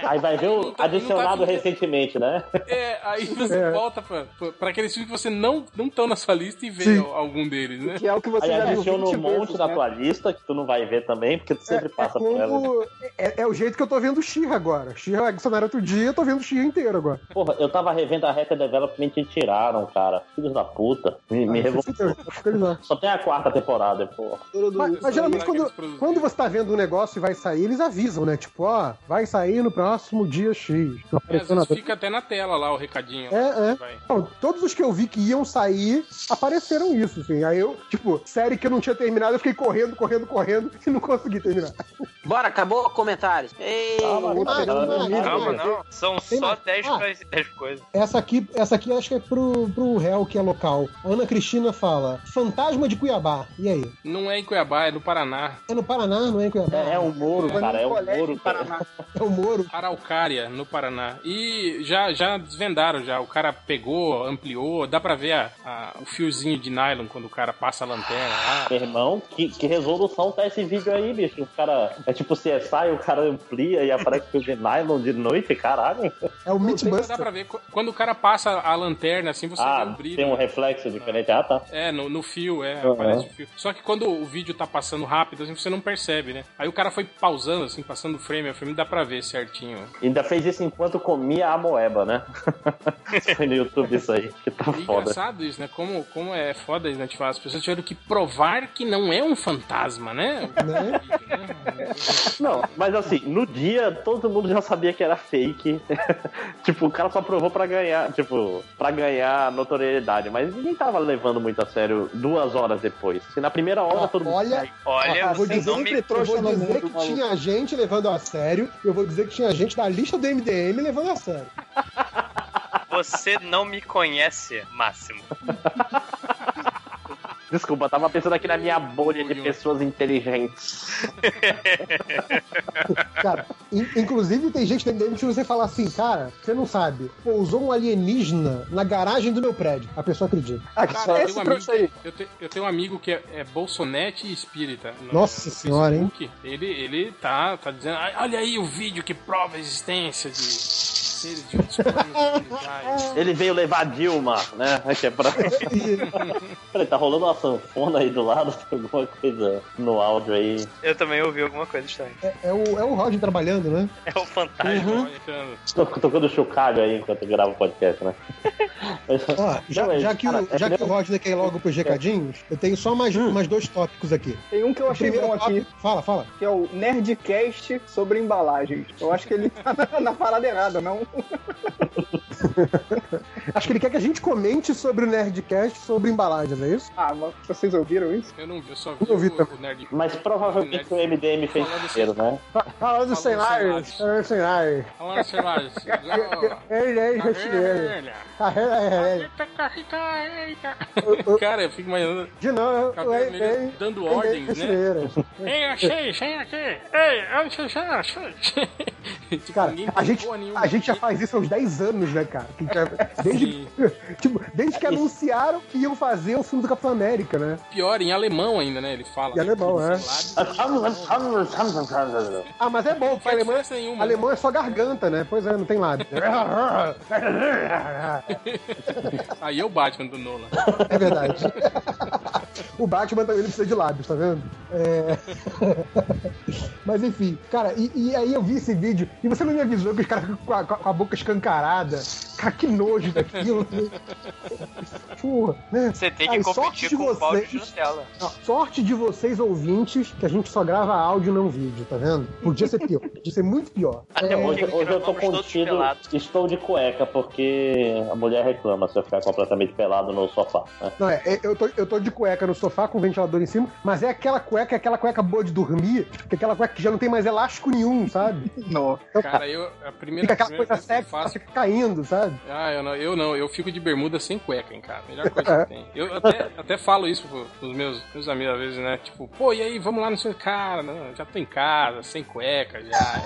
Aí vai ver
Não
o
tá- não tá
adicionado
com-
recentemente, né?
é, É, aí você
É.
volta pra, pra- pra aqueles filmes que você não estão na sua lista e vê
Sim.
al- algum deles, né?
Que é o que você
Aí
já viu
adiciona
20
um monte
vezes,
da
né?
tua lista que tu não vai ver também, porque tu sempre
É
passa por ela.
como- é- é o jeito que eu tô vendo o Xirra agora. Xirra adicionaram outro dia, eu tô vendo o Xirra inteiro agora.
Porra, eu tava revendo a Record Development e tiraram, cara. Filhos da puta. Me, me revoltou.
revoltou.
Só tem a quarta temporada, porra.
Mas, mas geralmente quando,
É,
quando você tá vendo um negócio e vai sair, eles avisam, né? Tipo, ó, vai sair no próximo dia X.
É,
Tá
às
aparecendo
vezes
na-
fica até na tela lá o recadinho.
É, é.
Vai.
Não, todos os que eu vi que iam sair apareceram isso, assim. Aí eu, tipo, série que eu não tinha terminado, eu fiquei correndo, correndo, correndo e não consegui terminar.
Bora, acabou? Comentários. Ei,
Calma,
tem mais,
cara.
tem mais.
Calma, não. São
Tem
só
mais?
10
Ah.
pra 10 coisas.
Essa aqui, essa aqui acho que é pro, pro réu que é local. A Ana Cristina fala: Fantasma de Cuiabá. E aí?
Não é em Cuiabá, é no Paraná.
É no Paraná, não é em Cuiabá?
É, é um moro, cara. É um moro, cara.
É o Moro.
Araucária, no Paraná. E já, já desvendaram já. O cara pegou, ampliou. Dá pra ver a- a- o fiozinho de nylon quando o cara passa a lanterna lá.
Meu irmão, que, que resolução tá esse vídeo aí, bicho? O cara é tipo CSI, o cara amplia e aparece fio de nylon de noite, caralho.
É o
Mas Dá
Meatbuster.
pra ver qu- quando o cara passa a lanterna assim, você vê
Ah,
um brilho.
tem um reflexo diferente. Ah, tá.
É, no, no fio, é,
Uhum.
aparece o fio. Só que quando o vídeo tá passando rápido, assim, você não percebe, né? Aí o cara foi pausando, assim, passando frame a frame, dá pra ver certinho.
Ainda fez isso enquanto comia a moeba, né? Foi no YouTube isso aí, que tá
E
foda.
É engraçado isso, né? Como, como é foda isso, né? Tipo, as pessoas tiveram que provar que não é um fantasma, né?
Não, mas assim, no dia todo mundo já sabia que era fake. tipo, o cara só provou pra ganhar, tipo, para ganhar notoriedade, mas ninguém tava levando muito a sério duas horas depois. Se na primeira hora
Ó,
todo mundo
olha,
saiu,
Olha,
Ah, vou
vocês
dizer
não me-
Sempre
Eu vou
trouxa no
dizer
mundo,
que
maluco.
tinha gente levando a sério, eu vou dizer que tinha gente da lista do MDM levando a sério.
você não me conhece, Máximo.
desculpa, tava pensando aqui na minha bolha de
Ui, ui.
pessoas inteligentes.
Cara, in- inclusive tem gente do MDM que se você falar assim, cara, você não sabe, pousou um alienígena na garagem do meu prédio. A pessoa acredita.
Cara, eu
Esse
tenho um
trouxa
amigo,
aí.
eu te- eu tenho um amigo que é, é bolsonete e espírita. no-
Nossa
no
senhora, hein?
Facebook. Ele, ele tá, tá dizendo, "Ah, olha aí o vídeo que prova a existência de seres de outros planos espirituais."
Ele veio levar a Dilma, né? Que é pra... Peraí, tá rolando uma sanfona aí do lado, tem alguma coisa no áudio aí.
Eu também ouvi alguma coisa estranha.
É o, é o Roger trabalhando, né?
É o fantasma.
Então,
Tô tocando chocalho aí enquanto eu gravo o podcast, né?
Ó,
Não,
já,
é,
já que,
cara,
o,
é
já que o
mesmo-
Roger quer ir logo
É.
pros recadinhos, eu tenho só mais, mais dois tópicos aqui.
Tem um que Hum. eu achei bom aqui,
tópico- Fala, fala.
que é o Nerdcast sobre embalagens. Eu acho que ele tá na, na parada errada, não?
Acho que ele quer que a gente comente sobre o Nerdcast, sobre embalagens, é isso?
Ah, mas vocês ouviram isso?
Eu não vi, eu só vi
Não ouvi
o, o Nerd.
Mas provavelmente o MDM fez
Falando assim.
primeiro, né?
Falando
sem lares,
Falando sem lares.
assim, Olha lá, sei lá.
Ele é
Cara, eu fico imaginando
De novo,
Cabelo
eu
vermelho
entrei-
dando
entrei
ordens, né?
costureira.
Ei, achei, achei aqui. Ei, achei, achei, achei. Tipo,
Cara,
ninguém
a
tem
gente,
porra nenhuma. É,
a gente já faz isso há uns 10 anos, né, cara? Que já- Desde,
Sim.
tipo, desde que anunciaram que iam fazer o filme do Capitão América, né?
Pior, em alemão ainda, né? Ele fala.
Em alemão, é. Ah, mas é bom,
Não
porque
faz
alemão,
diferença nenhuma.
alemão é só garganta, né? Pois é, não tem lábio.
Aí é o Batman do Nolan.
É verdade. o Batman também ele precisa de lábios, tá vendo? É. Mas enfim, cara, e, e aí eu vi esse vídeo e você não me avisou que os caras ficam com a, com a boca escancarada. Cara, que nojo daquilo. Porra, né?
Você tem que
Ai, sorte
competir
de
com o balde
vocês.
de Nutella.
Não, sorte de vocês ouvintes que a gente só grava áudio não vídeo, tá vendo? Podia ser pior, podia ser muito pior.
Até
É,
Hoje,
porque
hoje eu tô
gravamos todos
contido,
pelados.
estou de cueca porque a mulher reclama se eu ficar completamente pelado no sofá. né?
Não, é, é, eu, tô, eu tô de cueca no sofá com o ventilador em cima, mas é aquela cueca, é aquela cueca boa de dormir, que é aquela cueca que já não tem mais elástico nenhum, sabe?
Não.
Então,
Cara, eu. A primeira,
fica aquela
primeira vez
coisa
que eu
sexy,
faço-
você fica caindo, sabe?
Ah, eu não, eu não, eu fico de bermuda sem cueca, hein, cara. Melhor coisa
É.
que tem. Eu até, até falo isso pro- pros meus, meus amigos às vezes, né? Tipo, pô, e aí, vamos lá no seu. Cara, não, já tô em casa, sem cueca, já.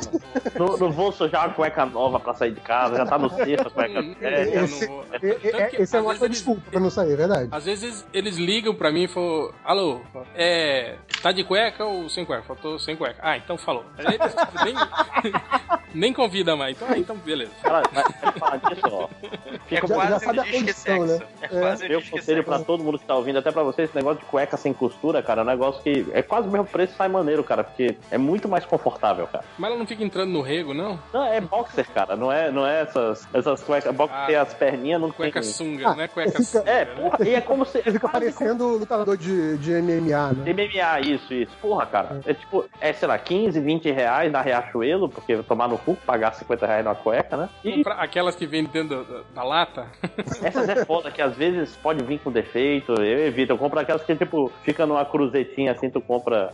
Eu não vou.
No, no bolso já uma cueca nova pra sair de casa, já tá no cesto a cueca.
Hum,
É,
eu
esse-
não vou.
E- e-
Tanto que,
é- Esse é
às
uma
vezes, eles-
desculpa pra não sair, é verdade.
Às vezes eles ligam pra mim e falam, alô, é. Tá de cueca ou sem cueca? Faltou sem cueca. Ah, então falou. Aí eles, tipo, nem, nem convida mais. Então, ah, então beleza.
Cara, mas, mas falar disso, ó.
É
Já- já
quase
sabe a
disque-sexo.
condição, né?
É quase
Meu conselho pra todo mundo que tá ouvindo, até pra vocês, esse negócio de cueca sem costura, cara, é um negócio que é quase o mesmo preço e sai maneiro, cara, porque é muito mais confortável, cara.
Mas ela não fica entrando no rego, não?
Não, é boxer, cara, não é, não é essas, essas cuecas. Boxer
Ah.
tem as perninhas, não
Cueca
tem.
sunga, né? Cueca
fica-
sunga.
É,
né?
porra, e é como se. assim,
Ele fica parecendo um lutador de, de MMA, né?
MMA, isso, isso. Porra, cara. É tipo, é, sei lá, 15, 20 reais na Riachuelo, porque tomar no cu, pagar 50 reais na cueca, né? E
Comprar aquelas que vêm dentro da, da lata.
essas é foda, que às vezes pode vir com defeito, eu evito. Eu compro aquelas que, tipo, fica numa cruzetinha assim, tu compra.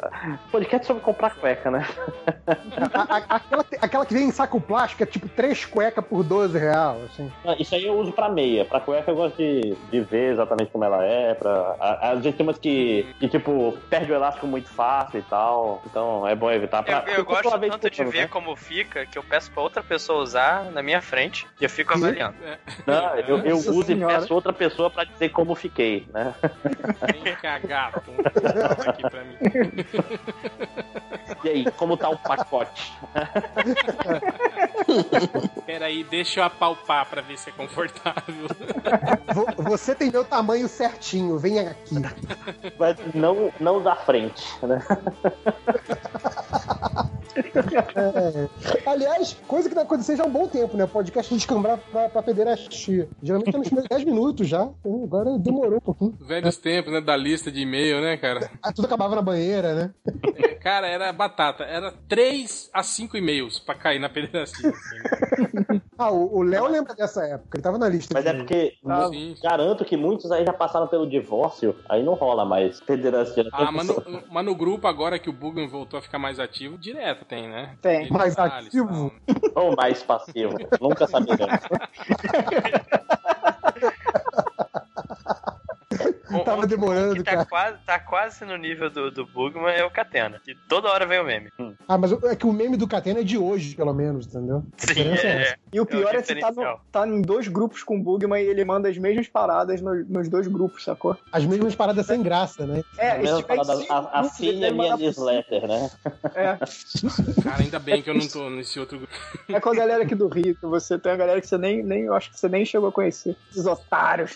Podcast sobre comprar cueca, né?
A- a- aquela, te- aquela que vem em saco plástico é tipo três cuecas por 12 real, assim.
Ah, Isso aí eu uso pra meia. Pra cueca eu gosto de, de ver exatamente como ela é. Pra, a- às vezes tem umas que, que, tipo, perde o elástico muito fácil e tal. Então é bom evitar. Pra,
Eu, eu
porque toda
gosto
vez
tanto
que
de
eu uso,
ver
né?
como fica que eu peço pra outra pessoa usar na minha frente e eu fico
Sim.
avaliando.
né? Não, eu, eu
Nossa
uso e
Senhora.
peço outra pessoa pra dizer como fiquei, né?
Vem cá, gato. Toma aqui pra mim.
E aí, como tá o pacote?
Peraí, deixa eu apalpar pra ver se é confortável.
Vo- Você tem meu tamanho certinho, vem aqui.
Mas não, não da frente, né?
É, Aliás, coisa que tá acontecendo já há um bom tempo, né? Podcast de descambrar pra, pra pederastia. Geralmente é nos primeiros 10 minutos já. Então, Agora demorou um pouquinho.
Velhos tempos, né? Da lista de e-mail, né, cara?
Ah, tudo acabava na banheira, né?
Cara, era batata. Era 3 a 5 e-mails pra cair na pederastia. assim.
Ah, o o Léo lembra dessa época, ele tava na lista.
Mas é
de-
porque mu-
Sim.
garanto que muitos aí já passaram pelo divórcio, aí não rola mais. assim, Pederastia.
Ah, mas no, mas no grupo, agora que o Bugman voltou a ficar mais ativo, direto tem, né?
Tem.
Ele
Mais
fala,
ativo?
tal, né?
Ou mais passivo. Nunca saberemos.
Um-
Tava
um-
demorando,
um que tá
cara.
Quase, tá quase no nível do, do Bugman é o Catena. E toda hora vem o meme.
Ah, mas é que o meme do Catena é de hoje, pelo menos, entendeu?
Sim,
diferença é
é, é.
E o pior é, que tá, no-
diferencial.
tá em dois grupos com o Bugman e ele manda as mesmas paradas no- nos dois grupos, sacou?
As mesmas paradas sem graça, né?
É,
A mesma
esse tipo, é
parada,
cinco
a-
grupos, ele
assine a
deve
minha
mandar por cinco.
newsletter, né?
Cara, ainda bem que eu não tô nesse outro grupo.
É com a galera aqui do Rio, que você tem a galera que você nem, nem eu acho que você nem chegou a conhecer. Esses otários.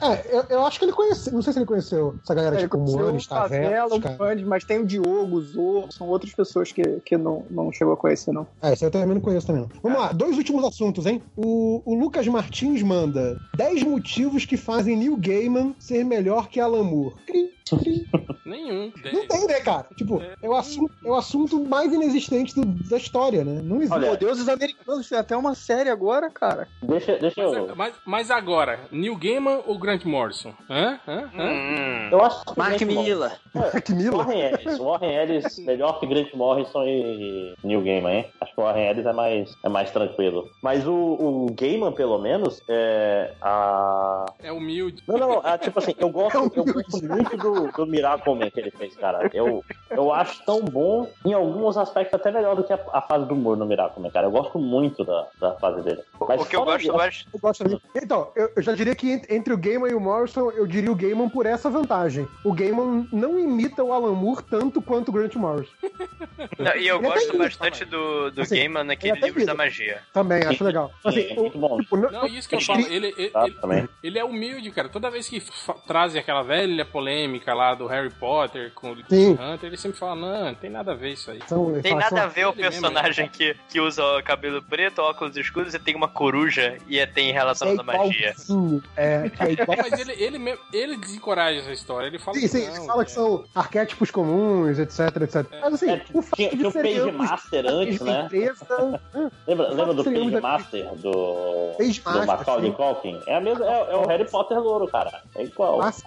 É, eu, eu acho que ele conheceu. Não sei se ele conheceu essa galera de
Ele conheceu
Comunes,
o um Favela,
Tavelas,
o
cara.
Band, mas tem o Diogo, o Zorro, são outras pessoas que, que não, não chegou a conhecer, não.
É, esse eu também não conheço também. não. Vamos lá, dois últimos assuntos, hein? O, o Lucas Martins manda 10 motivos que fazem Neil Gaiman ser melhor que Alan Moore. Cri, cri.
Nenhum.
Não tem, né, cara? Tipo, é o assunto, é o assunto mais inexistente do- da história, né? Não existe.
Olha,
Meu Deus, os americanos tem até uma série agora, cara.
Deixa, deixa eu.
Mas, mas agora, Neil Gaiman ou Grant Morrison? Hã? Hã? Hã?
Hum.
Eu acho que
Mark
Grant Morrison-
Miller.
É
Mark Miller.
Warren Ellis. Warren Ellis melhor que Grant Morrison e Neil Gaiman, hein? Acho que o Warren Ellis é mais, é mais tranquilo. Mas o, o Gaiman, pelo menos, é. A...
É humilde.
Não, não, ah, tipo assim, eu
É
gosto,
um
eu gosto muito do, do Miracleman que ele fez, cara. Eu, eu acho tão bom, em alguns aspectos, até melhor do que a, a fase do humor no Miracleman, cara. Eu gosto muito da, da fase dele. Mas
O que eu
fora
gosto, é eu acho.
Eu gosto dele. Então, eu, eu já diria que ent- entre o Gaiman e o Morrison, eu diria o Gaiman por essa vantagem. O Gaiman não imita o Alan Moore tanto quanto o Grant Morrison.
Não, e eu
Ele até
gosto
imita,
bastante do, do
Assim,
Gaiman naquele
ele até
livro da
imita.
magia.
Também, acho legal.
Sim,
Assim,
é
o-
muito bom.
o- não-
Não, isso que eu falo. Ele, ele,
Tá,
ele-
também.
ele é humilde, cara. Toda vez que fa- trazem aquela velha polêmica lá do Harry Potter com o
Sim.
Hunter, ele sempre fala, não, não tem nada a ver isso aí.
São,
Tem nada a ver o
ele mesmo,
personagem que, que usa o cabelo preto, óculos escuros e tem uma coruja e é- tem relação à magia.
igualzinho. É, que é igual.
Mas ele, ele, mesmo, ele desencoraja essa história. Ele fala
Sim, sim,
não, é.
ele fala que são arquétipos comuns, etc, etc. Mas assim,
É,
o fato
tinha,
de
tinha o Page
seremos
Master antes,
de
né?
empresa,
Lembra,
Só
lembra do
que seria
Page
muito-
Master do,
Page
do
Master,
Macaulay
sim.
Culkin? É, a mesma, é, é o Harry Potter louro, cara. É igual.
Mas,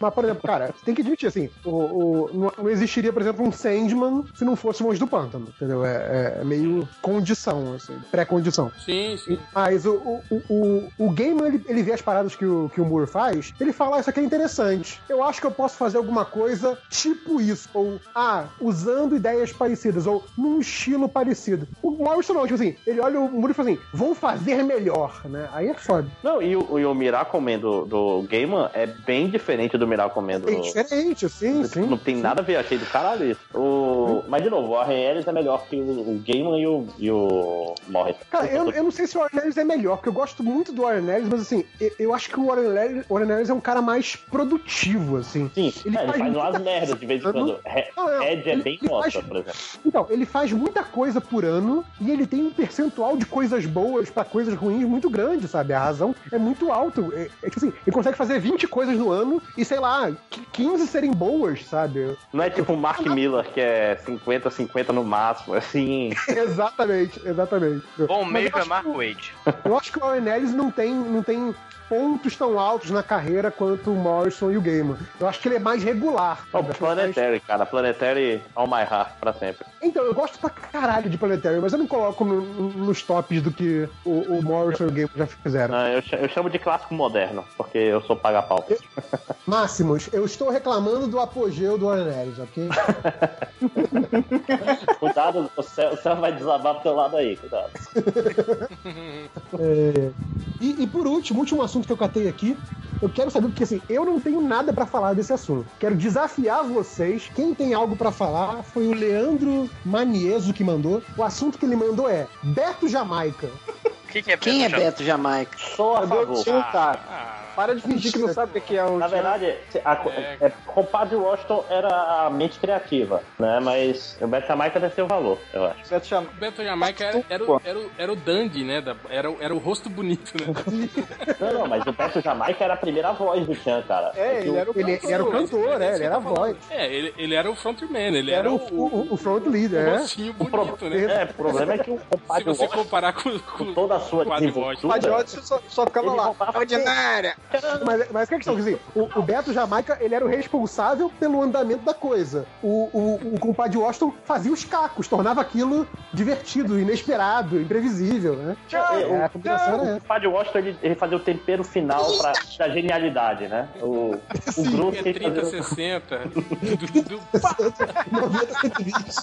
mas, por exemplo, cara, você tem que admitir, assim, o, o- não, não existiria, por exemplo, um Sandman se não fosse o Monge do Pântano, entendeu? É, é meio condição, assim, pré-condição.
Sim, sim.
Mas o, o, o, o Gaiman, ele, ele vê as paradas que o, que o Moore faz, ele fala, ah, isso aqui é interessante, eu acho que eu posso fazer alguma coisa tipo isso, ou, ah, usando ideias pa- parecidas, ou num estilo parecido. O Morrison não, tipo assim, ele olha o muro e fala assim, vou fazer melhor, né? Aí é foda.
Não, e o, e o Miracle Man do, do Gaiman é bem diferente do Miracle Man do...
É diferente, sim, sim.
é Não tem nada a ver, achei do caralho isso. O... Mas, de novo, o Warren Ellis é melhor que o, o Gaiman e o, e o Morris. Então,
Cara, eu, eu não sei se o Warren Ellis é melhor, porque eu gosto muito do Warren Ellis, mas assim, eu, eu acho que o Warren Ellis, o Warren Ellis é um cara mais produtivo, assim.
Sim, é, ele, faz,
muita
umas merdas de vez em
coisa
quando.
por ano.
Re-
Não, não,
Red é
ele-
bem
ele
bosta,
faz-
por exemplo.
Então, ele faz muita coisa por ano e ele tem um percentual de coisas boas pra coisas ruins muito grande, sabe? A razão é muito alto. É, é tipo assim, ele consegue fazer 20 coisas no ano e, sei lá, qu- 15 serem boas, sabe?
Não é tipo o Mark Miller, que é 50, 50 no máximo, assim.
exatamente, exatamente.
Bom
Mas
meio
eu
é
acho
Mark Wade.
que- Eu acho que o Warren Ellis não tem, não tem pontos tão altos na carreira quanto o Morrison e o Gaiman. Eu acho que ele é mais regular.
O
sabe? Eu acho que ele é mais-
Planetary, cara. Planetary All My Heart pra sempre.
Então, eu gosto pra caralho de Planetary, mas eu não coloco no- no- nos tops do que o, o Morrison e o Gaiman já fizeram.
Ah, eu, cha- eu chamo de clássico moderno, porque eu sou paga-pau.
Máximos, eu estou reclamando do apogeu do Warren Ellis, ok?
Cuidado, o céu, o céu vai desabar pro teu lado aí, cuidado.
E, e por último, último assunto que eu catei aqui, eu quero saber, porque assim, eu não tenho nada pra falar desse assunto. Quero desafiar vocês. Quem tem algo pra falar foi o Leandro Manieso que mandou. O assunto que ele mandou é Beto Jamaica.
O que, que é
Quem é
Beto?
Beto Jamaica?
Sou
tá
a
Cadê o
favor.
tio, um cara?
Ah,
Para de fingir que não sabe o que que é o
Na
tio.
verdade, a, a,
É,
é, compadre Washington era a mente criativa, né? Mas o Beto Jamaica deve ter o valor, eu acho.
Beto chama.
O Beto Jamaica era, era, o- era, o- era o dandy, né? da- era, o- era o rosto bonito, né?
Não, não, mas o Beto Jamaica era a primeira voz do Chan, cara.
É, ele era o
Ele, ele era o cantor,
É
é,
isso
ele
que eu
era a
tô falando.
voz.
É, ele, ele era o frontman, ele
Ele
era,
era o,
o,
o, o front
o
leader, né?
rostinho
O pro-
bonito, né?
é, o problema é que o
Se
compadre
você
Washington,
comparar com, com
com toda a sua
com o Advote.
O
desenvoltura,
Adiotes só, só ficava
ele
lá.
roubava
Ordinária!
Mas, mas que é a questão? Quer dizer, o, o Beto Jamaica ele era o responsável pelo andamento da coisa. O, o, o compadre Washington fazia os cacos, tornava aquilo divertido, inesperado, imprevisível, né? É, a combinação era
O
essa.
Padre Washington ele, ele fazia o tempero final pra, da genialidade, né? O, o grosso que
É
ele
30,
fazia.
60. du- du- du- du- pá.
90 120.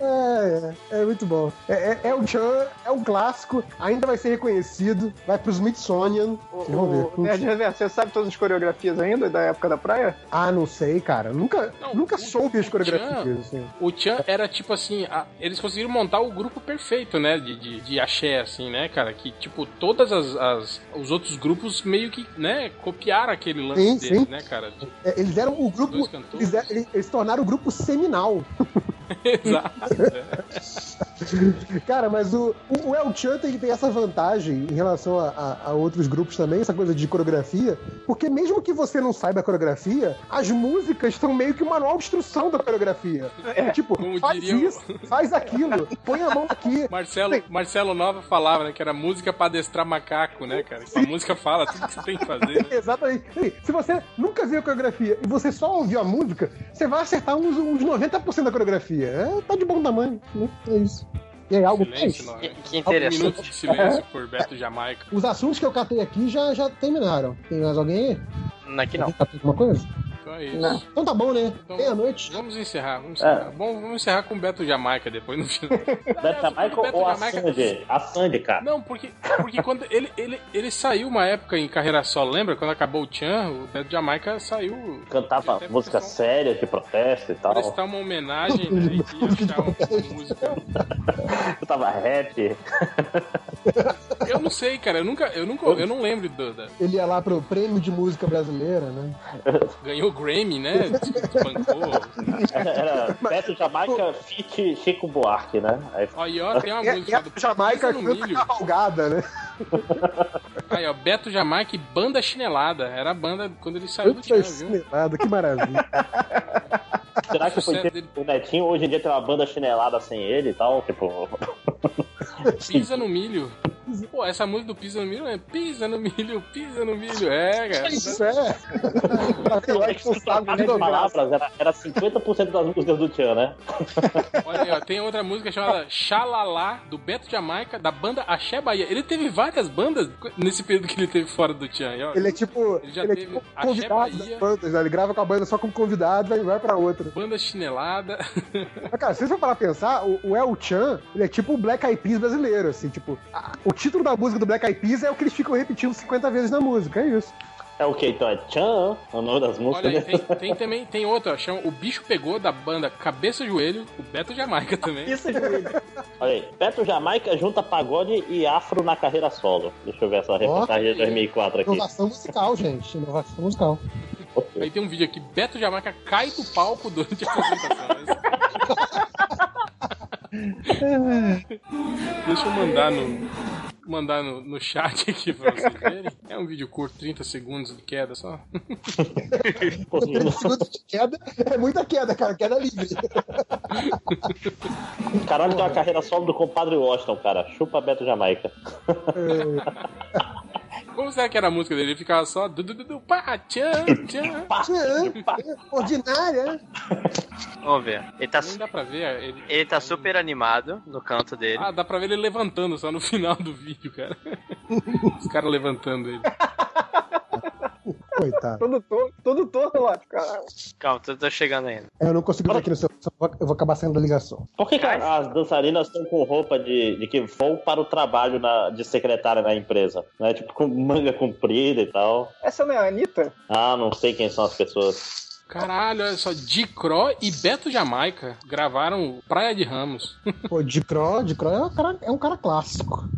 É, é, é muito bom. É, é, é o Chan, é um clássico, ainda vai ser reconhecido, vai pro Smithsonian.
O,
Vocês vão ver.
o Nerd Reverso, você sabe todas as coreografias ainda da época da praia?
Ah, não sei, cara. Nunca,
Não,
nunca
o-
soube as
o
coreografias. Assim.
O Chan era tipo assim, a- eles conseguiram montar o grupo perfeito, né? De, de, de axé, assim, né, cara? Que, tipo, todas as, as- os outros grupos meio que, né, copiaram aquele lance
Sim,
deles,
sim.
né, cara? De-
É, eles eram o grupo. é
Dois cantores.
Eles, eram- eles- eles se tornaram o grupo seminal.
Exato. né?
Cara, mas o, o, o El Chan tem, tem essa vantagem em relação a, a- a outros grupos também, essa coisa de coreografia, porque mesmo que você não saiba a coreografia, as músicas são meio que o manual de instrução da coreografia. É, tipo,
Como
faz
diria o-
isso, faz aquilo, põe a mão aqui.
Marcelo, Marcelo Nova falava, né, que era música pra adestrar macaco, né, cara? A música fala tudo que você tem que fazer, né?
Exatamente. Assim, Se você nunca viu a coreografia e você só ouviu a música, você vai acertar uns, uns 90% da coreografia. É, tá de bom tamanho. Né? É isso. E aí, algo
Silêncio,
mais?
Nova.
Que, que
Um
interessante.
minuto de silêncio por Beto Jamaica.
Os assuntos que eu catei aqui já, já terminaram. Tem mais alguém aí?
Aqui não.
Catou alguma coisa?
Então é isso.
Não.
Então tá bom, né?
Então-
Meia-noite.
Vamos encerrar, vamos encerrar. Bom, vamos encerrar com o Beto Jamaica depois no final.
Beto Jamaica
Beto
ou a
Jamaica-
Sandy? A Sandy, cara.
Não, porque, porque quando ele, ele, ele saiu uma época em carreira só, lembra? Quando acabou o Chan, o Beto Jamaica saiu
Cantava
Até
música
porque são-
séria de protesto e tal.
prestar uma homenagem né, e achar um uma música.
Cantava rap.
Eu não sei, cara. Eu nunca, eu nunca, eu não lembro do, da-
Ele ia lá pro prêmio de música brasileira, né?
ganhou o Grammy, né? Desbancou.
Era Beto Jamaica feat Chico Buarque, né? Aí
Aí, ó, tem uma
É,
música
é
do
Jamaica
Pisa no
canta
milho.
cavalgada, né?
Aí, ó, Beto Jamaica e Banda Chinelada. Era a banda quando ele saiu do Chan,
Puta
viu?
chinelada, que maravilha.
Será que foi
Sucesso
ter
dele.
o Netinho tipo, hoje em dia tem uma banda chinelada sem ele e tal? Tipo.
Pisa no milho. Pô, essa música do Pisa no Milho é Pisa no Milho, Pisa no Milho. É, cara.
Isso é. Eu acho que não sabe
Sabe
nem
de
dobrar.
palavras, era, era 50% das músicas do Tchan, né?
Olha aí, ó, tem outra música chamada Xalala, do Beto Jamaica, da banda Axé Bahia. Ele teve várias bandas nesse período que ele teve fora do Tchan. e ó,
Ele é tipo,
Ele
ele,
já
é
teve
tipo
Axé
convidado
Bahia.
das bandas, né? Ele grava com a banda só como convidado, vai, vai pra outra.
Banda chinelada.
Mas, cara, se você for parar pra pensar, o, o El Chan, ele é tipo o Black Eyed Peas brasileiro, assim, tipo, a- o título da música do Black Eyed Peas é o que eles ficam repetindo 50 vezes na música, é isso.
É o que então? É Tchan, é o nome das
Olha
músicas.
aí,
né?
tem, tem também, tem outra, ó, chama O Bicho Pegou, da banda Cabeça e Joelho, o Beto Jamaica também.
Isso, Juízo.
Olha aí. Beto Jamaica junta pagode e afro na carreira solo. Deixa eu ver essa reportagem de 2004 aqui.
Inovação musical, gente. Inovação musical.
Aí tem um vídeo aqui, Beto Jamaica cai do palco durante a apresentação. Deixa eu mandar no mandar no, no chat aqui pra vocês verem. É um vídeo curto, 30 segundos de queda só.
Pô,
Um segundo de queda é muita queda, cara. Queda livre.
Caralho, tem uma carreira solo do compadre Washington, cara. Chupa Beto Jamaica.
Como será que era a música dele? Ele ficava só du, du, du, du, pá, tchan, tchan.
É, Ordinária.
Vamos ver. Ele tá,
Nem dá pra ver ele.
ele tá super animado no canto dele.
Ah, dá pra ver ele levantando só no final do vídeo, cara. Os caras levantando ele.
Coitado.
Todo torto, todo torto, Lopes, cara.
Calma, tô, tô chegando ainda.
É, Eu não consigo ver aqui no seu. só vou- Eu vou acabar saindo da ligação.
Por que, que as dançarinas estão com roupa de, de que vão para o trabalho na- de secretária na empresa? Né? Tipo, com manga comprida e tal.
Essa não é a Anitta?
Ah, não sei quem são as pessoas.
Caralho, olha só, Dicró e Beto Jamaica gravaram Praia de Ramos.
Pô, de Cro, de Cro é um cara, é um cara clássico.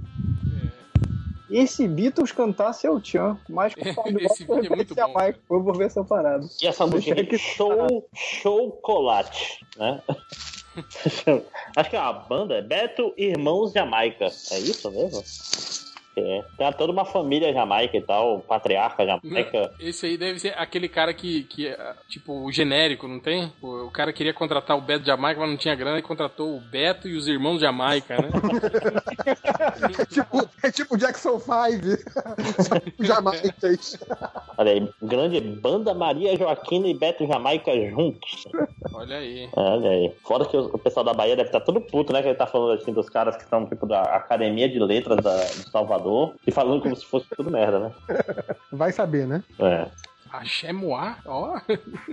E se Beatles cantar seu Tchan, mas com
Esse vídeo é muito bom,
Eu vou ver essa parada.
E essa música
Deixa
aqui, Show, Chocolate, né? Acho que é uma banda, é Beto Irmãos Jamaica. É isso mesmo? É. Tem toda uma família jamaica e tal, o patriarca jamaica.
Esse aí deve ser aquele cara que, que é, tipo, o genérico, não tem? O o cara queria contratar o Beto Jamaica, mas não tinha grana e contratou o Beto e os irmãos Jamaica, né?
É tipo, é tipo Jackson 5. Jamais.
Olha aí, grande banda Maria Joaquina e Beto Jamaica juntos. É,
Olha aí.
Olha aí. Fora que o o pessoal da Bahia deve estar todo puto, né? Que ele tá falando assim dos caras que são tipo da Academia de Letras da, de Salvador e falando como se fosse tudo merda, né?
Vai saber, né?
É.
Axé Moá, ó.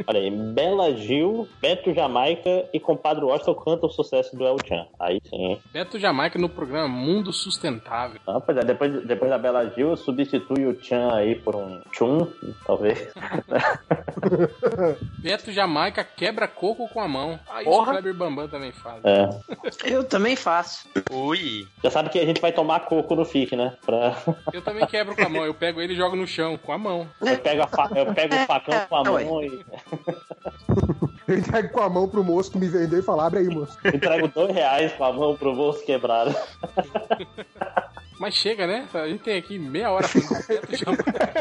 Olha aí, Bela Gil, Beto Jamaica e Compadre Washington cantam o sucesso do El Chan. Aí sim, hein?
Beto Jamaica no programa Mundo Sustentável.
Ah, pois é, depois, depois da Bela Gil, substitui o Chan aí por um Chun, talvez.
Beto Jamaica quebra coco com a mão. Ah, isso
Porra.
o Kleber Bambam também faz.
É.
Eu também faço.
Ui.
Já sabe que a gente vai tomar coco no FIC, né? Pra...
Eu também quebro com a mão, eu pego ele e jogo no chão, com a mão.
Eu, pego a fa- eu pego o facão com a mão e
Eu entrego tá com a mão pro moço que me vendeu e falo, abre aí, moço.
entrego dois reais com a mão pro bolso quebrado.
Mas chega, né? A gente tem aqui meia hora falando do Beto Jamaica.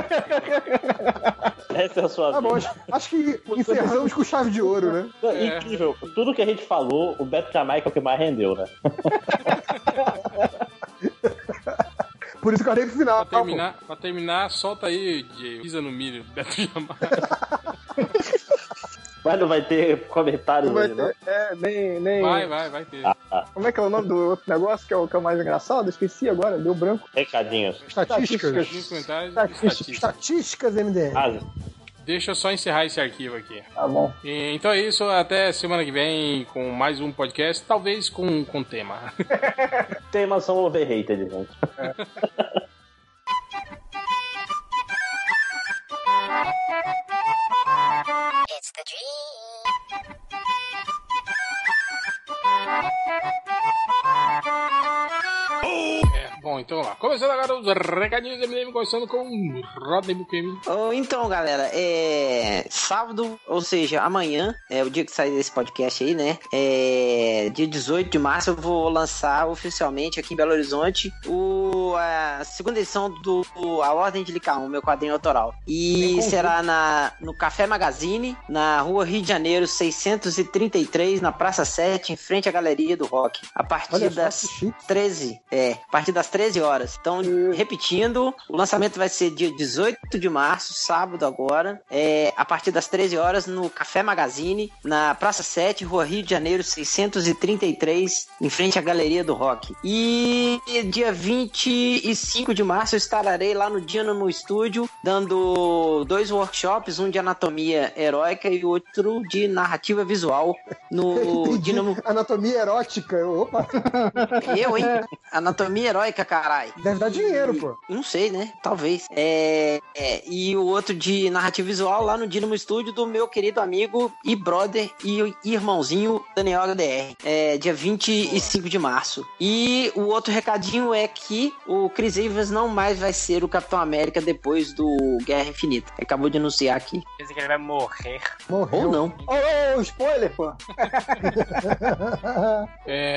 Essa é a sua
Tá bom,
vida.
acho, acho que encerramos com chave de ouro, né?
É.
Incrível. Tudo que a gente falou, o Beto Jamaica é o que mais rendeu, né?
Por isso que eu dei pro final.
Pra terminar, pra terminar, solta aí, Diego. Pisa no milho, Beto Jamaica.
Mas não vai ter comentário
Não vai
hoje, né?
ter- É, nem, nem.
Vai, vai, vai ter.
Como é que é o nome do outro negócio que é o que é o mais engraçado? Esqueci agora, deu branco.
Recadinhos.
Estatísticas.
Nos comentários, estatística.
Estatísticas, MDM.
Ah,
Deixa eu só encerrar esse arquivo aqui.
Tá bom.
E, Então é isso, até semana que vem com mais um podcast, talvez com, com tema.
temas são overrated, gente.
It's the dream.
É, bom, então vamos lá. Começando agora os recadinhos do MDM, começando com Rodney Bukemi.
Ou então, galera, é. Sábado, ou seja, amanhã, é o dia que sair desse podcast aí, né? É. Dia 18 de março eu vou lançar oficialmente aqui em Belo Horizonte o, a segunda edição do A Ordem de Licaon, meu quadrinho autoral. E será na, no Café Magazine, na rua Rio de Janeiro 633, na Praça 7, em frente à Galeria do Rock. A partir
Olha só que
das
chique.
13, é, a partir das 13 13 horas. Então, repetindo, o lançamento vai ser dia 18 de março, sábado agora, é, a partir das 13 horas, no Café Magazine, na Praça 7, Rua Rio de Janeiro, 633, em frente à Galeria do Rock. E dia 25 de março, eu estarei lá no Dynamo Studio, dando dois workshops, um de anatomia heróica e outro de narrativa visual no
Entendi.
Dynamo...
Anatomia erótica. Opa,
Eu, hein? Anatomia heróica, carai.
deve dar dinheiro, pô.
Não sei, né? Talvez. É, é, e o outro de narrativa visual lá no Dinamo Studio do meu querido amigo e brother e irmãozinho Daniel HDR. É, dia 25 de março. E o outro recadinho é que o Chris Evans não mais vai ser o Capitão América depois do Guerra Infinita. Acabou de anunciar aqui.
Dizem que ele vai morrer.
Morreu.
Ou não.
Ô, ô, ô, spoiler, pô.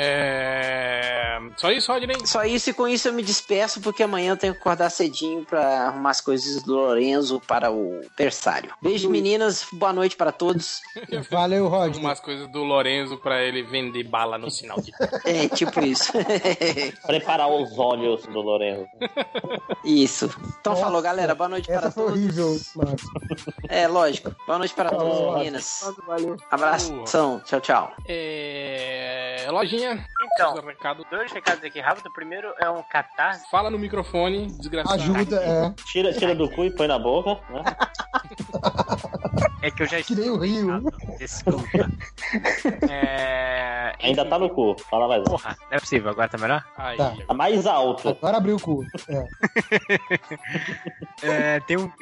É... Só isso, Rodney?
Só isso e com isso eu me despeço porque amanhã eu tenho que acordar cedinho pra arrumar as coisas do Lorenzo para o berçário. Beijo, meninas. Boa noite para todos.
Valeu, Rod.
Umas coisas do Lorenzo pra ele vender bala no sinal de
É tipo isso.
Preparar os olhos do Lorenzo.
Isso. Então
Nossa,
falou, galera. Boa noite para
Essa foi
todos.
horrível, mano.
É, lógico. Boa noite para todos,
Falou.
meninas.
Valeu.
Abração. Tchau, tchau.
É... Lojinha,
Então,
seu recado.
dois recados aqui rápido. O primeiro é um catarse.
Fala no microfone, desgraçado.
Ajuda, é.
Tira, tira do cu e põe na boca, né?
É que eu já
Que nem o né? Rio.
Desculpa. é...
Ainda tá no cu. Fala mais alto.
Porra, não é possível, agora tá melhor?
Aí,
Tá.
Tá mais alto.
Agora abriu o cu. É.
É, tem um.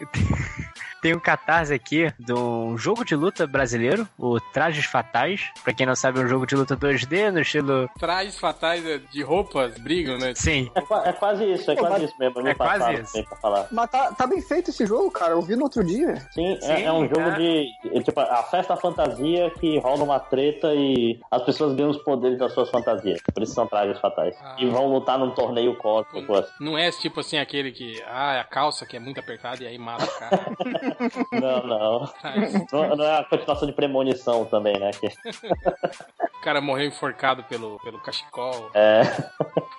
Tem um catarse aqui de um jogo de luta brasileiro, o Trajes Fatais. Pra quem não sabe, é um jogo de luta 2D no estilo.
Trajes fatais é, de roupas brigam, né?
Sim,
É qua- É quase isso, é
Pô,
quase
mas-
isso mesmo. Me
é quase
passaram
isso.
também pra falar.
Mas tá, tá bem feito esse jogo, cara. Eu vi no outro dia.
Sim,
Sim,
é, é um jogo
é.
de. é tipo, a festa fantasia que rola uma treta e as pessoas ganham os poderes das suas fantasias. Por isso são trajes fatais.
Ah.
E vão lutar num torneio cósmico. assim.
Não é tipo assim aquele que. Ah, é a calça que é muito apertada e aí mata o cara.
assim. Não, não.
Trajes.
não. Não é a continuação de premonição também, né? Que,
o cara morreu enforcado pelo, pelo cachecol.
é.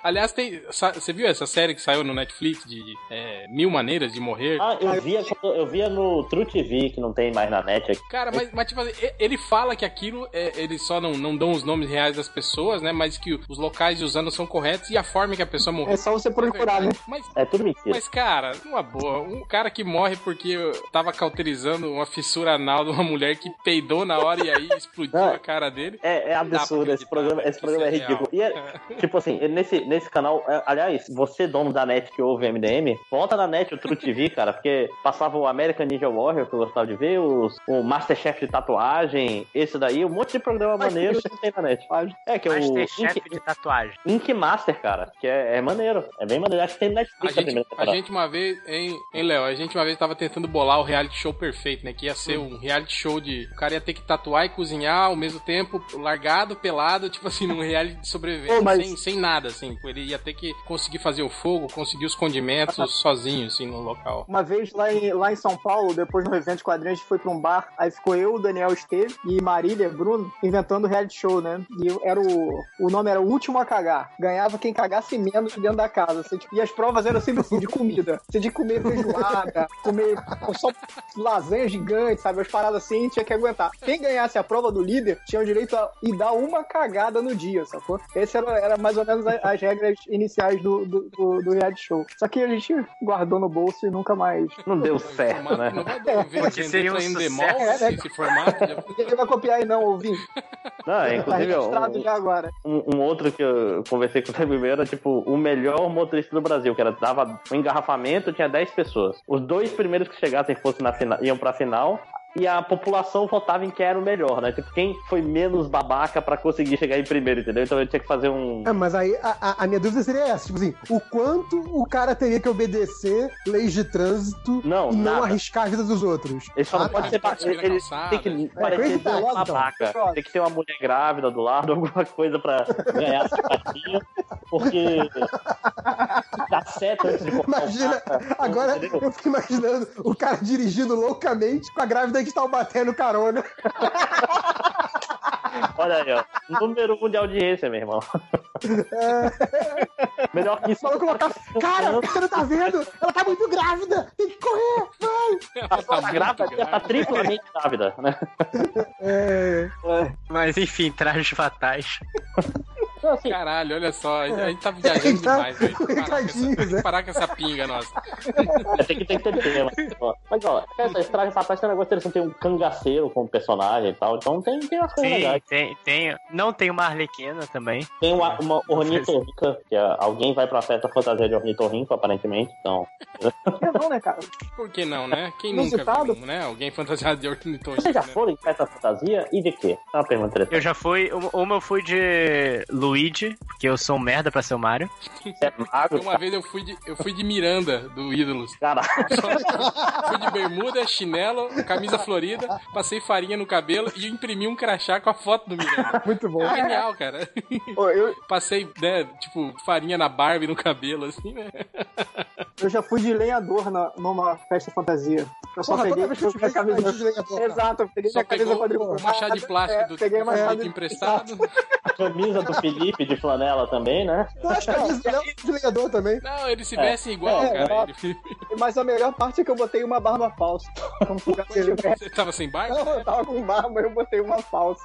Aliás, tem, sa- você viu essa série que saiu no Netflix de é, Mil Maneiras de Morrer?
Ah, eu via, quando- eu via no True TV, que não tem mais na net aqui.
Cara, mas, mas tipo, assim, e- ele fala que aquilo, é, eles só não, não dão os nomes reais das pessoas, né? Mas que os locais e os anos são corretos e a forma que a pessoa morreu.
É só você procurar, né?
Mas,
É tudo mentira.
mas, cara, uma boa. Um cara que morre porque tava cauterizando uma fissura anal de uma mulher que peidou na hora e aí explodiu
Não.
a cara dele.
É, é
Não dá pra
absurdo, esse
acreditar,
programa,
velho,
esse
que
programa é
isso é real.
ridículo. E é, tipo assim, nesse, nesse canal, é, aliás, você, dono da net que ouve MDM, volta na net o True TV, cara, porque passava o American Ninja Warrior, que eu gostava de ver, os, o Masterchef de tatuagem, esse daí, um monte de programa maneiro que não tem na net. É, que é o
Masterchef
Ink,
de tatuagem.
Ink Master, cara, que é, é maneiro, é bem maneiro. Acho que tem
A
Netflix a
gente,
primeira
a
temporada.
gente uma vez, hein, hein, Léo? A gente uma vez tava tentando bolar o reality show perfeito, né? Que ia ser um reality show de. O cara ia ter que tatuar e cozinhar ao mesmo tempo, largado, pelado, tipo assim, num reality de sobrevivência,
Pô, mas-
sem, sem nada, assim. Ele ia ter que conseguir fazer o fogo, conseguir os condimentos sozinho, assim, no local.
Uma vez lá em, lá em São Paulo, depois do evento de quadrinhos, a gente foi pra um bar. Aí ficou eu, o Daniel Esteve e Marília, Bruno, inventando reality show, né? E eu era o. O nome era o último a cagar. Ganhava quem cagasse menos dentro da casa. assim, tipo, e as provas eram sempre assim, de comida. Você de comer feijoada, comer só lasanha gigante, sabe? As paradas assim, tinha que aguentar. Quem ganhasse a prova do líder tinha o direito a ir dar uma cagada no dia, sacou? Esse era, era mais ou menos a- as regras iniciais do, do, do, do reality show. Só que a gente guardou no bolso e nunca mais
Não deu certo,
Formato
né? É,
inovador, em vez de
Porque seria
entrar
um
em demol,
sucesso.
esse, esse formato. já-
Ninguém vai copiar aí não, ouvinte.
Não, é,
Tá
inclusive, ó,
registrado já agora.
um, um outro que eu conversei com o Fábio Ribeiro era tipo o melhor motorista do Brasil, que era dava um engarrafamento, tinha 10 pessoas. Os dois primeiros que chegassem fossem na final, iam pra final. E a população votava em quem era o melhor, né? Tipo, quem foi menos babaca pra conseguir chegar em primeiro, entendeu? Então ele tinha que fazer um.
É, mas aí a, a- a minha dúvida seria essa: tipo assim, o quanto o cara teria que obedecer leis de trânsito
Não,
e não
nada.
arriscar a vida dos outros?
Ele só não
Ah, É,
pode
tá.
ser. ba-
Pode subir na
Ele ele
calçada.
tem que parecer
coisa
um
perigosa, então.
babaca.
Perigosa.
Tem que ter uma mulher grávida do lado, alguma coisa pra ganhar a simpatia. Porque. Dá seta antes de cortar o
Imagina, agora
entendeu?
eu fico imaginando o cara dirigindo loucamente com a grávida que está batendo carona.
Olha aí, ó. Número um de audiência, meu irmão. Melhor que isso.
Falou colocar.
Uhum.
Cara, você não tá vendo? Ela tá muito grávida! Tem que correr! Vai!
Ela tá muito
Grávida, tá
grávida.
triplamente grávida, né?
É.
Mas enfim, trajes fatais.
Então, assim, Então,
Caralho, olha só, a gente- a gente tá viajando
Tá,
demais, velho. Tem que parar com essa-
coitadinhos,
tem
né?
que Parar com essa pinga nossa.
Tem que, tem que ter tema. ó. Mas, ó, é essa estraga fatais tem um negócio interessante. Tem um cangaceiro como personagem e tal. Então tem, tem umas coisas
Sim,
legais.
tem, tem. Não tem uma Arlequina também.
Tem uma, uma ornitorrinca, que é- alguém vai pra festa fantasia de ornitorrinco, aparentemente. Então,
Por que não, né, cara?
Por que não, né? Quem nunca
Inusitado.
viu, né? Alguém fantasiado de ornitorrinco,
vocês já
né?
foram em festa fantasia e de quê? É uma pergunta interessante.
Eu já fui. um- Uma eu fui de Luigi, porque eu sou um merda pra ser o Mario.
Você é
Ah,
magro,
Uma vez eu fui de, eu fui de Miranda, do Ídolos.
cara.
Fui de bermuda, chinelo, camisa florida, passei farinha no cabelo e imprimi um crachá com a foto do Miranda.
é Muito bom.
Genial, cara.
Pô, eu,
Passei, né, tipo, farinha na Barbie no cabelo, assim, né?
eu já fui de lenhador na, numa festa fantasia. Eu só
Porra, toda
peguei
vez que eu te
minha
vejo,
camisa-
eu te vejo, porra.
Exato, eu peguei
Só
minha camisa
pegou
quadriculada.
o Um machado de plástico
É,
do
peguei
do
uma
Felipe emprestado.
A camisa do Felipe de flanela também, né?
Eu acho que a Liz Léo é desligador também.
Não, eles se vestem igual,
É,
cara.
ó.
Ele-
Mas a melhor parte é que eu botei uma barba falsa. Como se eu tivesse-
Você tava sem barba?
Não, eu tava com barba, eu botei uma falsa.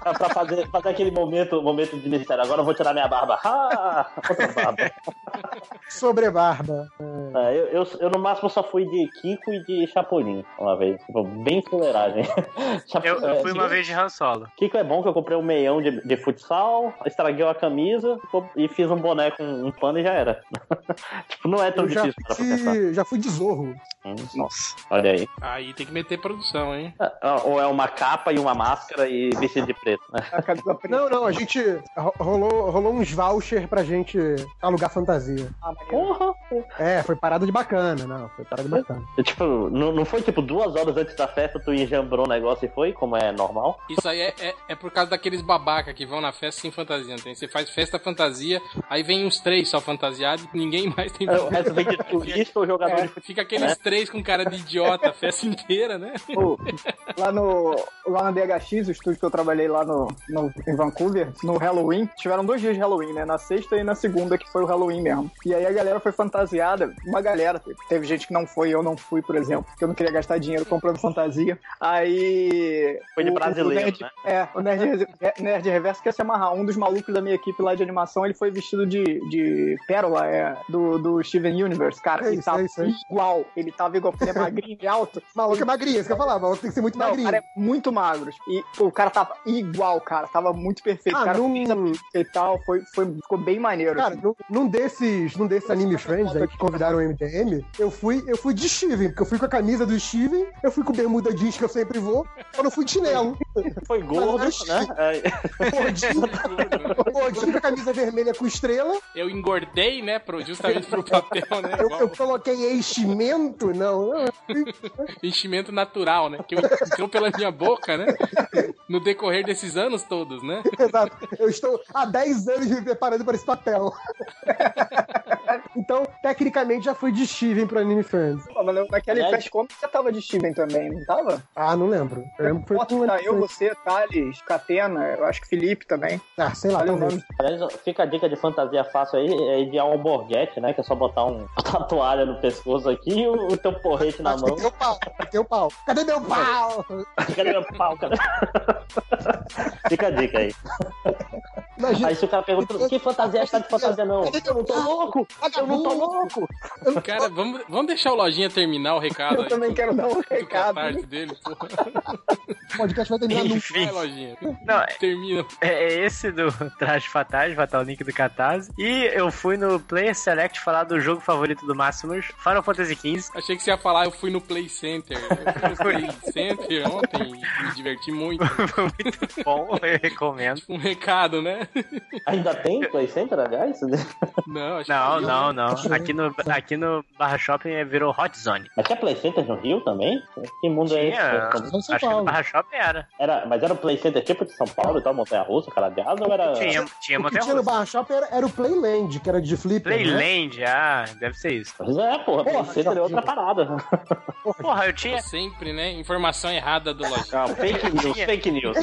Pra, pra fazer, fazer aquele momento, momento de ministério. Agora eu vou tirar minha barba. Ah, outra barba.
Sobrebarba.
É, eu, eu, eu, no máximo só fui de Kiko e de Chapolin uma vez. Tipo, bem fuleiragem. Chapo-
Eu, eu
é,
fui uma vez de Han Solo.
Kiko é bom que eu comprei um meião de, de futsal, estraguei a camisa co- e fiz um boné com um pano e já era. tipo, não é tão
Eu já,
difícil para pra pensar.
fui, já fui de zorro.
Hum, nossa, olha aí.
Aí tem que meter produção, hein?
Ah, Ou é uma capa e uma máscara e vestido de preto, né?
A camisa preta.
Não, não, a gente ro- rolou, rolou uns voucher pra gente alugar fantasia.
Ah, maneiro.
Porra!
É, foi parada de bacana, não, foi parada de bacana.
E, Tipo, não, não foi tipo duas horas antes da festa tu enjambrou o negócio e foi, como é normal?
Isso aí é, é, é por causa daqueles babaca que vão na festa sem fantasia, não tem? Você faz festa fantasia, aí vem uns três só fantasiados, ninguém mais tem
O resto vem de turista ou jogador
É,
de
Fica aqueles três com cara de idiota a festa inteira, né?
Pô, lá no lá na DHX, o estúdio que eu trabalhei lá no, no- em Vancouver, no Halloween, tiveram dois dias de Halloween, né? Na sexta e na segunda, que foi o Halloween mesmo. E aí a galera foi fantasiada, uma galera, teve- teve gente que não foi, eu não fui, por exemplo, porque eu não queria gastar dinheiro comprando fantasia. Aí.
Foi de
o- o
brasileiro,
nerd-
né?
É, o Nerd, Re- Nerd Reverso quer se amarrar. Um dos malucos da minha equipe lá de animação, ele foi vestido de, de Pérola, é, do, do Steven Universe, cara.
É
ele
isso,
tava
é isso, é isso.
igual. Ele tava igual, porque ele é magrinho e alto.
Maluco é magrinho, isso que eu falava, maluco tem que ser muito
Não, o
magrinho.
cara é muito magro. E pô, o cara tava igual, cara. Tava muito perfeito.
Ah,
cara,
num-
e tal. Foi, foi, ficou bem maneiro.
Cara, num, num desses, num desses anime friends aí que convidaram o MDM, eu fui, eu fui de Steven, porque eu fui com a camisa do Steven, eu fui com bermuda jeans que eu sempre vou, eu não fui de chinelo.
Foi gordo,
Mas-
né? É,
Gordinho, gordinho com a camisa vermelha com estrela,
Eu engordei, né? Pro, justamente pro papel, né?
eu,
Igual
eu coloquei enchimento, não, não,
enchimento natural, né? Que eu- entrou pela minha boca, né? No decorrer desses anos todos, né?
Exato. Eu estou há 10 anos me preparando para esse papel. então, tecnicamente, já fui de Steven pro Anime Friends.
Pô, mas naquela
Aliás-
festa como você tava de Steven também, não tava?
Ah, não lembro. Eu lembro que foi
Foto
pro
tá
Anime
eu,
Friends.
você, Thales, Catena, eu acho que Felipe também.
Ah, sei lá,
Olha o
talvez.
nome.
aliás, fica a dica de fantasia fácil aí, é enviar um alborguete, né? Que é só botar um, botar uma toalha no pescoço aqui e o, o teu porrete na
Mas tem
mão.
teu pau, tem teu pau. Cadê meu pau?
Cadê meu pau, cara? fica a dica aí.
Imagina,
Aí se o cara pergunta, que fantasia é essa de fantasia não?
cadê meu pau?
louco! Eu não tô louco!
Cara, vamos, vamos deixar o Lojinha terminar o recado
Eu
aí
também
do-
quero dar um
do
recado.
catarte dele, porra.
O podcast vai terminar num.
Enfim.
Vai, Lojinha.
Não, é,
Termina.
é esse do Traje Fatais, vai estar o link do Catarse. E eu fui no Player Select falar do jogo favorito do Máximos, Final Fantasy XV.
Achei que você ia falar, eu fui no Play Center. Eu fui no Play Center ontem e me diverti muito.
Foi muito bom, eu recomendo.
Um recado, né?
Ainda tem Play Center, aliás?
Não, acho
Não,
que
não, não. Aqui no, aqui no Barra Shopping é- virou Hot Zone.
Mas tinha Play Center no Rio também? Que mundo é
Tinha.
esse?
Só em São
Acho que no
Paulo.
Barra Shopping era.
Era, mas era o Play Center tipo de São Paulo e tal, Montanha Russa, Caradeado, ou era.
Tinha, tinha
É.
é
O que tinha
Montanha
no
Russa.
Barra Shop era, era o Playland, que era de flipper. né?
Playland, ah, deve ser isso.
Mas é, porra, Play
Porra,
Center é
Jorginho.
outra parada.
Porra, eu tinha,
Sempre, né? Informação errada do lojista.
Não, fake news,
Tinha.
fake news.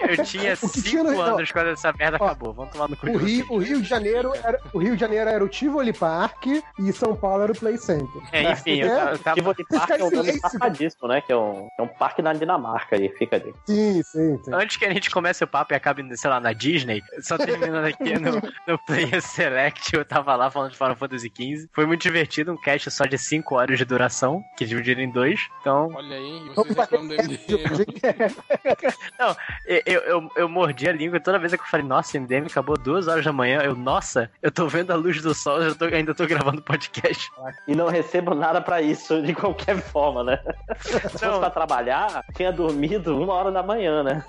eu tinha
O que tinha
cinco
no-
anos quando essa merda
Ó,
acabou. Vamos tomar no cu.
O Rio, o Rio de Janeiro era o Rio de Janeiro era o Tivoli Park e São Paulo era o Play Center.
É, enfim, eu tava- eu tava.
Tivoli Park é
Fica
um
em
nome
silêncio.
safadíssimo, né? Que é um, é um parque na Dinamarca ali, fica ali.
Sim, sim, sim.
Antes que a gente comece o papo e acabe, sei lá, na Disney, só terminando aqui no, no Player Select, eu tava lá falando de Final Fantasy XV. Foi muito divertido, um cast só de 5 horas de duração, que dividiram em dois. Então,
Olha aí,
Vamos
vocês
bater
reclamam do
recorde,
MDM.
gente.
eu, eu, eu, eu mordi a língua toda vez que eu falei, nossa, MDM acabou duas horas da manhã. Eu, nossa, eu tô vendo a luz do sol, eu tô, ainda tô gravando podcast.
E não recebo nada pra isso, de qualquer forma, né? Se fosse pra trabalhar, tinha dormido uma hora da manhã, né?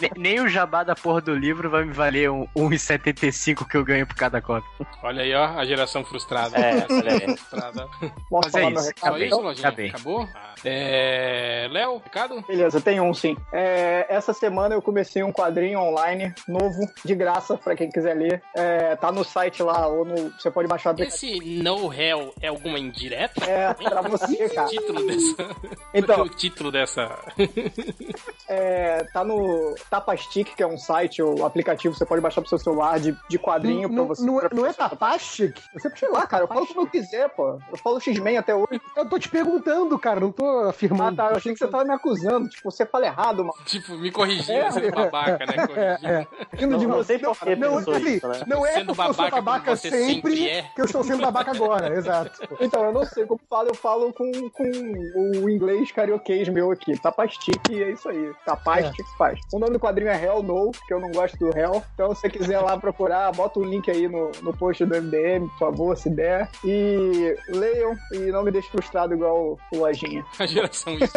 Ne- Nem o jabá da porra do livro vai me valer um 1,75 que eu ganho por cada cópia.
Olha aí, ó, a geração frustrada.
É,
A geração
olha aí. Tá
frustrada.
Posso
Mas é
falar meu
isso.
recado?
Só
Então,
Acabei,
isso, Lojinha?
acabei.
Acabou? É... Léo, recado?
Beleza, tem um sim. É, essa semana eu comecei um quadrinho online novo, de graça, pra quem quiser ler. É, tá no site lá, ou no, você pode baixar do
Esse No Hell é alguma indireta?
É, pra você,
Ah.
O
cara.
título dessa...
Então,
O título dessa...
é, tá no Tapastick, que é um site ou aplicativo, você pode baixar pro seu celular de, de quadrinho pra
Não,
você.
não, é-
pra
não é
pessoa-
Tapastic? Você
Sei lá, cara, eu falo como eu quiser, pô. Eu falo X-Men até hoje.
Eu tô te perguntando, cara, não tô
Ah,
afirmando.
tá, eu achei que você tava me acusando. Tipo, você fala errado, mano.
Tipo, me
É,
corrigindo, sendo babaca, né? Corrigindo.
Indo de
Não, não
você.
sei por que
Não,
pensou
ele-
isso, né?
Não é
Sendo
porque eu sou
babaca como
babaca
você sempre
sempre
é.
que eu estou sendo babaca agora, exato.
Então, eu não sei como fala, eu falo com, com o inglês carioquês meu aqui. Tapastique, é isso aí. Tapastique faz. O nome do quadrinho é Hell No, que eu não gosto do Hell. Então, se você quiser lá procurar, bota o link aí no, no post do MDM, por favor, se der. E leiam e não me deixe frustrado igual o Lojinha.
A geração Y.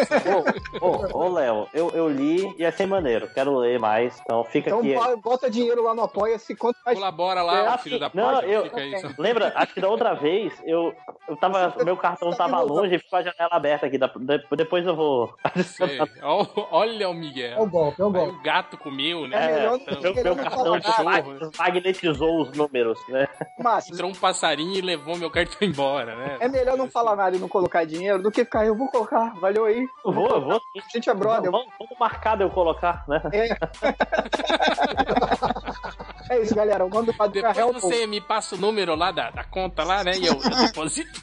Ô, ô, ô, Léo, eu, eu li e achei maneiro. Quero ler mais, então fica
Então,
aqui.
bo- bota dinheiro lá no Apoia-se, quanto mais
Colabora lá,
Ah,
o filho da
sim. Não,
puta.
eu-
Fica aí. só.
Lembra? Acho que da outra vez eu, eu tava. Meu cartão tava longe e ficou a janela aberta aqui. da- de- Depois eu vou.
Sei. Ó- Olha o
É um
Miguel.
golpe, é um
Aí
golpe.
o gato comeu, né?
É melhor
Então,
Meu, meu cartão de
cachorro.
magnetizou os números, né?
Márcio,
Entrou um passarinho e levou meu cartão embora, né?
É melhor não falar nada e não colocar dinheiro do que ficar, eu vou colocar, valeu aí.
Eu vou, eu vou. sim.
A gente é brother.
Vamos, vamos marcar de eu colocar, né?
É isso, galera. O nome do quadrinho é
Depois
Hell No.
você me passa o número lá da, da conta lá, né? E eu, eu deposito.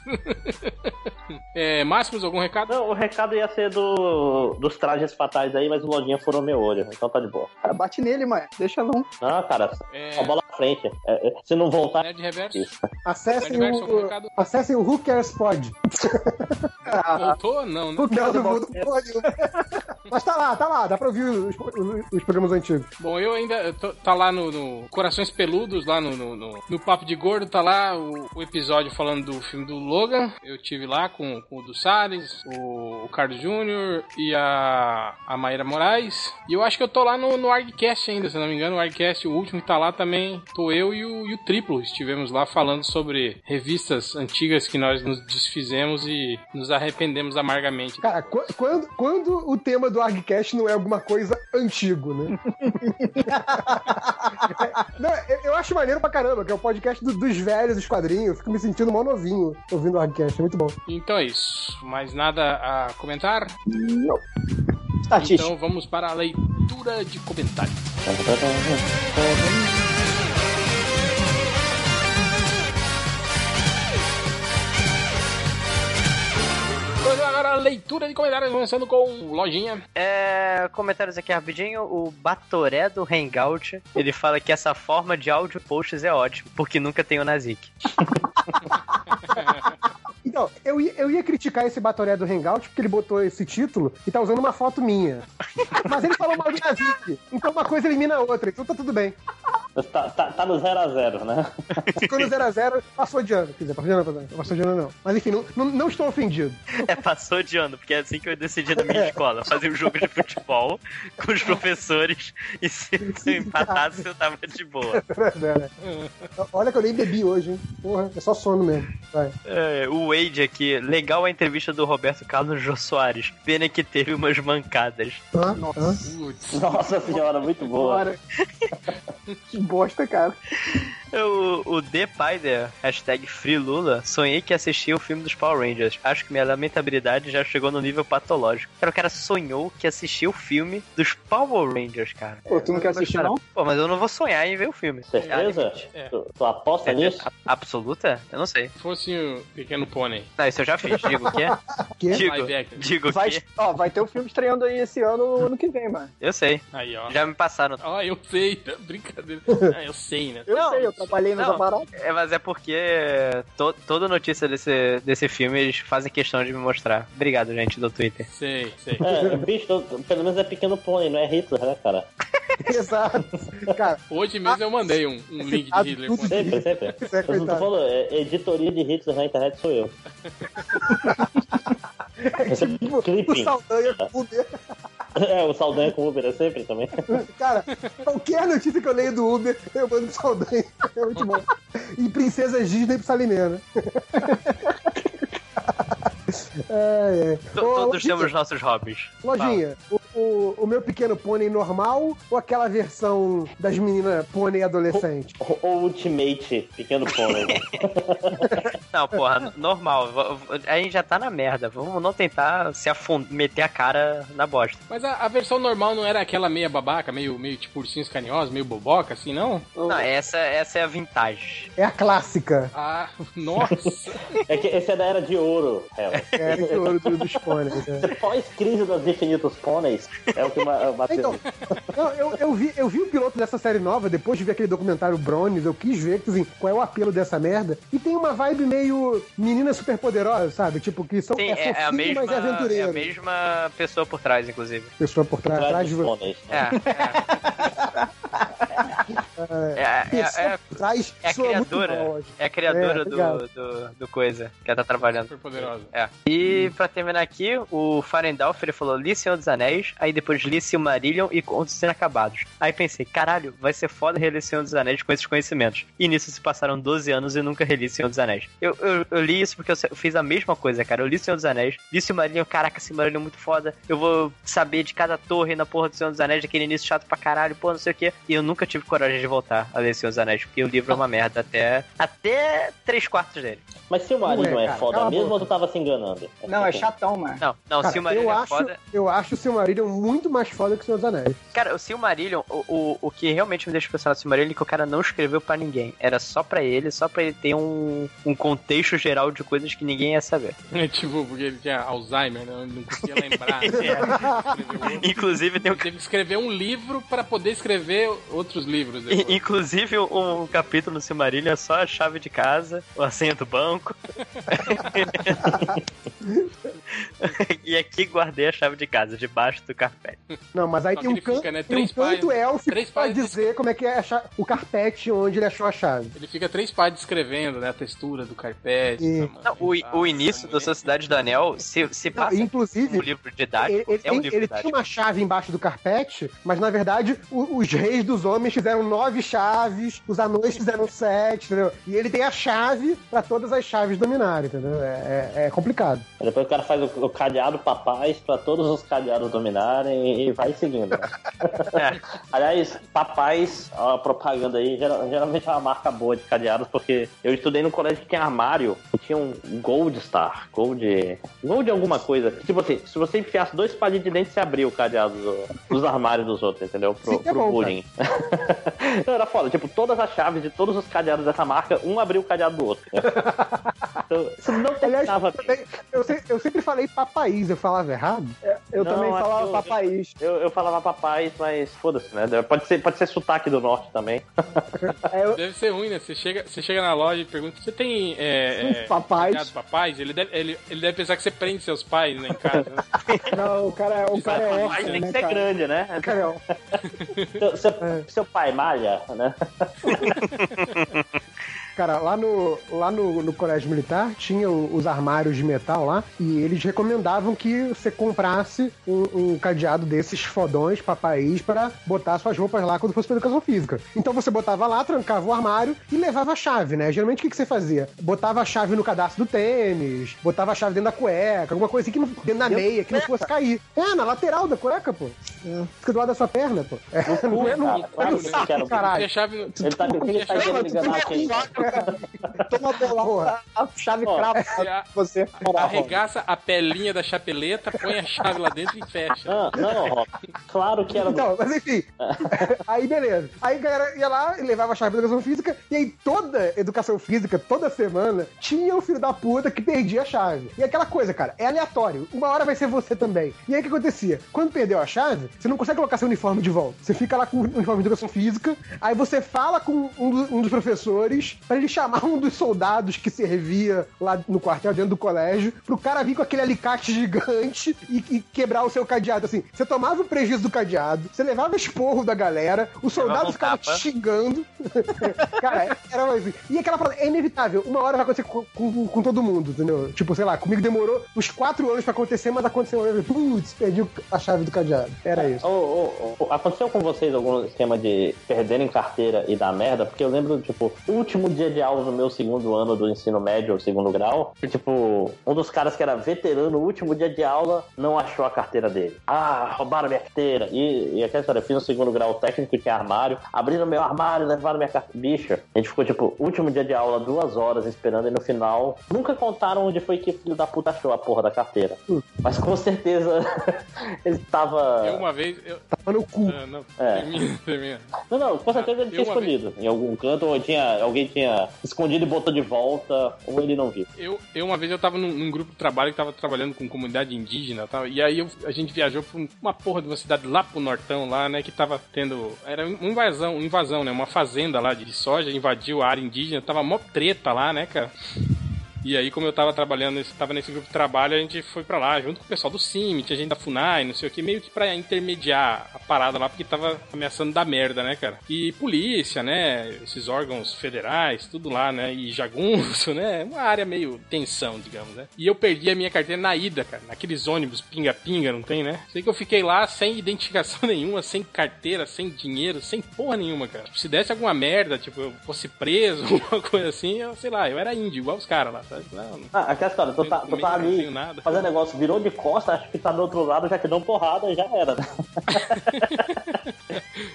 é, Máximos, algum recado?
Não, o recado ia ser do, dos trajes fatais aí, mas o Lojinha furou meu olho, então tá de boa.
Cara, bate nele, mano. Deixa não.
Não, cara,
É,
só bola pra frente. É, é, se não voltar,
Nerd Reverso.
Acessem
Nerd Reverso, algum
o,
recado?
acessem o Who Cares Pod.
Voltou ou não, né?
Who Cares Pod. né? Mas tá lá, tá lá, dá pra ouvir os, os programas antigos.
Bom, eu ainda. eu tô- tá lá no, no Corações Peludos, lá no, no, no- no Papo de Gordo, tá lá o, o episódio falando do filme do Logan. Eu tive lá com, com o do Salles, o, o Carlos Júnior e a, a Maíra Moraes. E eu acho que eu tô lá no, no Argcast ainda, se não me engano. O Argcast, o último que tá lá também, tô eu e o, e o Triplo. Estivemos lá falando sobre revistas antigas que nós nos desfizemos e nos arrependemos amargamente.
Cara, qu- quando, quando o tema do ArgCast não é alguma coisa antigo, né? não, eu, eu acho maneiro pra caramba, que é o podcast do- dos velhos, dos quadrinhos. Eu fico me sentindo mó novinho ouvindo o ArgCast, é muito bom.
Então é isso. Mais nada a comentar?
Estatística.
Então vamos para a leitura de comentários. Vamos agora a leitura de comentários, começando com o Lojinha.
É, comentários aqui rapidinho. O Batoré do Hangout, ele fala que essa forma de áudio posts é ótimo, porque nunca tem o Nazik.
Então, eu, ia- eu ia criticar esse Batoré do Hangout, porque ele botou esse título e tá usando uma foto minha. Mas ele falou mal do Nazik. Então uma coisa elimina a outra, então tá tudo bem.
Tá, tá, tá no 0 a 0 né?
Ficou no 0x0, passou de ano. Quer dizer, passou de ano, passou de ano, passou de ano não. Mas enfim, não, não, não estou ofendido.
É, passou de ano, porque é assim que eu decidi na minha escola. Fazer um jogo de futebol com os professores e se, se eu empatasse eu tava de boa.
Olha que eu nem bebi hoje, hein? Porra, é só sono mesmo. Vai.
É, o Wade aqui, legal a entrevista do Roberto Carlos Jô Soares. Pena que teve umas mancadas.
Hã? Hã?
Putz.
Nossa senhora, muito boa.
Bora. que bosta, cara.
O, o The Pider, hashtag FreeLula, sonhei que assistia o filme dos Power Rangers. Acho que minha lamentabilidade já chegou no nível patológico. Cara, o cara sonhou que assistia o filme dos Power Rangers, cara.
Pô, tu não quer assistir,
Cara,
não?
Pô, mas eu não vou sonhar em ver o filme.
Certeza?
É.
Tu, tu aposta
É, é,
nisso?
a- absoluta? Eu não sei.
Se fosse o Pequeno Pônei.
Não, isso eu já fiz. Digo o quê?
Quê?
Digo,
Live action.
digo o
Vai,
quê?
ó, vai ter o filme estreando aí esse ano, ano que vem, mano.
Eu sei.
Aí, ó.
Já me passaram.
Ah, eu sei, tá? brincadeira. Ah, eu sei, né?
Eu
Não,
sei, eu trabalhei nessa
não.
parada.
É, mas é porque to- toda notícia desse, desse filme eles fazem questão de me mostrar. Obrigado, gente, do Twitter.
Sei, sei.
É, bicho, tu- pelo menos é pequeno pônei, não é Hitler, né, cara?
Exato. Cara,
Hoje mesmo eu mandei um, um link de Hitler.
tudo
com-
Sempre, sempre.
Isso é
Eu não tô
coitado.
falando, é, editoria de Hitler na internet sou eu. É sempre
o
clipping.
Saldanha com o Uber.
É, o Saldanha com o Uber é sempre também.
Cara, qualquer notícia que eu leio do Uber, eu mando pro Saldanha. É muito bom. E Princesa Disney pro Salimena. É, é.
To-
Ô,
todos
Lojinha,
temos nossos hobbies.
Lojinha, o, o- o meu pequeno pônei normal ou aquela versão das meninas pônei adolescente?
Ou- Ou Ultimate, pequeno pônei.
Não, porra, normal. V- v- A gente já tá na merda. Vamos não tentar se afundar, meter a cara na bosta.
Mas a, a versão normal não era aquela meia babaca, meio, meio tipo ursinhos carinhosos, meio boboca, assim, não?
Não, essa, essa é a vintage.
É a clássica.
Ah, nossa.
É que esse é da era de ouro, Hel.
É, esse ouro do- dos pôneis. né?
Pós-crise dos infinitos pôneis, é o que ma- bateu.
Então, não, eu, eu, vi, eu vi o piloto dessa série nova, depois de ver aquele documentário Bronies, eu quis ver assim, qual é o apelo dessa merda. E tem uma vibe meio menina superpoderosa, sabe? Tipo, que são
Sim,
é
é, é a
fofinho,
mesma,
mas é
é,
aventureiro.
a mesma pessoa por trás, inclusive.
Pessoa por trás,
Atrás
atrás de
dos
você.
pôneis.
É, é. É, é, é,
Pessoa por trás,
é a
soa muito
criadora.
mal, acho.
é a criadora
É,
do,
obrigado.
do, do coisa que ela tá trabalhando.
Super poderosa.
É. E pra terminar aqui, o Farendalf ele falou li Senhor dos Anéis, aí depois li Silmarillion e Contos Inacabados. Aí pensei, caralho, vai ser foda reler Senhor dos Anéis com esses conhecimentos. E nisso se passaram 12 anos e nunca reli Senhor dos Anéis. Eu, eu, eu li isso porque eu se- eu fiz a mesma coisa, cara. Eu li Senhor dos Anéis, li Silmarillion, caraca, Silmarillion é muito foda. Eu vou saber de cada torre na porra do Senhor dos Anéis, daquele início chato pra caralho, pô, não sei o quê. E eu nunca tive coragem de voltar a ler Senhor dos Anéis, porque o livro é uma merda até, até 3 quartos dele.
Mas se o marido
Não
não
é,
é,
cara,
foda
cala a
mesmo
boca.
ou tu tava se enganando?
Não, é chatão, mano.
Não, não,
Cara, eu,
Silmarillion é
acho,
foda.
eu acho o Silmarillion muito mais foda que o Senhor dos Anéis.
Cara, o Silmarillion, o, o, o que realmente me deixa pensar no Silmarillion é que o cara não escreveu pra ninguém. Era só pra ele, só pra ele ter um, um contexto geral de coisas que ninguém ia saber.
É, tipo, porque ele tinha Alzheimer, né? Ele não conseguia lembrar.
É.
né? Escreveu outro.
Inclusive, tem um,
Ele teve que escrever um livro pra poder escrever outros livros. depois.
i- inclusive um capítulo no Silmarillion é só a chave de casa, o senha do banco. e aqui guardei a chave de casa, debaixo do carpete.
Não, mas aí
Só que
tem um,
ele
can...
fica, né,
tem um
três
canto
páginas-
élfico
três
pra
páginas-
dizer como é que é a cha- o carpete onde ele achou a chave.
Ele fica três partes escrevendo, né? A textura do carpete. né?
E-
tamanho,
Não, o, i-
tal,
o início da
tamanho.
Sociedade do Anel se, se
Ah,
Não,
passa
inclusive,
um livro didático,
Ele, ele
é um
tem,
livro
ele
didático.
tinha uma chave embaixo do carpete, mas na verdade o- os reis dos homens fizeram nove chaves, os anões fizeram sete, entendeu? E ele tem a chave pra todas as chaves dominarem, entendeu? É, é- é complicado.
Aí Depois o cara faz o, o cadeado papais pra todos os cadeados dominarem e, e vai seguindo. né? Aliás, papais, a propaganda aí, geral- geralmente é uma marca boa de cadeados, porque eu estudei no colégio que tinha armário, e tinha um Gold Star, Gold. Gold alguma coisa. Tipo assim, se você enfiasse dois palitos de dente, você abria o cadeado do- dos armários dos outros, entendeu? Pro,
Sim, que é
pro
bom,
bullying. Não, era foda. Tipo, todas as chaves de todos os cadeados dessa marca, um abriu o cadeado do outro. Então, isso não
Aliás,
terminava bem.
também, eu, se- eu sempre falei papaís, eu falava errado?
É, Eu
Não,
também
acho
falava
que eu-
papaís.
Eu, eu falava papais, mas foda-se, né? Pode ser, pode ser sotaque do norte também.
É, eu-
Deve ser ruim, né? Você chega, você chega na loja e pergunta: Você tem. É, é,
papais.
criado papais? Ele deve, ele, ele deve pensar que você prende seus pais, né? Em casa. né?
Não, o cara, o cara é
Mas
órfão,
tem que
né,
ser
cara?
grande, né?
O cara é órfão.
Seu, seu- seu pai malha, né?
Cara, lá no, lá no, no colégio militar tinha o- os armários de metal lá e eles recomendavam que você comprasse um, um cadeado desses fodões papais pra botar suas roupas lá quando fosse pra educação física. Então você botava lá, trancava o armário e levava a chave, né? Geralmente o que, que você fazia? Botava a chave no cadastro do tênis, botava a chave dentro da cueca, alguma coisa assim que não, dentro da meia, que não fosse cair. É, na lateral da cueca, pô. Fica do lado da sua perna, pô. É, não é no,
cara.
é no
É. Claro que
saco,
quero-
caralho.
Tem a chave no-
Ele tá com o que ele tá querendo enganar aqui.
Toma bolada, a chave
Ó, tá
crava
você a-
você.
Arregaça a pelinha da chapeleta, põe a chave lá dentro e fecha.
Não, "Ah, não, Rob. Claro que era do
Então, mas enfim. aí beleza. Aí a galera ia lá e levava a chave da educação física. E aí toda educação física, toda semana, tinha o filho da puta que perdia a chave. E aquela coisa, cara, é aleatório. Uma hora vai ser você também. E aí o que acontecia? Quando perdeu a chave, você não consegue colocar seu uniforme de volta. Você fica lá com o uniforme de educação física. Aí você fala com um, do- um dos professores pra ele chamar um dos soldados que servia lá no quartel, dentro do colégio, pro cara vir com aquele alicate gigante e, e quebrar o seu cadeado. Assim, você tomava o prejuízo do cadeado, você levava esporro da galera, o soldado
um
ficava
tapa.
te xingando. cara, era uma... E aquela parada, é inevitável. Uma hora vai acontecer com, com- com todo mundo, entendeu? Tipo, sei lá, comigo demorou uns quatro anos pra acontecer, mas aconteceu uma vez. Putz, perdi o- a chave do cadeado. Era isso.
Ô, ô, ô, aconteceu com vocês algum esquema de perderem carteira e dar merda? Porque eu lembro, tipo, o último dia de aula do meu segundo ano do ensino médio, ou segundo grau, que, tipo, um dos caras que era veterano, o último dia de aula, não achou a carteira dele. Ah, roubaram minha carteira. E, e aquela história, eu fiz o segundo grau técnico, tinha armário, abriram meu armário, levaram minha carteira. Bicha, a gente ficou, tipo, último dia de aula, duas horas esperando, e no final, nunca contaram onde foi que o filho da puta achou a porra da carteira. Mas com certeza, ele tava...
Eu uma vez. Eu,
Tava no cu.
ah, não,
Ah. É.
termina, termina.
Não, não, com certeza
Eu
ele tinha
Ah, uma vez-
escondido em algum canto, ou tinha, alguém tinha escondido e botou de volta, ou ele não viu.
Eu, eu uma vez eu tava num, num grupo de trabalho que tava trabalhando com comunidade indígena e tal. E aí eu- a gente viajou pra um- uma porra de uma cidade lá pro nortão, lá, né? Que tava tendo. Era uma invasão, uma invasão, né? Uma fazenda lá de soja, invadiu a área indígena, tava mó treta lá, né, cara? E aí, como eu tava trabalhando, nesse- tava nesse grupo de trabalho, a gente foi pra lá, junto com o pessoal do CIMI, tinha gente da FUNAI, não sei o que, meio que pra intermediar a parada lá, porque tava ameaçando dar merda, né, cara? E polícia, né, esses órgãos federais, tudo lá, né, e jagunço, né, uma área meio tensão, digamos, né? E eu perdi a minha carteira na ida, cara, naqueles ônibus pinga-pinga, não tem, né? Sei que eu fiquei lá sem identificação nenhuma, sem carteira, sem dinheiro, sem porra nenhuma, cara. Tipo, se desse alguma merda, tipo, eu fosse preso, alguma coisa assim, eu sei lá, eu era índio, igual os caras lá, sabe? Não, não
Ah, aquela história, tu
tenho
tá, tu
documento,
tá
não tenho
ali
nada.
fazendo negócio, virou de costa, acho que tá do outro lado, já te dão porrada e já era.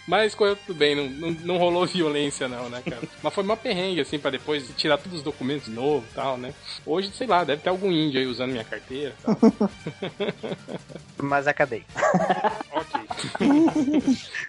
Mas correu tudo bem, não, não, não rolou violência não, né, cara? Mas foi mó perrengue, assim, pra depois tirar todos os documentos de novo e tal, né? Hoje, sei lá, deve ter algum índio aí usando minha carteira e tal.
Mas acabei.
ok.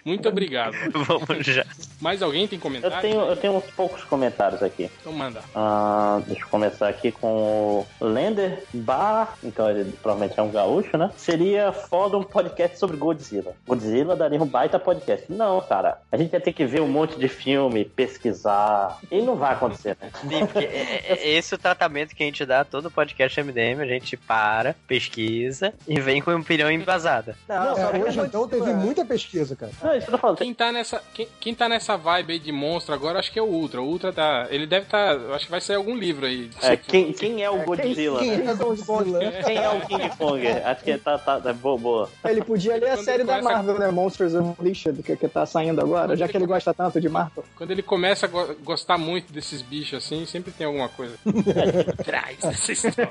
Muito obrigado.
Vamos já.
Mais alguém tem comentário?
Eu tenho, eu tenho uns poucos comentários aqui.
Então manda.
Ah, deixa eu começar aqui com o Lender Bar. Então ele provavelmente é um gaúcho, né? Seria foda um podcast sobre Godzilla. Godzilla daria um baita podcast. Não, cara. A gente ia ter que ver um monte de filme, pesquisar. E não vai acontecer, né?
Sim, porque é- é- esse é o tratamento que a gente dá a todo podcast MDM. A gente para, pesquisa e vem com uma opinião embasada.
Não,
só
é,
que
hoje
eu vou
então teve
dizer,
muita pesquisa, cara.
Não, isso que eu tô falando.
Quem tá nessa, quem, quem tá nessa vibe aí de monstro agora, acho que é o Ultra. O Ultra tá. Ele deve tá. eu Acho que vai sair algum livro aí.
É, quem, quem é o Godzilla?
Quem
né?
é Godzilla?
Quem é o King Kong? Acho que tá, tá, tá boa, boa.
Ele podia ler a
Quando
série
ele
da
começa-
Marvel, né? Monsters Unleashed, que, que tá saindo agora, já que ele gosta tanto de Marvel.
Quando ele começa a go- gostar muito desses bichos assim, sempre tem alguma coisa por trás dessa história.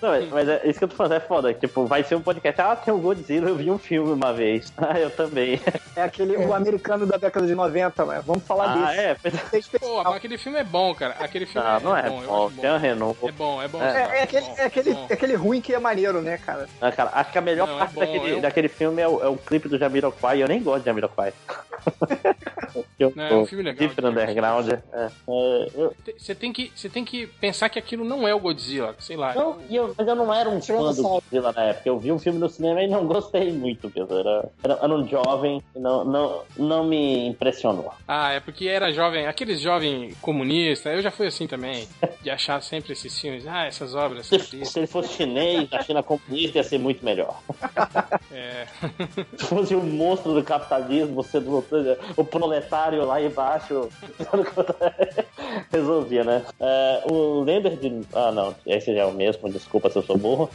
Não, mas- mas é, isso que eu tô falando é foda. Tipo, vai ser um podcast. Ah, tem o Godzilla, eu vi um filme uma uma vez. Ah, eu também.
É aquele o americano da década de 90, mas vamos falar
Ah,
desse.
é?
É especial.
Pô, mas aquele filme é bom, cara. Aquele filme
Não,
é
não é
bom. eu
bom.
acho
Tem a Renault.
É bom, é bom.
É.
cara,
É, é aquele,
bom,
é, aquele,
bom.
é aquele ruim que é maneiro, né, cara?
Ah, cara, acho que a melhor
Não, é
parte
bom,
daquele,
eu-
daquele filme é o, é o clipe do Jamiroquai. Eu nem gosto de Jamiroquai. eu,
Não, é um filme legal,
Deep Underground. é. É, eu-
Te- Você tem, que, você tem que pensar que aquilo não é o Godzilla, sei lá.
não, e eu- mas eu não era um fã do Godzilla na época. Eu vi um filme no cinema e não gostei muito. quer dizer, Era, era, era um jovem e não, não, não me impressionou.
Ah, é porque era jovem, aqueles jovem comunista, eu já fui assim também, de achar sempre esses filmes, ah, essas obras.
Se,
simplistas,
se ele fosse chinês, a China comunista ia ser muito melhor.
É.
Se fosse um monstro do capitalismo, sendo o proletário lá embaixo, resolvia, né? É, o Lender de. Ah, não, esse já é o mesmo, desculpa se eu sou burro.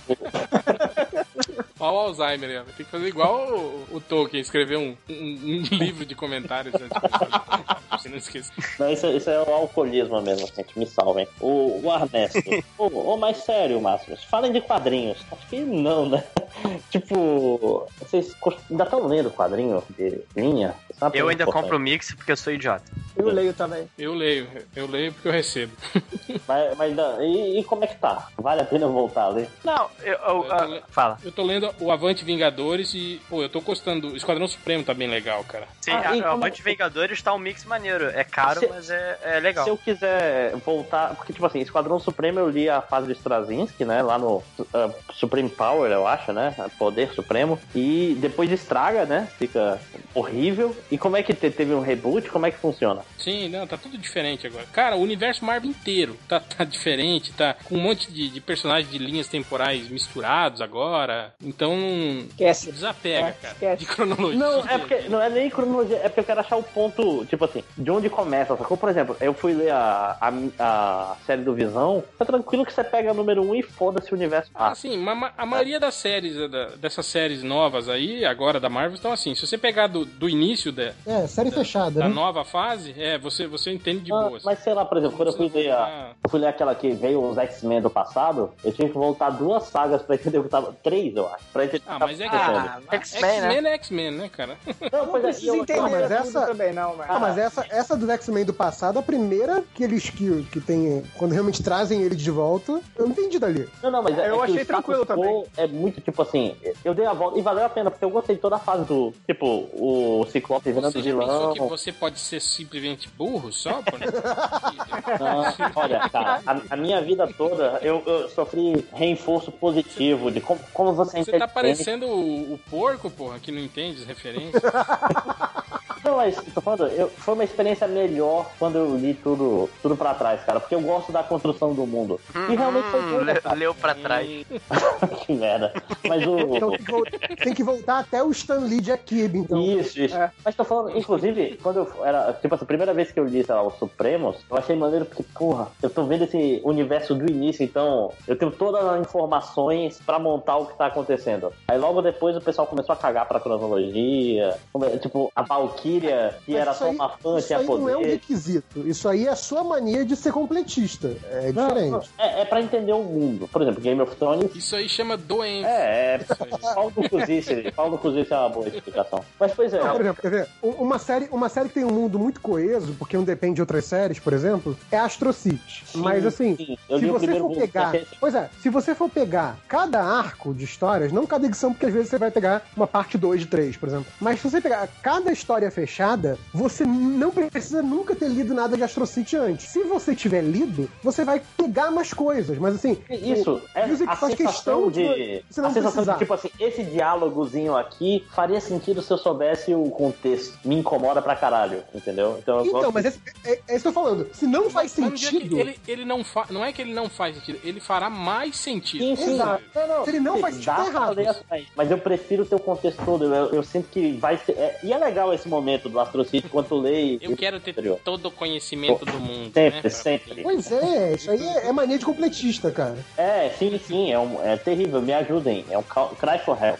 Olha o Alzheimer, aí, ó. tem que fazer igual o, o Tolkien, escrever um, um- um livro de comentários antes de fazer. Você não esqueça.
Não, isso, isso é o alcoolismo mesmo, gente, me salvem. O, o Arnesto. Ô, ô, mas sério, Márcio, falem de quadrinhos. Acho que não, né? Tipo, vocês cost- ainda estão lendo quadrinho de linha? Isso é uma
Eu
pergunta
ainda
importante.
compro o mix porque eu sou idiota.
Eu leio também.
Eu leio, eu leio porque eu recebo.
Mas, mas ainda- e, e como é que tá? Vale a pena voltar a ler?
Não, eu, eu-
Eu tô le-
ah, fala.
Eu tô lendo o Avante Vingadores e, pô, eu tô gostando. O Esquadrão Supremo tá bem legal, cara.
Sim,
Ah,
a-
e
a
como-
Avante Vingadores tá um mix maneiro. É caro,
Se-
mas é, é legal.
Se eu quiser voltar, porque tipo assim, Esquadrão Supremo eu li a fase do Straczynski, né? Lá no ah, Supreme Power, eu acho, né? Poder Supremo. E depois estraga, né? Fica horrível. E como é que te- teve um reboot? Como é que funciona?
Sim, não, tá tudo diferente agora. Cara, o universo Marvel inteiro tá, tá diferente, tá com um monte de, de personagens de linhas temporais misturados agora. Então,
Esquece.
desapega,
É,
cara,
esquece.
de cronologia.
Não, é porque não é nem cronologia, é porque eu quero achar o ponto, tipo assim, de onde começa, sacou? Por exemplo, eu fui ler a, a, a série do Visão, tá tranquilo que você pega o número 1 um e foda-se o universo.
Ah, sim, ma- ma- a maioria das séries, eh, da- dessas séries novas aí, agora da Marvel, estão assim. Se você pegar do, do início da,
É, série fechada,
da
né?
nova fase, é, você, você entende de
Ah,
boa. Ah. assim.
mas sei lá, por exemplo, quando eu fui ler a, Eu fui ler aquela que veio os X-Men do passado, eu tinha que voltar duas sagas pra entender o que tava. Três, eu acho. Pra entender o
Ah,
que
mas é que-
tava acontecendo.
Ah,
X-Men, né?
X-Men é X-Men, né, cara?
não,
não precisa entender
não, mas
tudo
essa-
também, não, mano.
Ah, mas essa, essa do X-Men do passado, a primeira que eles que, que tem. Quando realmente trazem ele de volta, eu não entendi dali.
Não, não, mas é-
Eu
é que
achei
o status
tranquilo
quo
também.
É muito tipo assim, eu dei a volta e valeu a pena, porque eu gostei de toda a fase do. Tipo, o Ciclope virando
Você já
vilão.
pensou que você pode ser simplesmente burro só? Por...
Não, Ah, olha, cara, a, a minha vida toda eu, eu sofri reforço positivo de como, como você é
Você tá
inteligente.
parecendo o, o porco, porra, que não entende as referências.
Não, mas tô falando, eu- foi uma experiência melhor quando eu li tudo, tudo pra trás, cara, porque eu gosto da construção do mundo. E realmente foi
Hum,
tudo,
le-
cara.
leu pra trás.
que merda. Mas o.
Então tem que, vol- tem que voltar até o Stan Lee de Akib, então.
Isso, isso.
É.
Mas tô falando, inclusive, quando eu era. Tipo, assim, a primeira vez que eu li, sei lá, os Supremos, eu achei maneiro porque, porra, eu tô vendo esse universo do início, então eu tenho todas as informações pra montar o que tá acontecendo. Aí logo depois o pessoal começou a cagar pra cronologia. come- Tipo, a Valkyria, que
Mas
era
isso
só
aí-
uma fã,
Isso
tinha
aí não é um
poder.
requisito. Isso aí é a sua mania de ser completista. É
Não,
diferente.
não, é, é pra entender o mundo. Por exemplo, Game of Thrones
Isso aí chama doença.
É, é.
Isso aí.
Paulo do Cusice. Paulo do Cusice é uma boa explicação. Mas, pois é.
Não, por exemplo, quer ver? Um- Uma série, uma série que tem um mundo muito coeso, porque não depende de outras séries, por exemplo, é Astro City.
sim,
Mas assim,
sim, eu
se
li o
você
primeiro
for
volume,
pegar.
porque esse-
Pois é, se você for pegar cada arco de histórias, não cada edição, porque às vezes você vai pegar uma parte 2 de 3, por exemplo. Mas se você pegar cada história fechada, você não precisa nunca ter lido nada de Astro City antes. Se você tiver lido, você vai pegar mais coisas. Mas assim,
Isso, é
Music
a
faz
sensação
questão
de.
de você não
a sensação
precisar.
de, tipo assim, esse diálogozinho aqui faria sentido se eu soubesse o contexto. Me incomoda pra caralho, entendeu? Então eu
Então,
gosto.
mas esse, é, é isso que eu tô falando. Se não faz
Mas no dia que
sentido.
Ele, ele não, fa... não é que ele não faz sentido, ele fará mais sentido.
Sim, sim.
é Exato.
Não, não,
Se ele não faz
dá
sentido, tá
pra
errado.
ler essa aí. Mas eu prefiro ter o contexto todo. Eu, eu sinto que vai ser. é- e é legal esse momento. lançamento do Astro City quanto leio.
Eu quero ter todo o conhecimento do mundo.
Sempre,
né, pra-
sempre.
Pois é, isso aí é, é mania de completista, cara.
É, sim, sim, é, um- é terrível, me ajudem. É um ca- cry for help.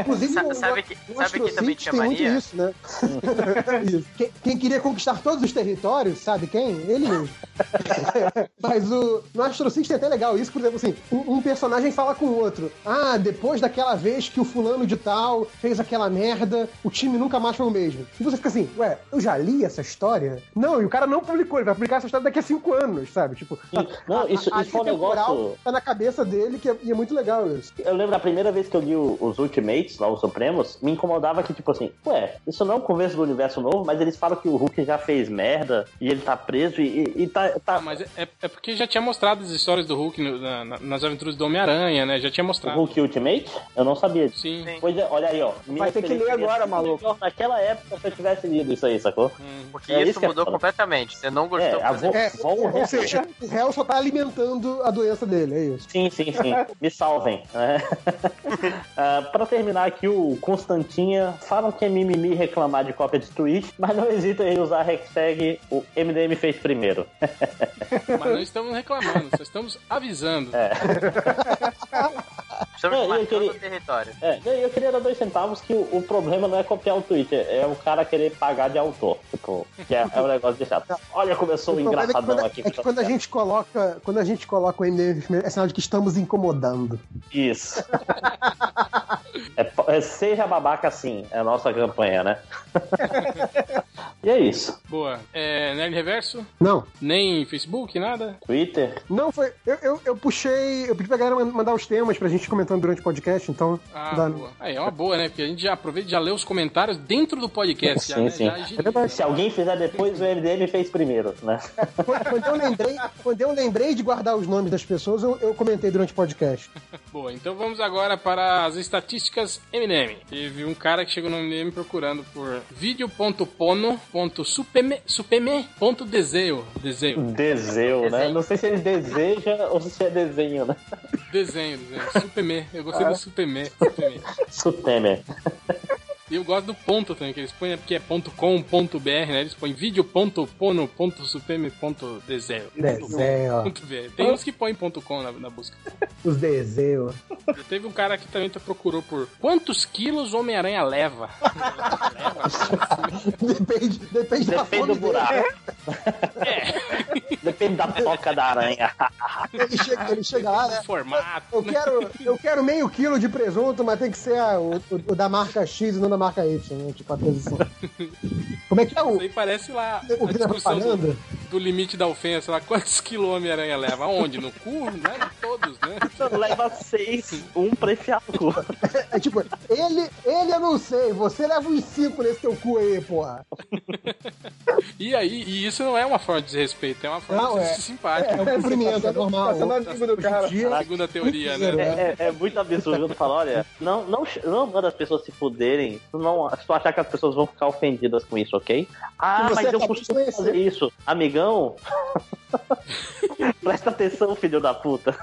Inclusive,
Sabe-
o-
sabe que-
o
sabe
Astro
que também
City
tinha
tem muito
mania?
isso, né? Isso. Quem, quem queria conquistar todos os territórios, sabe quem? Ele mesmo. Mas o, no Astro City é até legal isso, por exemplo, assim, um, um personagem fala com o outro. Ah, depois daquela vez que o fulano de tal fez aquela merda, o time nunca mais foi o mesmo. E você fica assim, ué, eu já li essa história? Não, e o cara não publicou, ele vai publicar essa história daqui a cinco anos, sabe? Tipo,
Sim. Não, isso,
a
isso foi um
linha temporal
negócio.
tá na cabeça dele que é- e é muito legal isso.
Eu lembro a primeira vez que eu li o- os Ultimates, lá, os Supremos, me incomodava que, tipo assim, ué, isso não é o começo do universo novo, mas eles falam que o Hulk já fez merda e ele tá preso e, e- e tá. tá-
Ah, mas é, é porque já tinha mostrado as histórias do Hulk no- na- na- nas aventuras do Homem-Aranha, né? Já tinha
O
mostrado.
Hulk Ultimate? Eu não sabia disso.
Sim.
Sim.
Pois é, olha aí, ó. minha
ter que ler
experiência
agora,
ia ser
maluco.
melhor Naquela época, se eu tivesse lido isso aí, sacou?
Porque
É isso
isso
que eu
mudou
falo.
completamente. Você não
É,
gostou.
a
por
vo...
exemplo.
É,
vão
Ou seja, o réu só tá alimentando a doença dele, é isso.
Sim, sim, sim. Me salvem. né? Ah, pra terminar aqui, o Constantinha. Falam que é mimimi reclamar de cópia de tweet, mas não hesita em usar a hashtag o MDM fez primeiro.
Mas não estamos reclamando, só estamos avisando.
Estamos
É, e
marcando
aquele-
o território.
É, não, eu queria dar dois centavos que o, o problema não é copiar o tweet, é o cara querer pagar de autor. Tipo, que é, é um negócio de chato. Olha como eu sou um
O problema é que
engraçadão
quando-
aqui.
É que quando a gente coloca, quando a gente coloca o MDM, é sinal de que estamos incomodando.
Isso. É po- é seja babaca assim, é a nossa campanha, né? e é isso.
Boa. É, Nerd Reverso?
Não,
Nem Facebook, nada?
Twitter?
não foi. Eu, eu, eu puxei, eu pedi pra galera mandar os temas pra gente comentando durante o podcast, então.
Ah,
dá-
boa. Aí, é uma boa, né? Porque a gente já aproveita e já lê os comentários dentro do podcast. já,
Sim,
né?
sim.
Já agiliza.
É Se alguém fizer depois, o MDM fez primeiro, né?
Quando, quando eu lembrei, quando eu lembrei de guardar os nomes das pessoas, eu, eu comentei durante o podcast.
Boa, então vamos agora para as estatísticas M&M. Teve um cara que chegou no M&M procurando por vídeo.pono.supeme.desenho. Desenho,
Desejo, né?
Desenho.
Não sei se ele deseja ou se é desenho, né?
desenho, desenho. Supeme. Eu gostei do supeme. supeme.
Sutemer.
E eu gosto do ponto também, que eles põem, porque é ponto .com.br, né? Eles põem vídeo.pono.supeme.desenho.
Desenho.
Ponto .br. Tem uns que põem ponto .com na, na busca.
Os desenhos.
E teve um cara que também procurou por quantos quilos Homem-Aranha leva?
Depende, depende da
Depende
fome
do buraco.
dele. é,
Depende da toca da aranha.
Ele chega, ele chega lá, né?
Formato.
Eu quero, eu quero meio quilo de presunto, mas tem que ser a- o, o- o da marca X e não da marca Y, né? Tipo, a coisa assim. Como é que é o,
Isso aí parece lá
o
a
que tá
discussão do,
propaganda?
do limite da ofensa lá. Quantos quilos o Homem-Aranha leva? Onde? No cu? Né? Em Todos, né?
Então, Leva seis, um pra enfiar no cu.
É tipo, ele, ele eu não sei, você leva uns cinco nesse teu cu aí, porra.
E aí, e isso não é uma forma de desrespeito, é uma forma
Não,
de
é.
ser simpático.
É um cumprimento,
Tá
é normal.
sendo amigo do cara.
Hoje em dia,
Segundo a teoria, né?
É, é- é muito absurdo tu falar, olha, não, não, ch- não manda as pessoas se fuderem, tu não, se tu achar que as pessoas vão ficar ofendidas com isso, ok? Ah,
Que você
mas eu
acabou de
costumo
conhecer.
fazer isso. Amigão, presta atenção, filho da puta.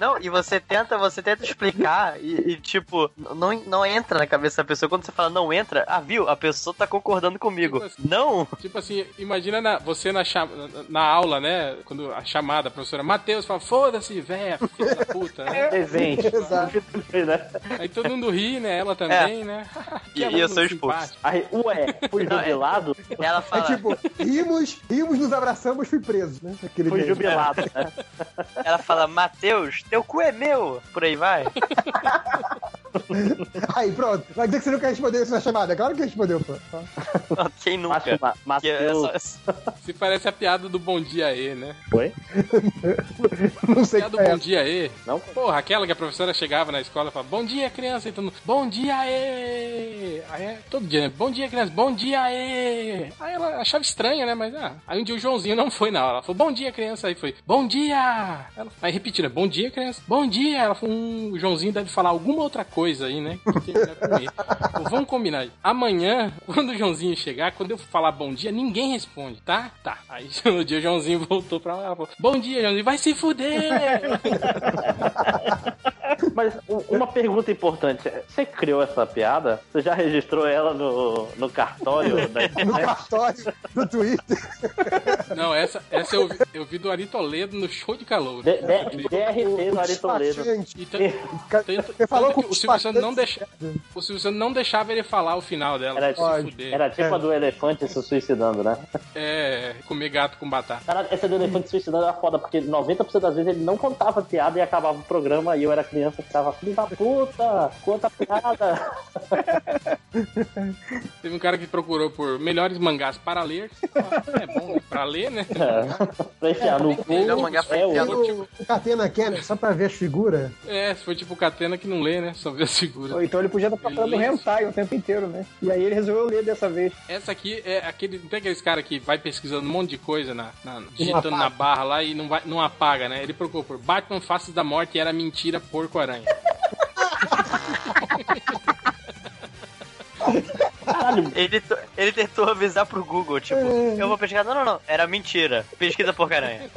Não, e você tenta, você tenta explicar e, e, tipo, não, não entra na cabeça da pessoa. Quando você fala não entra, ah, viu? A pessoa tá concordando comigo.
Tipo assim.
Não!
Tipo assim, imagina na- você na, cha- na- na aula, né? Quando a chamada, a professora Matheus fala, foda-se, véia, filho da puta. né?
Presente.
Exato.
Né?
Aí todo mundo ri, né? Ela também, né?
É. E- e eu sou expulso.
Aí, ué, fui
Não, é-
jubilado,
Ela
É
fala,
tipo, rimos, rimos, nos abraçamos, fui preso, né? Aquele
fui
mesmo.
jubilado. né?
ela fala, Matheus, teu cu é meu! Por aí vai.
Aí, pronto. Vai dizer que você nunca respondeu isso na chamada. Claro que respondeu, pô.
Quem
Macho,
nunca?
ma-
Que é
Matheus,
só-
Se parece a piada do Bom Dia E, né?
foi?
Não sei
Piada do
o que é.
Bom
essa.
Dia E.
Não?
Porra, aquela que a professora chegava na escola e falava, bom dia, criança, e todo mundo, bom dia, ê! Aí é todo dia, né? bom dia, criança, bom dia, ê! Aí ela achava estranha, né? Mas, ah, aí um dia o Joãozinho não foi na aula, ela falou, bom dia, criança, aí foi, bom dia! Ela- aí repetindo, bom dia, criança, bom dia! Ela falou, hum, o Joãozinho deve falar alguma outra coisa aí, né? Que tem a ver com ele. Falou, Vamos combinar, amanhã, quando o Joãozinho chegar, quando eu falar bom dia, ninguém responde, tá? Tá. Aí no dia o Joãozinho voltou pra lá, ela falou, bom dia, Joãozinho, vai se fuder!
Mas u- uma pergunta importante. Você criou essa piada? Você já registrou ela no, no cartório da
No
internet?
cartório, no Twitter.
Não, essa, essa eu, vi, eu vi do Ari Toledo no show de calor.
D- D- DRT no Ari Toledo.
Despachante.
E tan- tanto-
Você falou
tanto
com
que
o
o Silvio Santos não
despachante.
deixa, o Silvio Santos não deixava ele falar o final dela.
Era,
pra se
ódio,
fuder.
Era tipo a do elefante se suicidando, né?
É, comer gato com batata.
Cara, essa do elefante se suicidando era foda, porque 90% das vezes ele não contava piada e acabava o programa e eu era criança e ficava, filho da puta, conta piada.
Teve um cara que procurou por melhores mangás para ler. Ah, É bom, né? Pra ler, né?
É. pra enfiar no cu.
Melhor
mangá
pra
é
enfiar
o-
no-
O, o Catena Kenner, só pra ver as figuras.
É, foi tipo o Catena que não lê, né? Só vê a figura.
Ou então ele podia estar procurando
Beleza.
hentai o tempo inteiro, né? E aí ele resolveu ler dessa vez.
Essa aqui é aquele. Não tem aqueles cara que vai pesquisando um monte de coisa na, na- digitando na
apaga.
barra lá e não, vai, não apaga, né? Ele procurou por Batman Faces da Morte e era mentira porco-aranha.
Ele, t- ele tentou avisar pro Google, tipo, eu vou pesquisar. Não, não, não. Era mentira. Pesquisa porcaranha.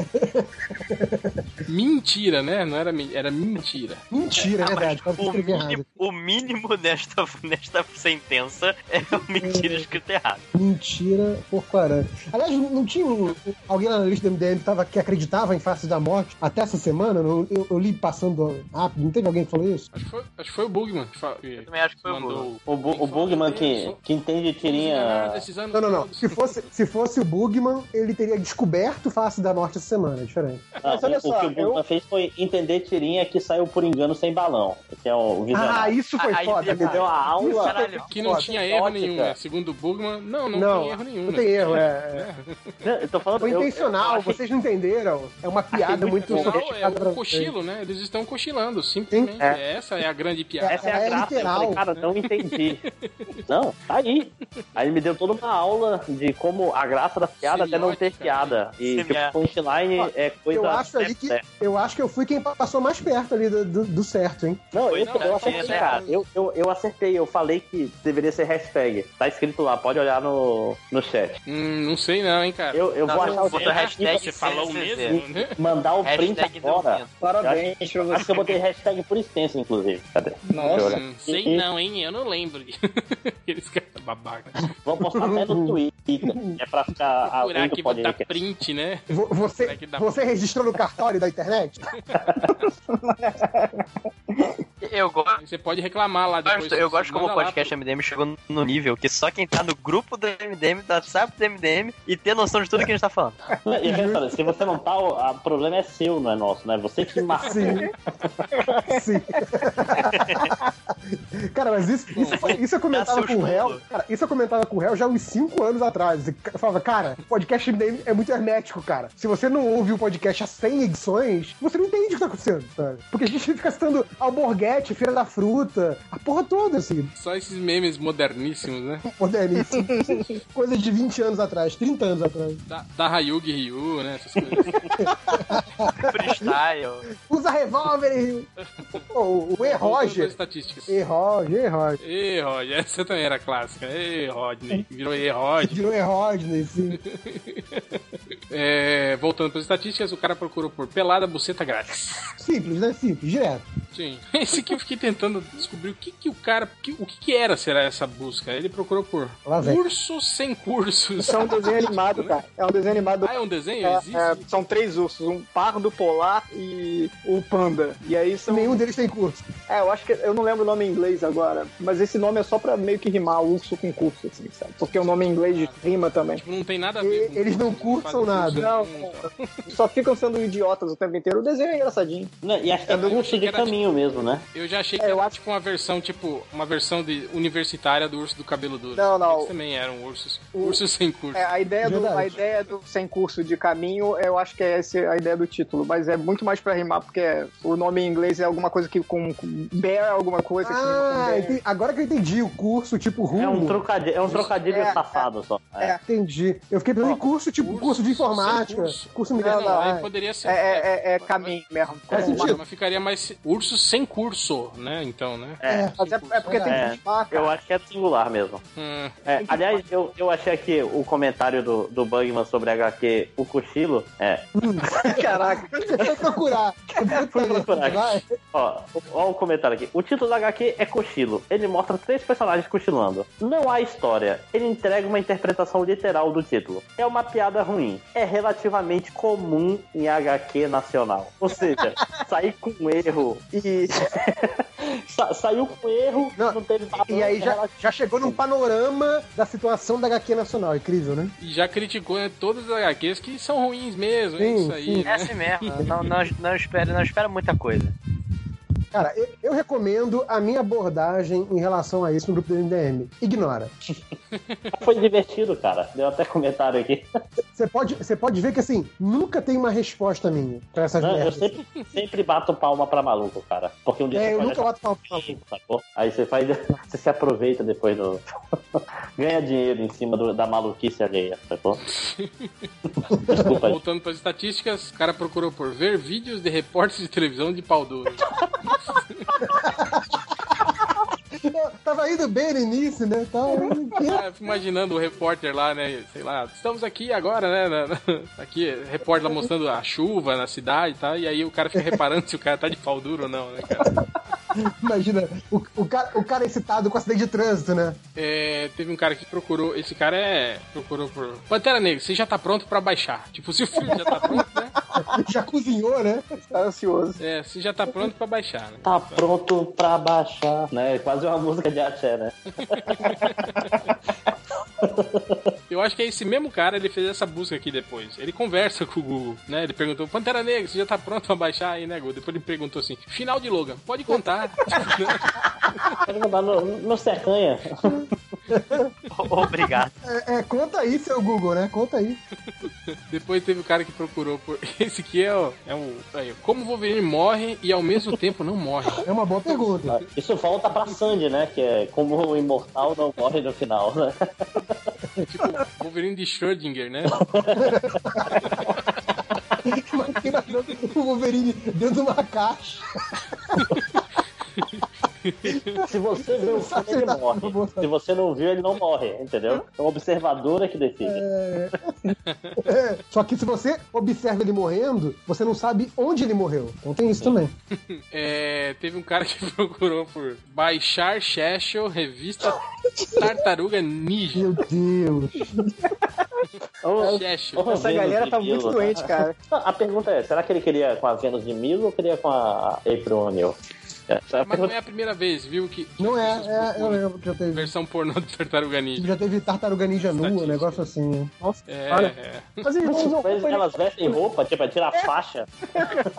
mentira, né? Não era, men- era mentira.
Mentira, é verdade. Tava
O
escrevendo
mínimo, o
errado.
mínimo nesta, nesta sentença é o mentira escrito errado.
Mentira, porco aranha. Aliás, não não tinha um- alguém lá na lista do MDM que, tava, que acreditava em Faces da Morte até essa semana? Eu, eu- eu li passando rápido. Não teve alguém que falou isso?
Acho que foi, acho que foi o Bugman que, fa- que
Eu também acho que foi o Google.
mandou.
O, Bu- o Bugman que, que entende tirinha.
Não, não, não. Se fosse, se fosse o Bugman, ele teria descoberto Face da Morte essa semana, é diferente.
Ah,
Mas olha
o, o
só,
que o Bugman fez foi entender tirinha que saiu por engano sem balão. Que é o
Ah,
visionário.
isso foi
Aí
foda,
Ele
cara.
deu a aula.
Caralho.
Que não
Pô,
tinha
tem
erro
ótica.
nenhum, né? Segundo o Bugman, não, não,
Não,
tem erro nenhum.
não
né?
tem erro, é.
Não, eu tô falando.
Foi
eu-
intencional,
eu achei-
vocês não entenderam. É uma piada muito
O final é
sofisticada pra
o
vocês.
cochilo, né? Eles estão cochilando, simplesmente. Essa é a grande piada.
Essa é a
É
graça.
literal.
Eu falei, cara, não entendi. não, tá aí. Aí ele me deu toda uma aula de como a graça da piada até não ter
Semiótica,
piada. E tipo,
né? Semiótica.
punchline é coisa.
Eu acho, ali que,
É.
eu acho que eu fui quem passou mais perto ali do, do- do certo, hein?
É, Não,
Foi,
eu,
não, né?
eu
era
acertei,
certo.
cara. Eu, eu, eu acertei, eu falei que deveria ser hashtag. Tá escrito lá, pode olhar no, no chat.
Hum, não sei não, hein, cara.
Eu, eu
Não,
vou
não,
achar o
bota hashtag
e-
Você falou
Sim,
mesmo, né?
e mandar o print
Hashtag não
agora.
minto.
Parabéns pra
Acho que eu
você.
botei hashtag por extenso, inclusive. Cadê?
Nossa.
Hum, sei não, hein? Eu não lembro. Aqueles caras é babaca.
Vou postar até no Twitter. É pra ficar
Procurar
além do
aqui botar
podcast.
print, né?
Vo- Você,
Será que dá-
você registrou no cartório da internet?
Eu gosto.
Aí Você pode reclamar lá
Eu
depois.
gosto, eu gosto como o
Manda lá
podcast MDM chegou no nível que só quem tá no grupo do MDM, do WhatsApp do MDM e ter noção de tudo que a gente tá falando.
Não, e olha só, se você não tá, o a- o problema é seu, não é nosso, né? Você que marca.
Sim. Sim. cara, mas isso, isso, foi- isso eu comentava
Dá seus
com o réu.
pulos.
Cara, isso eu comentava com o réu já uns 5 anos atrás. Eu falava, cara, o podcast MDM é muito hermético, cara. Se você não ouve o podcast há 100 edições, você não entende o que tá acontecendo, sabe? Porque a gente fica citando alborguete, feira da fruta, a porra toda, assim,
é
Só esses memes moderníssimos, né?
moderníssimo. Coisa de 20 anos atrás, 30 anos atrás.
Da, da Hayug Ryu, né? Essas coisas.
Freestyle.
Usa revólver! e- Pô, o
Todas as
E. É Roger. É.
Estatísticas.
E. Roger, E. Roger.
Ei, Roger, essa também era clássica. Ei, Rodney. Virou ei, Rodney.
Virou E. Rodney, sim.
É, voltando para as estatísticas, o cara procurou por pelada buceta grátis.
Simples, né? Simples, direto.
Sim. Esse aqui eu fiquei tentando descobrir o que que o cara. que- o que que era, será, essa busca? Ele procurou por
Lá vem.
cursos sem cursos.
Isso é um desenho animado, cara. É um desenho animado.
Ah, é um desenho?
É,
Existe?
é, são três ursos, um pardo polar e o panda. E aí são.
Nenhum deles tem curso.
É, eu acho que. Eu não lembro o nome em inglês agora, mas esse nome é só pra meio que rimar urso com curso, assim, sabe? Porque o nome em inglês rima também.
Tipo, não tem nada a ver. com
Eles não
cursos,
cursam
fazem
nada.
curso,
Não, Só ficam sendo idiotas o tempo inteiro. O desenho é engraçadinho.
Não, E acho que
Eu
é
não
curso
achei que
de
era
caminho mesmo, né?
Eu já achei que
É, eu
era
acho-
tipo uma versão, tipo, uma versão de universitária do urso do cabelo duro.
Não, não.
Eles também eram ursos. Ursos sem curso.
É, a ideia, do,
Verdade.
a ideia do sem curso de caminho, eu acho que é essa a ideia do título, mas é muito mais pra rimar, porque o nome em inglês é alguma coisa que com, com bear, é alguma coisa que rima com
Ah,
bear.
entendi. agora que eu entendi o curso, tipo rumo.
É um trocadilho, é um trocadilho
É,
safado só. É.
é.
Entendi. Eu fiquei pensando em curso, tipo curso, de informática,
sem curso. É,
curso
Não, não,
universitário.
aí poderia ser.
É, é, é, é caminho mesmo.
Faz
É.
sentido.
Mas ficaria mais urso curso sem curso, né? Então, né?
É.
Mas é, é porque
tipo,
tem
É.
que limpar, cara.
Eu acho que é singular mesmo.
Hum,
É, aliás, eu, eu achei aqui o comentário do, do Bugman sobre HQ, o cochilo. É,
Hum.
Caraca.
Foi procurar.
fui procurar aqui.
Vai.
Ó, ó o comentário aqui. O título da HQ é Cochilo. Ele mostra três personagens cochilando. Não há história. Ele entrega uma interpretação literal do título. É uma piada ruim. É relativamente comum em HQ nacional. Ou seja, sair com erro e. Sa- saiu com erro, não,
Não,
teve
E aí já, já chegou num panorama da situação da HQ Nacional. Incrível, né?
E já criticou né, todas as HQs que são ruins mesmo, é
Sim,
isso aí,
sim.
É
né?
assim mesmo. Não, não, não, espera, não espera muita coisa.
Cara, eu, eu recomendo a minha abordagem em relação a isso no grupo do MDM. Ignora.
Foi divertido, cara. Deu até comentário aqui.
Você pode, você pode ver que, assim, nunca tem uma resposta minha pra essas
Não, eu
merdas.
sempre, sempre bato palma pra maluco, cara. Porque um dia
É,
você
eu
pode
nunca
achar
bato palma pra
maluco, sacou? Aí você faz. Você se aproveita depois do. Ganha dinheiro em cima do- da maluquice alheia, sacou? Desculpa aí.
Voltando para as estatísticas, o cara procurou por ver vídeos de repórteres de televisão de pau duro.
Eu tava indo bem no início, né? Tava...
Ah, eu fico imaginando o repórter lá, né? Sei lá, estamos aqui agora, né? na- na- aqui, repórter lá mostrando a chuva na cidade e tal, e aí o cara fica reparando se o cara tá de pau duro ou não, né, cara?
Imagina, o, o cara, o cara excitado com acidente de trânsito, né?
É, teve um cara que procurou, esse cara é. procurou por. Pantera Negra, você já tá pronto pra baixar. Tipo, se o filme já tá pronto, né?
Já cozinhou, né?
Tá ansioso.
É, você já tá pronto pra baixar, né?
Tá pronto pra baixar, né? É Quase uma música de axé, né?
Eu acho que é esse mesmo cara, ele fez essa busca aqui depois. Ele conversa com o Google, né? Ele perguntou, Pantera Negra, você já tá pronto pra baixar aí, né, Google? Depois ele perguntou assim, final de Logan, pode contar.
Pode mandar no, no Sercanha.
Obrigado.
É, é, conta aí, seu Google, né? Conta aí.
depois teve o cara que procurou por... Esse aqui é o... É o aí, como Wolverine morre e ao mesmo tempo não morre.
É uma boa pergunta.
Isso volta pra Sandy, né? Que é como o imortal não morre no final, né?
Tipo, Wolverine de Schrödinger, né?
Imagina o Wolverine dentro de uma caixa.
Se você vê o filme, ele morre. Se você não viu, ele não morre, entendeu? É o observador é que decide.
É, Só que se você observa ele morrendo, você não sabe onde ele morreu. Então tem isso também.
É, teve um cara que procurou por baixar Shechel, revista Tartaruga Ninja.
Meu Deus.
Ô,
Shechel.
ô,
Essa
Vênus
galera
de
tá muito
Milo,
doente,
né?
cara.
A pergunta é, será que ele queria com a Vênus de Milo ou queria com a April O'Neil? Essa é a
Mas não
pergunta.
é a primeira vez, viu, que...
Não é,
as pessoas
é, eu
procuram
lembro que já teve.
Versão pornô do Tartaruga Ninja.
Já teve tartaruga ninja nua, um
Estatística.
negócio assim. né?
É, é.
Mas eles não usam
Mas
roupa nenhuma.
elas vestem roupa, tipo, é tirar a faixa.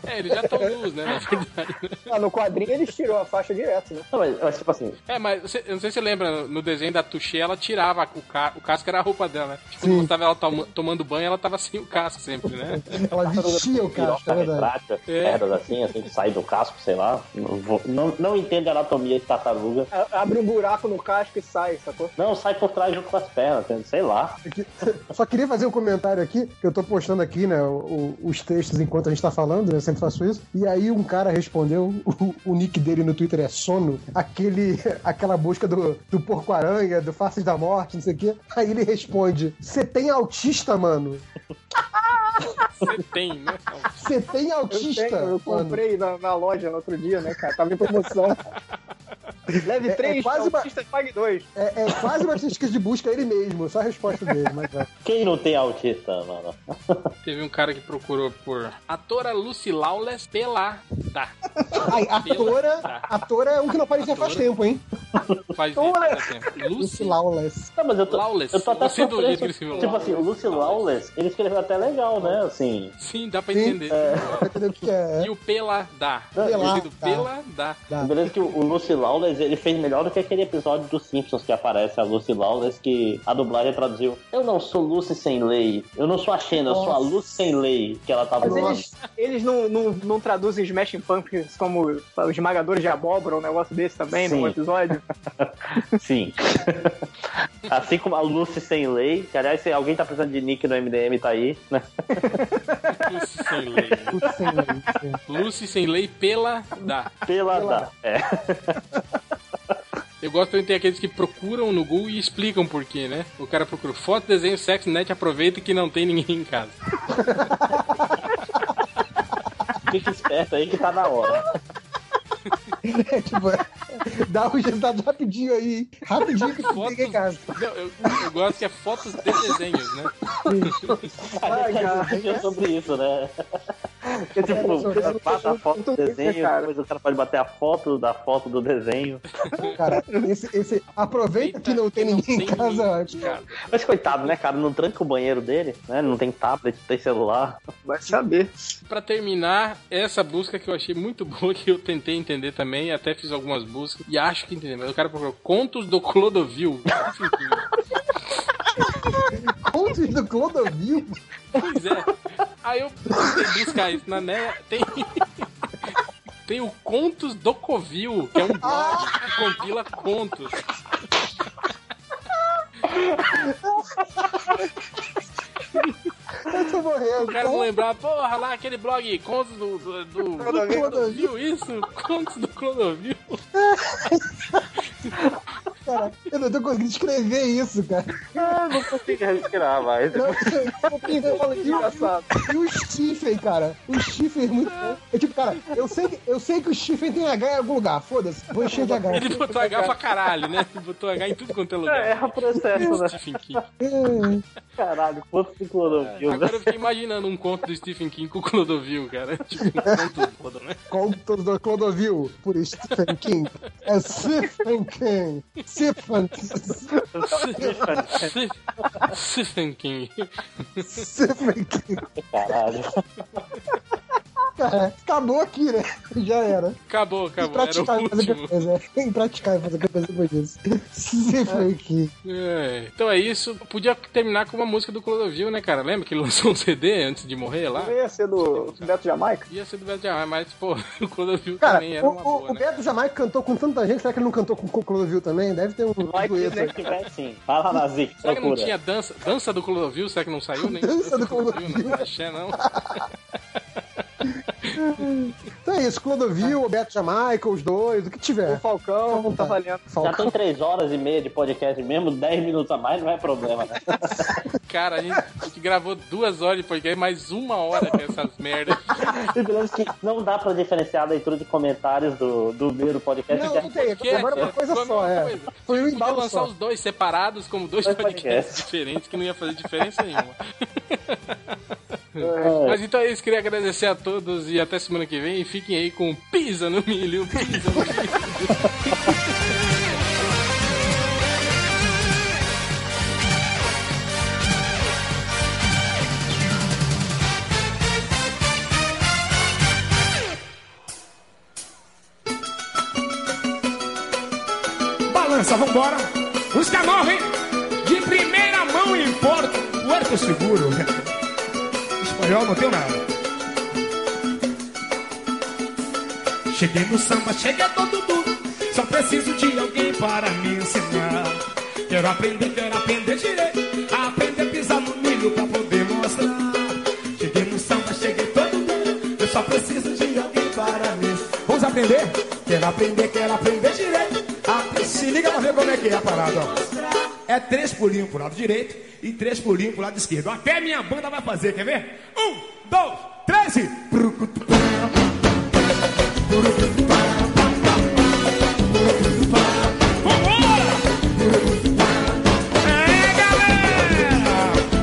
É, eles já estão nus, né? Na verdade.
Ah, no quadrinho eles tirou a faixa direto, né?
Não, mas, mas, tipo assim,
É, mas você- eu não sei se você lembra, no desenho da Tuxê, ela tirava o, ca, o casco, era a roupa dela, né? Tipo, quando tava ela toma- tomando banho, ela tava sem o casco sempre, né?
Ela vestia o casco, é
piroca
verdade.
retrátil,
É.
merdas assim, assim, que sai do casco, sei lá. Não, vou- não, não entende a anatomia de tartaruga.
A- Abre um buraco no casco e sai, sacou?
Não, sai por trás junto com as pernas, entende? sei lá.
Aqui- Só queria fazer um comentário aqui, que eu tô postando aqui, né, o- o- os textos enquanto a gente tá falando, né, eu sempre faço isso. E aí um cara respondeu, o, o nick dele no Twitter é sono, aquele, aquela busca do, do porco-aranha, do Faces da Morte, não sei o quê. Aí ele responde, você tem autista, mano?
Você tem, né?
Você tem
Eu
autista?
tenho, eu
mano?"
comprei na, na loja no outro dia, né, cara? Tava em promoção.
É-
Leve
é
3,
quase uma-
autista pague 2.
É, é quase uma estatística de busca ele mesmo, só a resposta dele. Mas, é.
Quem não tem autista, mano?
Teve um cara que procurou por atora Lucy Lawless pelada.
Ai, atora, atora é um que não aparecia faz
Atora.
tempo, hein?
Faz tempo, faz tempo.
Lucy
Lucy
Lawless.
Não, mas eu tô,
Lawless.
eu tô até
Gostei do jeito
surpreso.
que ele escreveu
Tipo assim, o Lucy Lawless, ele escreveu até legal, né? Assim,
Sim, dá pra
Sim,
entender.
Vai entender o que é.
E o pelada.
Pelada.
Gostei do pelada.
Beleza que o o Lucy Lawless, ele fez melhor do que aquele episódio dos Simpsons que aparece a Lucy Lawless, que a dublagem traduziu Eu não sou Lucy sem lei, eu não sou a Xena, eu sou a
Nossa.
Lucy sem lei, que ela tava
Mas
no
eles, eles não, não, não traduzem Smashing Pumpkins como esmagadores de abóbora, um negócio desse também,
Sim.
num episódio?
Sim. Assim como a Lucy sem lei, que aliás, se alguém tá precisando de nick no MDM, tá aí, né?
Lucy sem lei. Lucy sem lei pela da.
Pela da. É.
Eu gosto também tem aqueles que procuram no Google e explicam por quê, né? O cara procura foto, desenho, sexo, net, aproveita que não tem ninguém em casa.
Fica esperto aí que tá na hora.
É, tipo, dá um resultado rapidinho aí, hein? rapidinho que tu
Fotos-
fica em casa.
Não, eu, eu gosto que é fotos de desenhos, né?
A gente já discutiu sobre isso, né? Porque, tipo,
Eu tô- eu tô-
bata a foto
eu tô-
do desenho,
cara.
depois o cara pode bater a foto da foto do desenho.
Cara, esse, esse, aproveita que não tem ninguém em casa é antes.
cara.
Mas coitado, né, cara? Não tranca o banheiro dele, né? Não tem tablet, não tem celular.
Vai saber.
Pra terminar, essa busca que eu achei muito boa, que eu tentei entender também, até fiz algumas buscas, e acho que entendi, mas o cara procurou contos do Clodovil.
Contos do Clodovil.
Pois é. Aí eu tentei buscar isso na net, tem... Tem o Contos do Covil, que é um blog que compila contos.
Eu tô morrendo.
O cara não lembrar, porra, lá aquele blog, Contos do, do, do
Clodovil.
Clodovil, isso? Contos do Clodovil.
Cara, eu não tô conseguindo escrever isso, cara.
Ah, não consigo respirar mais.
Não, e o Stephen, cara. O Stephen é muito bom. É tipo, cara, eu sei, que- eu sei que o Stephen tem H em algum lugar. Foda-se, vou encher de H.
Ele botou H pra caralho, né? Ele botou H em tudo quanto é lugar.
Erra o processo, né?
Stephen King.
Caralho, quanto de clorovil.
Agora eu fiquei imaginando um conto do Stephen King com o Clodovil, cara. Tipo, um conto todo, né?
Conto do Clodovil por Stephen King. É Stephen King. Stephen.
Stephen King.
Stephen King.
Caralho.
Cara, acabou aqui, né? Já era.
Acabou, acabou. Era o
Impraticável fazer qualquer
último.
coisa. É impraticável fazer qualquer coisa depois disso. Stephen King.
É. Então é isso. Podia terminar com uma música do Clodovil, né, cara? Lembra que ele lançou um CD antes de morrer lá?
Não ia ser do Beto Jamaica?
Ia ser do Beto Jamaica, mas, pô, o Clodovil
Cara,
também
o,
era uma
o-
boa,
o
né?
Beto Jamaica cantou com tanta gente, será que ele não cantou com o Clodovil também? Deve ter um
Vai assim, que
dueto.
se tiver sim. Fala, Nazik,
Será que não
procura.
tinha dança? Dança do Clodovil? Será que não saiu né? nem?
Dança do Clodovil.
Não achei, não.
Então é isso, Clodovil, o Beto Jamaica, os dois, o que tiver.
O Falcão, não tá valendo.
Já
Falcão.
tem três horas e meia de podcast mesmo, 10 minutos a mais não é problema, né?
Cara, a gente, a gente gravou duas horas de podcast, mais uma hora com essas merdas.
E pelo que não dá pra diferenciar a leitura de comentários do, do primeiro podcast.
Não,
que é
não tem.
Que é,
Agora é uma
que é,
coisa
foi a
só,
mesma
é.
coisa.
Foi um
Podia
embalo
lançar
só.
os dois separados como dois
Dois
podcasts
podcasts.
diferentes que não ia fazer diferença nenhuma.
É.
Mas então é isso, queria agradecer a todos e até semana que vem. E fiquem aí com Pisa no Milho, Pisa no Milho.
Balança, vambora. Os morrem de primeira mão em Porto. Porto Seguro. Espanhol não tem nada. Cheguei no samba, chega todo mundo. Só preciso de alguém para me ensinar. Quero aprender, quero aprender direito. Aprender a pisar no milho pra poder mostrar. Cheguei no samba, cheguei todo mundo. Eu só preciso de alguém para me ensinar. Vamos aprender? Quero aprender, quero aprender direito. Apre- Se liga pra ver como é que é a parada. ó. É três pulinhos pro lado direito e três pulinhos pro lado esquerdo. Até minha banda vai fazer, quer ver? Um, dois, três e.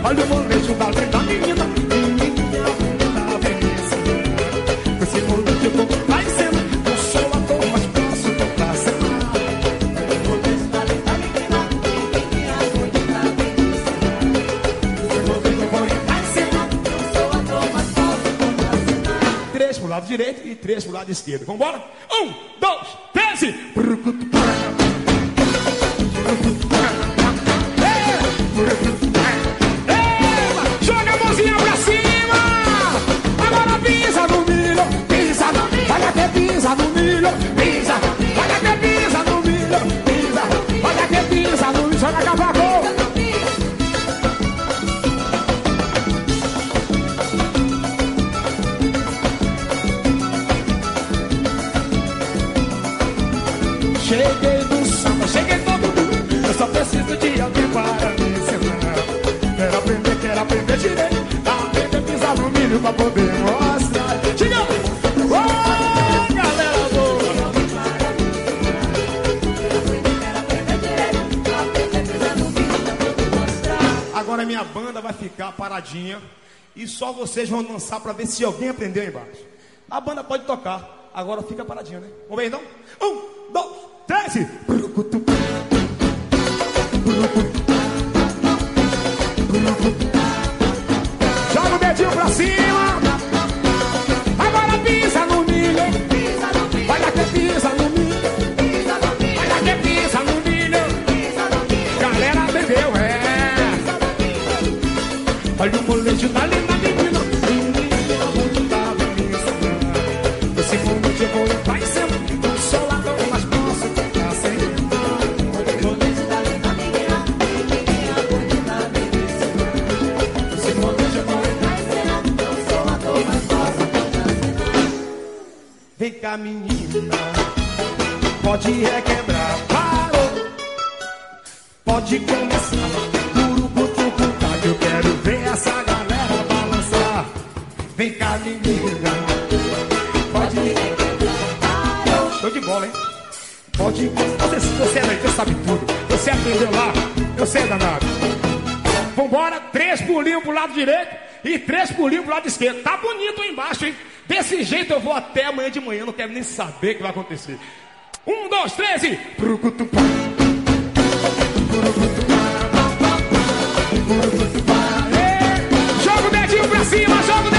Olha o molejo da da menina, menina da Veneza. Com esse tipo molejo eu tô parecendo, eu sou um a dor, mas posso tocar sem tipo um Três pro lado direito e três pro lado esquerdo. Vambora? Um, dois, três e. Eba! Joga a mãozinha pra cima! Agora pisa no milho, pisa, vai até pisa no milho, pisa, vai até pisa no milho, pisa.
Cheguei no samba, cheguei todo mundo. Eu só preciso de alguém para me ensinar. Quero aprender, quero aprender direito. Aprender a pisar no milho pra poder mostrar. Chega! Ô, galera boa! Agora minha banda vai ficar paradinha e só vocês vão dançar pra ver se alguém aprendeu aí embaixo. A banda pode tocar, agora fica paradinha, né? Vamos ver então? Um, dois, três! e- Joga o dedinho pra cima! Agora pisa no milho! Vai lá que pisa no milho! Vai lá que pisa no milho! Galera bebeu, é! Olha o molejo da linda menina Menina bonita, beleza Esse mundo de voo vai ser um Consolador, mas posso ficar sem Olha o molejo da linda menina Menina bonita, beleza Esse mundo de voo vai ser um Consolador, mas posso ficar sem Vem cá, menina Pode requebrar, parou Pode começar Tá, que eu quero ver essa galera balançar. Vem cá, menina. Pode me quebrar. Show de bola, hein? Pode. Você, você é daqui, sabe tudo. Você aprendeu lá. Eu sei danado. Vambora, três pulinhos pro lado direito e três pulinhos pro lado esquerdo. Tá bonito aí embaixo, hein? Desse jeito eu vou até amanhã de manhã, não quero nem saber o que vai acontecer. Um, dois, três e. Prucutupá. Joga o dedinho pra cima, joga o